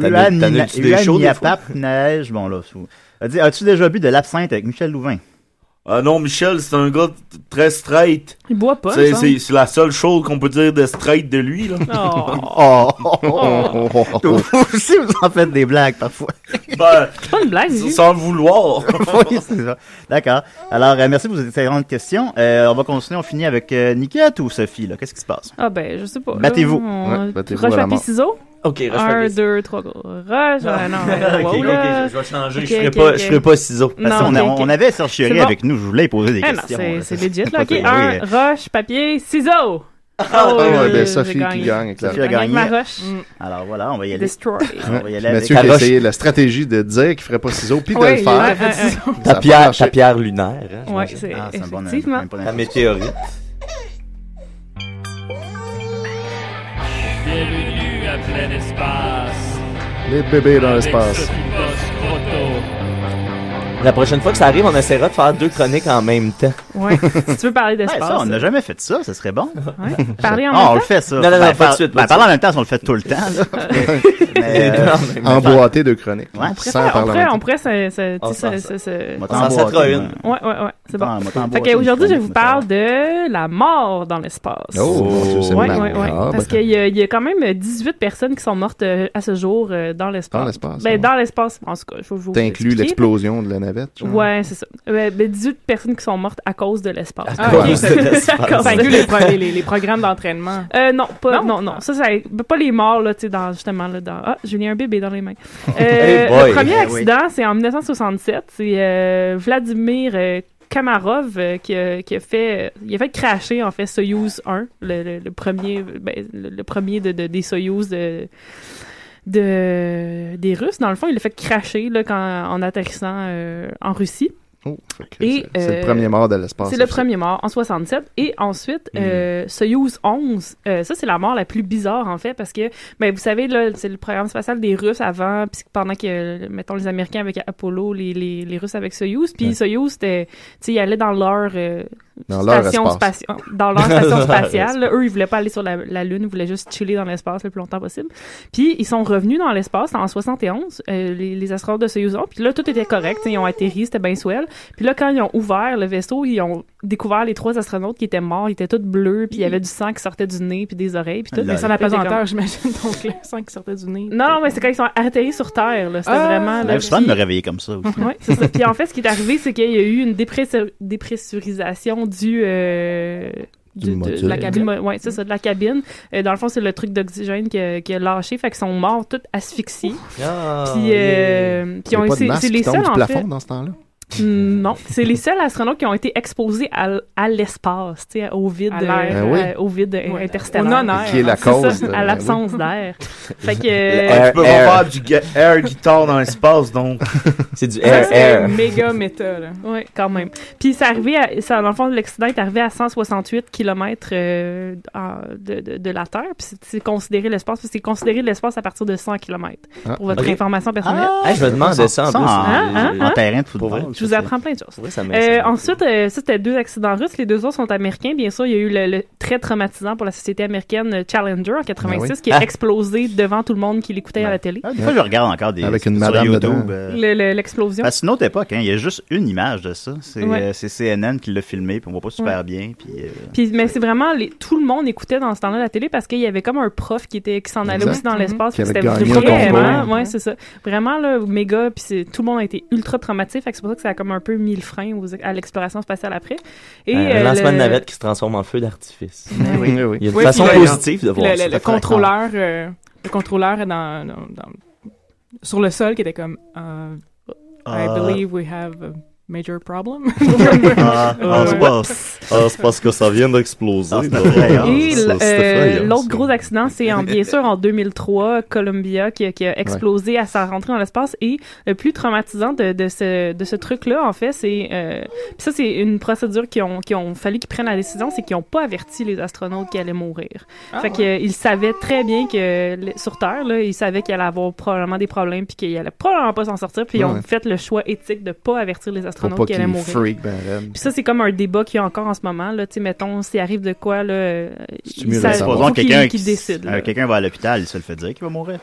[SPEAKER 11] T'as- t'as eu-tu des shows, des fois?
[SPEAKER 4] Pape, Neige, bon là. fou. Elle dit, As-tu déjà bu de l'absinthe avec Michel Louvain
[SPEAKER 10] Ah non, Michel, c'est un gars t- très straight.
[SPEAKER 5] Il boit pas,
[SPEAKER 10] C'est-
[SPEAKER 5] ça.
[SPEAKER 10] C'est c'est la seule chose qu'on peut dire de straight de lui, là.
[SPEAKER 5] Oh.
[SPEAKER 4] Oh, oh, oh, oh, oh, oh. Vous aussi, vous en faites des blagues parfois.
[SPEAKER 10] Ben,
[SPEAKER 5] C'est pas une blague, lui.
[SPEAKER 10] sans le vouloir.
[SPEAKER 4] Oui, c'est ça. D'accord. Alors, euh, merci pour vos excellentes questions. Euh, on va continuer, on finit avec euh, Niquette ou Sophie, là. Qu'est-ce qui se passe
[SPEAKER 5] Ah ben, je sais pas. là,
[SPEAKER 4] Battez-vous.
[SPEAKER 5] on-
[SPEAKER 6] Ouais, battez-vous
[SPEAKER 5] Roche,
[SPEAKER 6] à la
[SPEAKER 5] papier,
[SPEAKER 6] mort.
[SPEAKER 5] ciseaux.
[SPEAKER 11] Ok, reste
[SPEAKER 5] Un,
[SPEAKER 11] avec-
[SPEAKER 5] deux, trois. go. Roche, ah, non.
[SPEAKER 11] Ok,
[SPEAKER 5] wow,
[SPEAKER 11] ok,
[SPEAKER 5] là.
[SPEAKER 11] je vais changer.
[SPEAKER 5] Ok,
[SPEAKER 11] je ferai
[SPEAKER 5] ok,
[SPEAKER 11] pas,
[SPEAKER 5] ok.
[SPEAKER 11] je ferai pas ciseaux.
[SPEAKER 4] Parce
[SPEAKER 5] Non,
[SPEAKER 4] qu'on a-
[SPEAKER 5] Ah, ok, ok.
[SPEAKER 4] on avait Serge Chéré
[SPEAKER 5] C'est bon.
[SPEAKER 4] avec nous, je voulais poser des
[SPEAKER 5] Ah non,
[SPEAKER 4] questions.
[SPEAKER 5] c'est
[SPEAKER 4] là.
[SPEAKER 5] c'est
[SPEAKER 4] Ça,
[SPEAKER 5] legit,
[SPEAKER 4] pas
[SPEAKER 5] là. Ok,
[SPEAKER 4] terrible.
[SPEAKER 5] un,
[SPEAKER 4] Oui.
[SPEAKER 5] roche, papier, ciseaux. Oh,
[SPEAKER 6] Ah, ouais,
[SPEAKER 5] oui,
[SPEAKER 6] ben,
[SPEAKER 5] j'ai
[SPEAKER 6] Sophie qui
[SPEAKER 5] gagné.
[SPEAKER 6] gagne,
[SPEAKER 4] Sophie
[SPEAKER 6] clairement.
[SPEAKER 4] a
[SPEAKER 5] J'ai gagné ma
[SPEAKER 4] gagné.
[SPEAKER 5] roche.
[SPEAKER 4] Alors voilà, on va y aller.
[SPEAKER 5] Destroy.
[SPEAKER 4] On va y aller avec
[SPEAKER 6] Mathieu qui a
[SPEAKER 11] Caroche.
[SPEAKER 6] essayé la stratégie de dire qu'il ferait pas ciseaux puis de
[SPEAKER 5] Ouais,
[SPEAKER 6] le
[SPEAKER 5] j'ai
[SPEAKER 6] faire.
[SPEAKER 5] fait ciseaux.
[SPEAKER 6] Ça a
[SPEAKER 11] Ta
[SPEAKER 6] pas
[SPEAKER 11] pierre,
[SPEAKER 6] marché.
[SPEAKER 11] ta pierre lunaire. Hein,
[SPEAKER 5] Ouais,
[SPEAKER 11] j'imagine.
[SPEAKER 5] c'est
[SPEAKER 4] Ah, c'est un bon-
[SPEAKER 5] effectivement.
[SPEAKER 4] un bon
[SPEAKER 11] La météorite.
[SPEAKER 3] Bienvenue à plein espace.
[SPEAKER 6] Les bébés dans
[SPEAKER 3] Avec
[SPEAKER 6] l'espace.
[SPEAKER 3] Sophie Bosse-Croteau.
[SPEAKER 11] La prochaine fois que ça arrive, on essaiera de faire deux chroniques en même temps.
[SPEAKER 5] Ouais. Si tu veux parler
[SPEAKER 4] Ouais,
[SPEAKER 5] d'espace.
[SPEAKER 4] ça, on n'a jamais fait ça, ça serait bon.
[SPEAKER 5] ouais. Parler en
[SPEAKER 4] Ah, on
[SPEAKER 5] même
[SPEAKER 4] le
[SPEAKER 5] temps.
[SPEAKER 4] fait ça.
[SPEAKER 11] Non, non, non,
[SPEAKER 4] Ben,
[SPEAKER 11] pas de
[SPEAKER 4] par-
[SPEAKER 11] suite, pas
[SPEAKER 4] ben,
[SPEAKER 11] de
[SPEAKER 4] parler en même temps, si on le fait tout le temps. là. Mais, euh,
[SPEAKER 6] Emboîté de chroniques.
[SPEAKER 4] Ouais.
[SPEAKER 6] Sans
[SPEAKER 5] on
[SPEAKER 6] parler.
[SPEAKER 5] pourrait, on pourrait se- se-
[SPEAKER 11] On
[SPEAKER 5] tu sais,
[SPEAKER 11] s'en-
[SPEAKER 5] se- se-
[SPEAKER 4] moi,
[SPEAKER 11] On s'en
[SPEAKER 4] t'emboîter,
[SPEAKER 11] settera une.
[SPEAKER 4] moi.
[SPEAKER 5] Ouais, ouais, ouais. C'est bon.
[SPEAKER 4] Attends, moi, t'emboîter,
[SPEAKER 5] Fait qu'aujourd'hui, je
[SPEAKER 4] une chronique,
[SPEAKER 5] vous parle de la mort dans l'espace.
[SPEAKER 6] Oh, mon Dieu, c'est Ah, ben.
[SPEAKER 5] Oui, oui, oui.
[SPEAKER 6] macabre.
[SPEAKER 5] Parce qu'il y, a- il y a quand même 18 personnes qui sont mortes euh, à ce jour euh, dans l'espace.
[SPEAKER 6] Dans l'espace,
[SPEAKER 5] Ben,
[SPEAKER 6] ouais.
[SPEAKER 5] dans l'espace, en tout cas, je vais vous
[SPEAKER 6] T'inclus
[SPEAKER 5] expliquer.
[SPEAKER 6] l'explosion de la navette. genre?
[SPEAKER 5] Ouais, c'est ça. Ben, ben, 18 personnes qui sont mortes à cause de l'espace.
[SPEAKER 12] Ah,
[SPEAKER 11] cause
[SPEAKER 12] ok,
[SPEAKER 11] de
[SPEAKER 12] ça-
[SPEAKER 11] l'espace.
[SPEAKER 12] ça inclut les, pro- les- les programmes d'entraînement.
[SPEAKER 5] Euh, non, pas, non,
[SPEAKER 12] Non?
[SPEAKER 5] non, Ça, ça, pas les morts, là, tu sais, dans, justement, là, dans... Ah, j'ai mis un bébé dans les mains. Euh,
[SPEAKER 11] Hey boy.
[SPEAKER 5] le premier
[SPEAKER 4] Eh oui.
[SPEAKER 5] accident, c'est en 1967. C'est euh, Vladimir euh, Kamarov euh, qui, a, qui a fait... euh, Il a fait crasher, en fait, Soyouz 1, le, le- le premier, ben, le, le premier de, de- des Soyouz de, de- des Russes. Dans le fond, il l'a fait crasher, là, quand, en atterrissant euh, en Russie.
[SPEAKER 6] Oh, fait que
[SPEAKER 5] Et,
[SPEAKER 6] c'est c'est
[SPEAKER 5] euh,
[SPEAKER 6] le premier mort de l'espace.
[SPEAKER 5] C'est le premier mort en 67. Et ensuite,
[SPEAKER 6] Hmm.
[SPEAKER 5] euh, Soyouz 11, euh, ça, c'est la mort la plus bizarre, en fait, parce que, ben, vous savez, là, c'est le programme spatial des Russes avant, puis pendant que, euh, mettons, les Américains avec Apollo, les, les, les Russes avec Soyouz, puis Soyouz, c'était, tu sais, ils allaient dans leur euh,
[SPEAKER 6] Dans leur
[SPEAKER 5] station
[SPEAKER 6] espace.
[SPEAKER 5] spatiale. Dans leur station
[SPEAKER 6] Dans leur
[SPEAKER 5] spatiale. là. eux, ils voulaient pas aller sur la, la Lune, ils voulaient juste chiller dans l'espace le plus longtemps possible. Puis, ils sont revenus dans l'espace en 71, euh, les, les astronautes de Soyouz 11, puis là, tout était correct, tu sais, ils ont atterri, c'était bien swell. Puis là, quand ils ont ouvert le vaisseau, ils ont découvert les trois astronautes qui étaient morts, ils étaient tous bleus, puis il y avait du sang qui sortait du nez, puis des oreilles, puis tout.
[SPEAKER 13] Mais c'est en
[SPEAKER 5] Puis j'étais
[SPEAKER 13] apesanteur,
[SPEAKER 5] comme-
[SPEAKER 13] j'imagine, donc le sang qui sortait du nez.
[SPEAKER 5] Non, non, mais c'est quand ils sont atterris sur Terre, là. C'était
[SPEAKER 13] Ah!
[SPEAKER 5] vraiment. là,
[SPEAKER 4] Ouais, C'est fun de
[SPEAKER 5] puis-
[SPEAKER 4] Ben, me réveiller comme ça aussi.
[SPEAKER 5] Ouais, c'est ça. Puis en fait, ce qui est arrivé, c'est qu'il y a eu une dépressur- dépressurisation du. euh,
[SPEAKER 4] Du
[SPEAKER 5] de- de
[SPEAKER 4] module.
[SPEAKER 5] la cabine, ouais, c'est ça, de la cabine. Euh, dans le fond, c'est le truc d'oxygène qui a, qui a lâché, fait qu'ils sont morts tous asphyxiés.
[SPEAKER 10] Ah,
[SPEAKER 5] puis, euh,
[SPEAKER 6] yeah.
[SPEAKER 5] puis on-
[SPEAKER 6] Il y a pas de
[SPEAKER 5] c'est
[SPEAKER 6] masque
[SPEAKER 5] c'est
[SPEAKER 6] qui
[SPEAKER 5] les
[SPEAKER 6] tombe
[SPEAKER 5] seuls
[SPEAKER 6] du
[SPEAKER 5] en
[SPEAKER 6] plafond
[SPEAKER 5] fait-
[SPEAKER 6] dans ce temps-là?
[SPEAKER 5] Mm, Non, c'est les seuls astronautes qui ont été exposés à, l- à l'espace, tu sais, au vide,
[SPEAKER 13] À l'air.
[SPEAKER 5] euh,
[SPEAKER 6] Ben oui.
[SPEAKER 5] euh, au vide euh, interstellaire.
[SPEAKER 13] au non-air. Qui est
[SPEAKER 6] la
[SPEAKER 5] C'est ça,
[SPEAKER 6] cause de- ben
[SPEAKER 5] à l'absence
[SPEAKER 13] oui.
[SPEAKER 5] d'air. Fait que
[SPEAKER 10] Euh,
[SPEAKER 5] euh,
[SPEAKER 3] Ah, tu peux pas faire du ga- air guitar dans l'espace, donc.
[SPEAKER 10] Ah, C'est du
[SPEAKER 5] air,
[SPEAKER 13] C'est méga méta, là.
[SPEAKER 5] Oui, quand même. Puis c'est arrivé, à, ça, dans le fond, l'accident est arrivé à 168 km euh, de, de- de la Terre. Puis c'est- c'est considéré l'espace, puis c'est considéré l'espace à partir de 100 km.
[SPEAKER 4] Ah.
[SPEAKER 5] Pour votre
[SPEAKER 10] Ok.
[SPEAKER 5] information personnelle.
[SPEAKER 10] Hey, je me demande de ça en
[SPEAKER 4] Ça,
[SPEAKER 10] plus.
[SPEAKER 4] en-
[SPEAKER 5] Hein, hein, hein?
[SPEAKER 4] En terrain de
[SPEAKER 10] Pour vrai.
[SPEAKER 4] football.
[SPEAKER 5] Je vous apprends plein de choses.
[SPEAKER 10] Oui, ça
[SPEAKER 5] Euh,
[SPEAKER 10] m'intéresse.
[SPEAKER 5] ensuite, euh, ça, c'était deux accidents russes. Les deux autres sont américains. Bien sûr, il y a eu le, le très traumatisant pour la société américaine euh, Challenger en 86
[SPEAKER 6] Ah oui.
[SPEAKER 5] qui a
[SPEAKER 10] Ah.
[SPEAKER 5] explosé devant tout le monde qui l'écoutait à la télé.
[SPEAKER 4] Ah, Des fois, je regarde encore des.
[SPEAKER 6] Avec une
[SPEAKER 4] sur
[SPEAKER 6] madame
[SPEAKER 4] YouTube.
[SPEAKER 6] dedans.
[SPEAKER 4] euh,
[SPEAKER 5] Le- le- L'explosion.
[SPEAKER 4] Parce que c'est une autre époque, hein, il y a juste une image de ça. C'est
[SPEAKER 5] Ouais.
[SPEAKER 4] euh, c'est CNN qui l'a filmé, puis on voit pas super bien. Puis, euh,
[SPEAKER 5] Puis, mais c'est vraiment les- tout le monde écoutait dans ce temps-là la télé parce qu'il y avait comme un prof qui était qui s'en allait
[SPEAKER 6] Exact.
[SPEAKER 5] aussi dans l'espace.
[SPEAKER 6] Qui
[SPEAKER 5] puis
[SPEAKER 6] avait
[SPEAKER 5] C'était
[SPEAKER 6] gagné un
[SPEAKER 5] vraiment,
[SPEAKER 6] concours.
[SPEAKER 5] ouais, c'est ça. Vraiment là, méga. Puis c'est- tout le monde a été ultra traumatisé. Fait que c'est pour ça que ça a comme un peu mis le frein aux- à l'exploration spatiale après. Et
[SPEAKER 10] Un
[SPEAKER 5] euh,
[SPEAKER 10] lancement
[SPEAKER 5] le-
[SPEAKER 10] de navette qui se transforme en feu d'artifice.
[SPEAKER 6] Oui, oui, oui.
[SPEAKER 10] Il y a une
[SPEAKER 13] Oui,
[SPEAKER 10] façon
[SPEAKER 13] puis le-
[SPEAKER 10] positive de
[SPEAKER 13] Puis
[SPEAKER 10] voir
[SPEAKER 13] le,
[SPEAKER 10] ça.
[SPEAKER 13] le- le contrôleur, euh, le contrôleur est dans, dans- dans- sur le sol qui était comme euh, I
[SPEAKER 4] Ah.
[SPEAKER 13] believe we have a major problem.
[SPEAKER 4] Ah,
[SPEAKER 13] ah, c'est
[SPEAKER 10] c'est parce que ça vient d'exploser.
[SPEAKER 4] Ah, c'est effrayant.
[SPEAKER 5] Et
[SPEAKER 10] Ça,
[SPEAKER 5] l-
[SPEAKER 10] c'est
[SPEAKER 5] euh,
[SPEAKER 10] effrayant,
[SPEAKER 5] l'autre
[SPEAKER 10] ça.
[SPEAKER 5] gros accident, c'est en- bien sûr en 2003, Columbia qui, a- qui a explosé à sa rentrée dans l'espace. Et le plus traumatisant de, de ce, de ce truc-là, en fait, c'est... euh, puis ça, c'est une procédure qui ont, qui ont fallu qu'ils prennent la décision, c'est qu'ils n'ont pas averti les astronautes qu'ils allaient mourir. fait que, euh, ils savaient très bien que le- sur Terre, là, ils savaient qu'il allait avoir probablement des problèmes puis qu'ils allaient probablement pas s'en sortir. Puis ils ont
[SPEAKER 6] Ouais.
[SPEAKER 5] fait le choix éthique de pas avertir les
[SPEAKER 6] Pour
[SPEAKER 5] astronautes
[SPEAKER 6] pas
[SPEAKER 5] qu'ils allaient
[SPEAKER 6] qu'il
[SPEAKER 5] mourir.
[SPEAKER 6] freak, ben, raide.
[SPEAKER 5] Puis ça, c'est comme un débat qu'il y a encore en ce moment. Là. Tu sais, mettons, s'il arrive de quoi, là, euh,
[SPEAKER 6] mieux de
[SPEAKER 5] ça-
[SPEAKER 6] le
[SPEAKER 5] faut
[SPEAKER 6] savoir.
[SPEAKER 4] Supposons
[SPEAKER 5] qu'il-
[SPEAKER 4] quelqu'un
[SPEAKER 5] qu'il
[SPEAKER 4] qui-
[SPEAKER 5] décide. là.
[SPEAKER 4] euh, quelqu'un va à l'hôpital, il se le fait dire qu'il va mourir.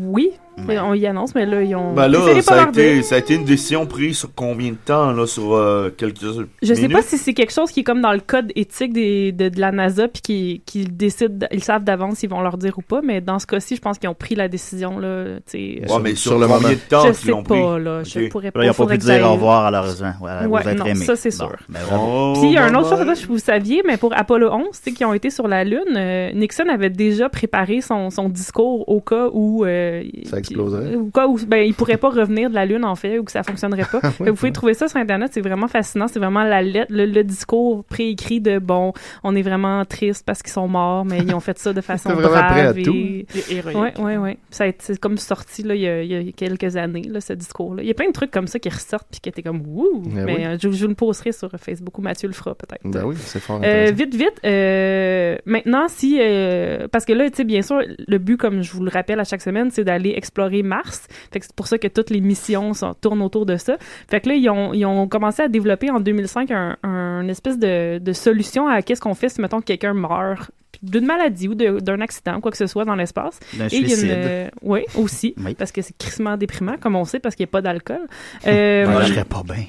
[SPEAKER 5] Oui, mais on y annonce, mais là, ils ont...
[SPEAKER 3] Ben
[SPEAKER 5] Désolé
[SPEAKER 3] là,
[SPEAKER 5] pour
[SPEAKER 3] ça a,
[SPEAKER 5] leur dire.
[SPEAKER 3] été, ça a été une décision prise sur combien de temps, là, sur euh, quelques
[SPEAKER 5] Je sais
[SPEAKER 3] minutes?
[SPEAKER 5] pas si c'est quelque chose qui est comme dans le code éthique des, de, de la NASA, puis qu'ils qu'ils décident, ils savent d'avance s'ils vont leur dire ou pas, mais dans ce cas-ci, je pense qu'ils ont pris la décision, là, tu sais...
[SPEAKER 3] Ouais,
[SPEAKER 5] euh,
[SPEAKER 6] Sur-
[SPEAKER 3] mais
[SPEAKER 6] sur
[SPEAKER 3] sur,
[SPEAKER 6] le
[SPEAKER 3] combien
[SPEAKER 6] moment.
[SPEAKER 3] de temps
[SPEAKER 5] je
[SPEAKER 3] qu'ils
[SPEAKER 5] sais
[SPEAKER 3] l'ont pris?
[SPEAKER 5] pas, là, je
[SPEAKER 3] Ok.
[SPEAKER 5] pourrais pas...
[SPEAKER 4] Là, ils n'ont pas
[SPEAKER 5] faudrait
[SPEAKER 4] pu
[SPEAKER 5] que j'aille-
[SPEAKER 4] dire au revoir à leurs ouais, à vos
[SPEAKER 5] Ouais,
[SPEAKER 4] êtres
[SPEAKER 5] non,
[SPEAKER 4] aimés.
[SPEAKER 5] ça, c'est
[SPEAKER 4] Bon,
[SPEAKER 5] sûr.
[SPEAKER 4] ben,
[SPEAKER 3] Oh,
[SPEAKER 5] Puis il y a une
[SPEAKER 3] maman.
[SPEAKER 5] autre chose, je sais pas si vous saviez, mais pour Apollo 11, tu sais, qui ont été sur la Lune, euh, Nixon avait déjà préparé son, son discours au cas où... euh,
[SPEAKER 6] Ça
[SPEAKER 5] il-
[SPEAKER 6] exploserait.
[SPEAKER 5] Au cas où ben, il pourrait pas revenir de la Lune, en fait, ou que ça fonctionnerait
[SPEAKER 6] Ah
[SPEAKER 5] pas. Fait que vous pouvez trouver ça sur Internet, c'est vraiment fascinant. C'est vraiment la lettre, le, le discours préécrit de, bon, on est vraiment triste parce qu'ils sont morts, mais ils ont fait ça de façon
[SPEAKER 6] C'était vraiment prêt à
[SPEAKER 5] brave.
[SPEAKER 6] tout.
[SPEAKER 5] et...
[SPEAKER 13] C'est héroïque.
[SPEAKER 5] Oui, oui, oui. Ça a été c'est comme sorti là, il, y a, il y a quelques années, là, ce discours-là. Il y a plein de trucs comme ça qui ressortent puis qui étaient comme wouh!
[SPEAKER 6] Eh
[SPEAKER 5] Mais,
[SPEAKER 6] oui.
[SPEAKER 5] euh, je, je le posterai sur Facebook ou Mathieu le fera peut-être.
[SPEAKER 6] Ben oui, c'est fort
[SPEAKER 5] Euh,
[SPEAKER 6] intéressant.
[SPEAKER 5] vite, vite. euh, maintenant, si euh, parce que là, tu sais, bien sûr, le but, comme je vous le rappelle à chaque semaine, c'est d'aller explorer Mars. Fait que c'est pour ça que toutes les missions sont- tournent autour de ça. Fait que là, ils ont, ils ont commencé à développer en 2005 un, un espèce de, de solution à qu'est-ce qu'on fait si mettons que quelqu'un meurt puis d'une maladie ou de- d'un accident, quoi que ce soit dans l'espace.
[SPEAKER 4] D'un
[SPEAKER 5] Et il y a une-
[SPEAKER 4] suicide.
[SPEAKER 5] euh, oui, aussi.
[SPEAKER 4] Oui.
[SPEAKER 5] Parce que c'est crissement déprimant, comme on sait, parce qu'il n'y a pas d'alcool. Euh,
[SPEAKER 4] Moi, Ah, je serais pas bien.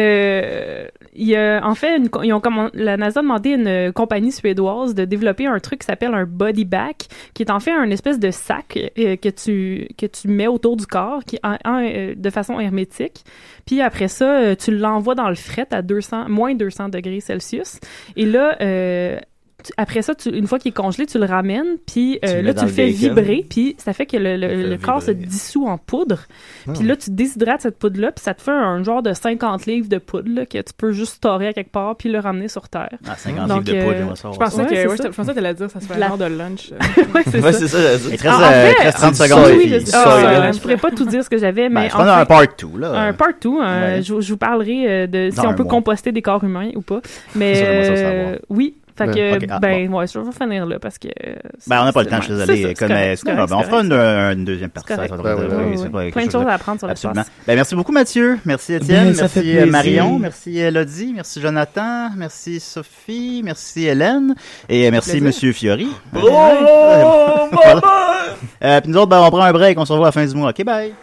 [SPEAKER 5] euh, il y a- en fait, une co- ils ont commen- la NASA a demandé à une compagnie suédoise de développer un truc qui s'appelle un body bag, qui est en fait un espèce de sac euh, que tu que tu mets autour du corps, qui en- en, euh, de façon hermétique. Puis après ça, euh, tu l'envoies dans le fret à 200 moins 200 degrés Celsius. Et là, euh, tu- après ça, tu- une fois qu'il est congelé, tu le ramènes, puis euh,
[SPEAKER 10] Tu le mets
[SPEAKER 5] là,
[SPEAKER 10] dans
[SPEAKER 5] tu le
[SPEAKER 10] le
[SPEAKER 5] fais
[SPEAKER 10] bacon.
[SPEAKER 5] vibrer, puis ça fait que le, le-
[SPEAKER 10] Tu le
[SPEAKER 5] le
[SPEAKER 10] fais
[SPEAKER 5] corps se
[SPEAKER 10] vibrer.
[SPEAKER 5] dissout en poudre.
[SPEAKER 10] Ah.
[SPEAKER 5] Puis là, tu déshydrates cette poudre-là, puis ça te fait un genre de 50 livres de poudre là, que tu peux juste storer à quelque part, puis le ramener sur Terre. euh,
[SPEAKER 4] Ah, 50 livres de poudre, j'aimerais savoir
[SPEAKER 1] Je pensais
[SPEAKER 5] Ouais,
[SPEAKER 1] que,
[SPEAKER 5] c'est
[SPEAKER 1] ouais,
[SPEAKER 5] ça.
[SPEAKER 1] je- je pensais que t'allais dire ça se fait
[SPEAKER 5] La-
[SPEAKER 1] un heure de lunch.
[SPEAKER 5] ouais, c'est
[SPEAKER 4] Ouais,
[SPEAKER 5] ça.
[SPEAKER 4] c'est ça, j'allais dire. Il te
[SPEAKER 5] En-
[SPEAKER 4] reste,
[SPEAKER 5] en
[SPEAKER 4] euh,
[SPEAKER 5] fait,
[SPEAKER 4] il te reste 30
[SPEAKER 5] ah,
[SPEAKER 4] secondes,
[SPEAKER 5] oui,
[SPEAKER 4] puis
[SPEAKER 5] je sais.
[SPEAKER 4] soy,
[SPEAKER 5] Ah,
[SPEAKER 4] là.
[SPEAKER 5] je pourrais pas tout dire ce que j'avais,
[SPEAKER 4] Ben,
[SPEAKER 5] mais
[SPEAKER 4] je
[SPEAKER 5] en
[SPEAKER 4] pense
[SPEAKER 5] fait-
[SPEAKER 4] un part two, là.
[SPEAKER 5] Un part two, euh,
[SPEAKER 4] Ouais.
[SPEAKER 5] je, je vous parlerai euh, de si
[SPEAKER 4] Dans
[SPEAKER 5] on
[SPEAKER 4] un
[SPEAKER 5] peut
[SPEAKER 4] mois.
[SPEAKER 5] composter des corps humains ou pas. Mais
[SPEAKER 4] Ça, j'aimerais ça
[SPEAKER 5] euh,
[SPEAKER 4] savoir.
[SPEAKER 5] oui, fait
[SPEAKER 4] Ben,
[SPEAKER 5] que
[SPEAKER 4] ok, ah,
[SPEAKER 5] ben ouais, je vais finir là parce que euh, c'est-
[SPEAKER 4] Ben, on n'a pas le
[SPEAKER 5] c'est-
[SPEAKER 4] temps, je suis
[SPEAKER 5] ouais,
[SPEAKER 4] désolé.
[SPEAKER 5] c'est ça,
[SPEAKER 4] Comme,
[SPEAKER 5] c'est
[SPEAKER 4] euh,
[SPEAKER 5] correct,
[SPEAKER 4] c'est pas grave.
[SPEAKER 5] c'est
[SPEAKER 4] on
[SPEAKER 5] correct.
[SPEAKER 4] fera une, une deuxième partie.
[SPEAKER 5] correct.
[SPEAKER 4] ça va
[SPEAKER 5] Ben
[SPEAKER 4] être-
[SPEAKER 5] oui,
[SPEAKER 4] oui,
[SPEAKER 5] oui,
[SPEAKER 4] c'est
[SPEAKER 5] oui.
[SPEAKER 4] pas quelque
[SPEAKER 5] Plein de
[SPEAKER 4] chose
[SPEAKER 5] choses à apprendre sur l'espace.
[SPEAKER 4] Absolument. Ben, merci beaucoup, Mathieu. Merci, Étienne.
[SPEAKER 10] Ben, ça fait
[SPEAKER 4] merci, euh,
[SPEAKER 10] plaisir.
[SPEAKER 4] Marion. Merci, euh, Elodie. Merci, Jonathan. Merci, Sophie. Merci, Hélène. Et euh, merci,
[SPEAKER 10] plaisir.
[SPEAKER 4] Monsieur Fiori.
[SPEAKER 10] Bravo,
[SPEAKER 4] Ouais. Euh, Puis nous autres, ben, on prend un break. On se revoit à la fin du mois. OK, bye.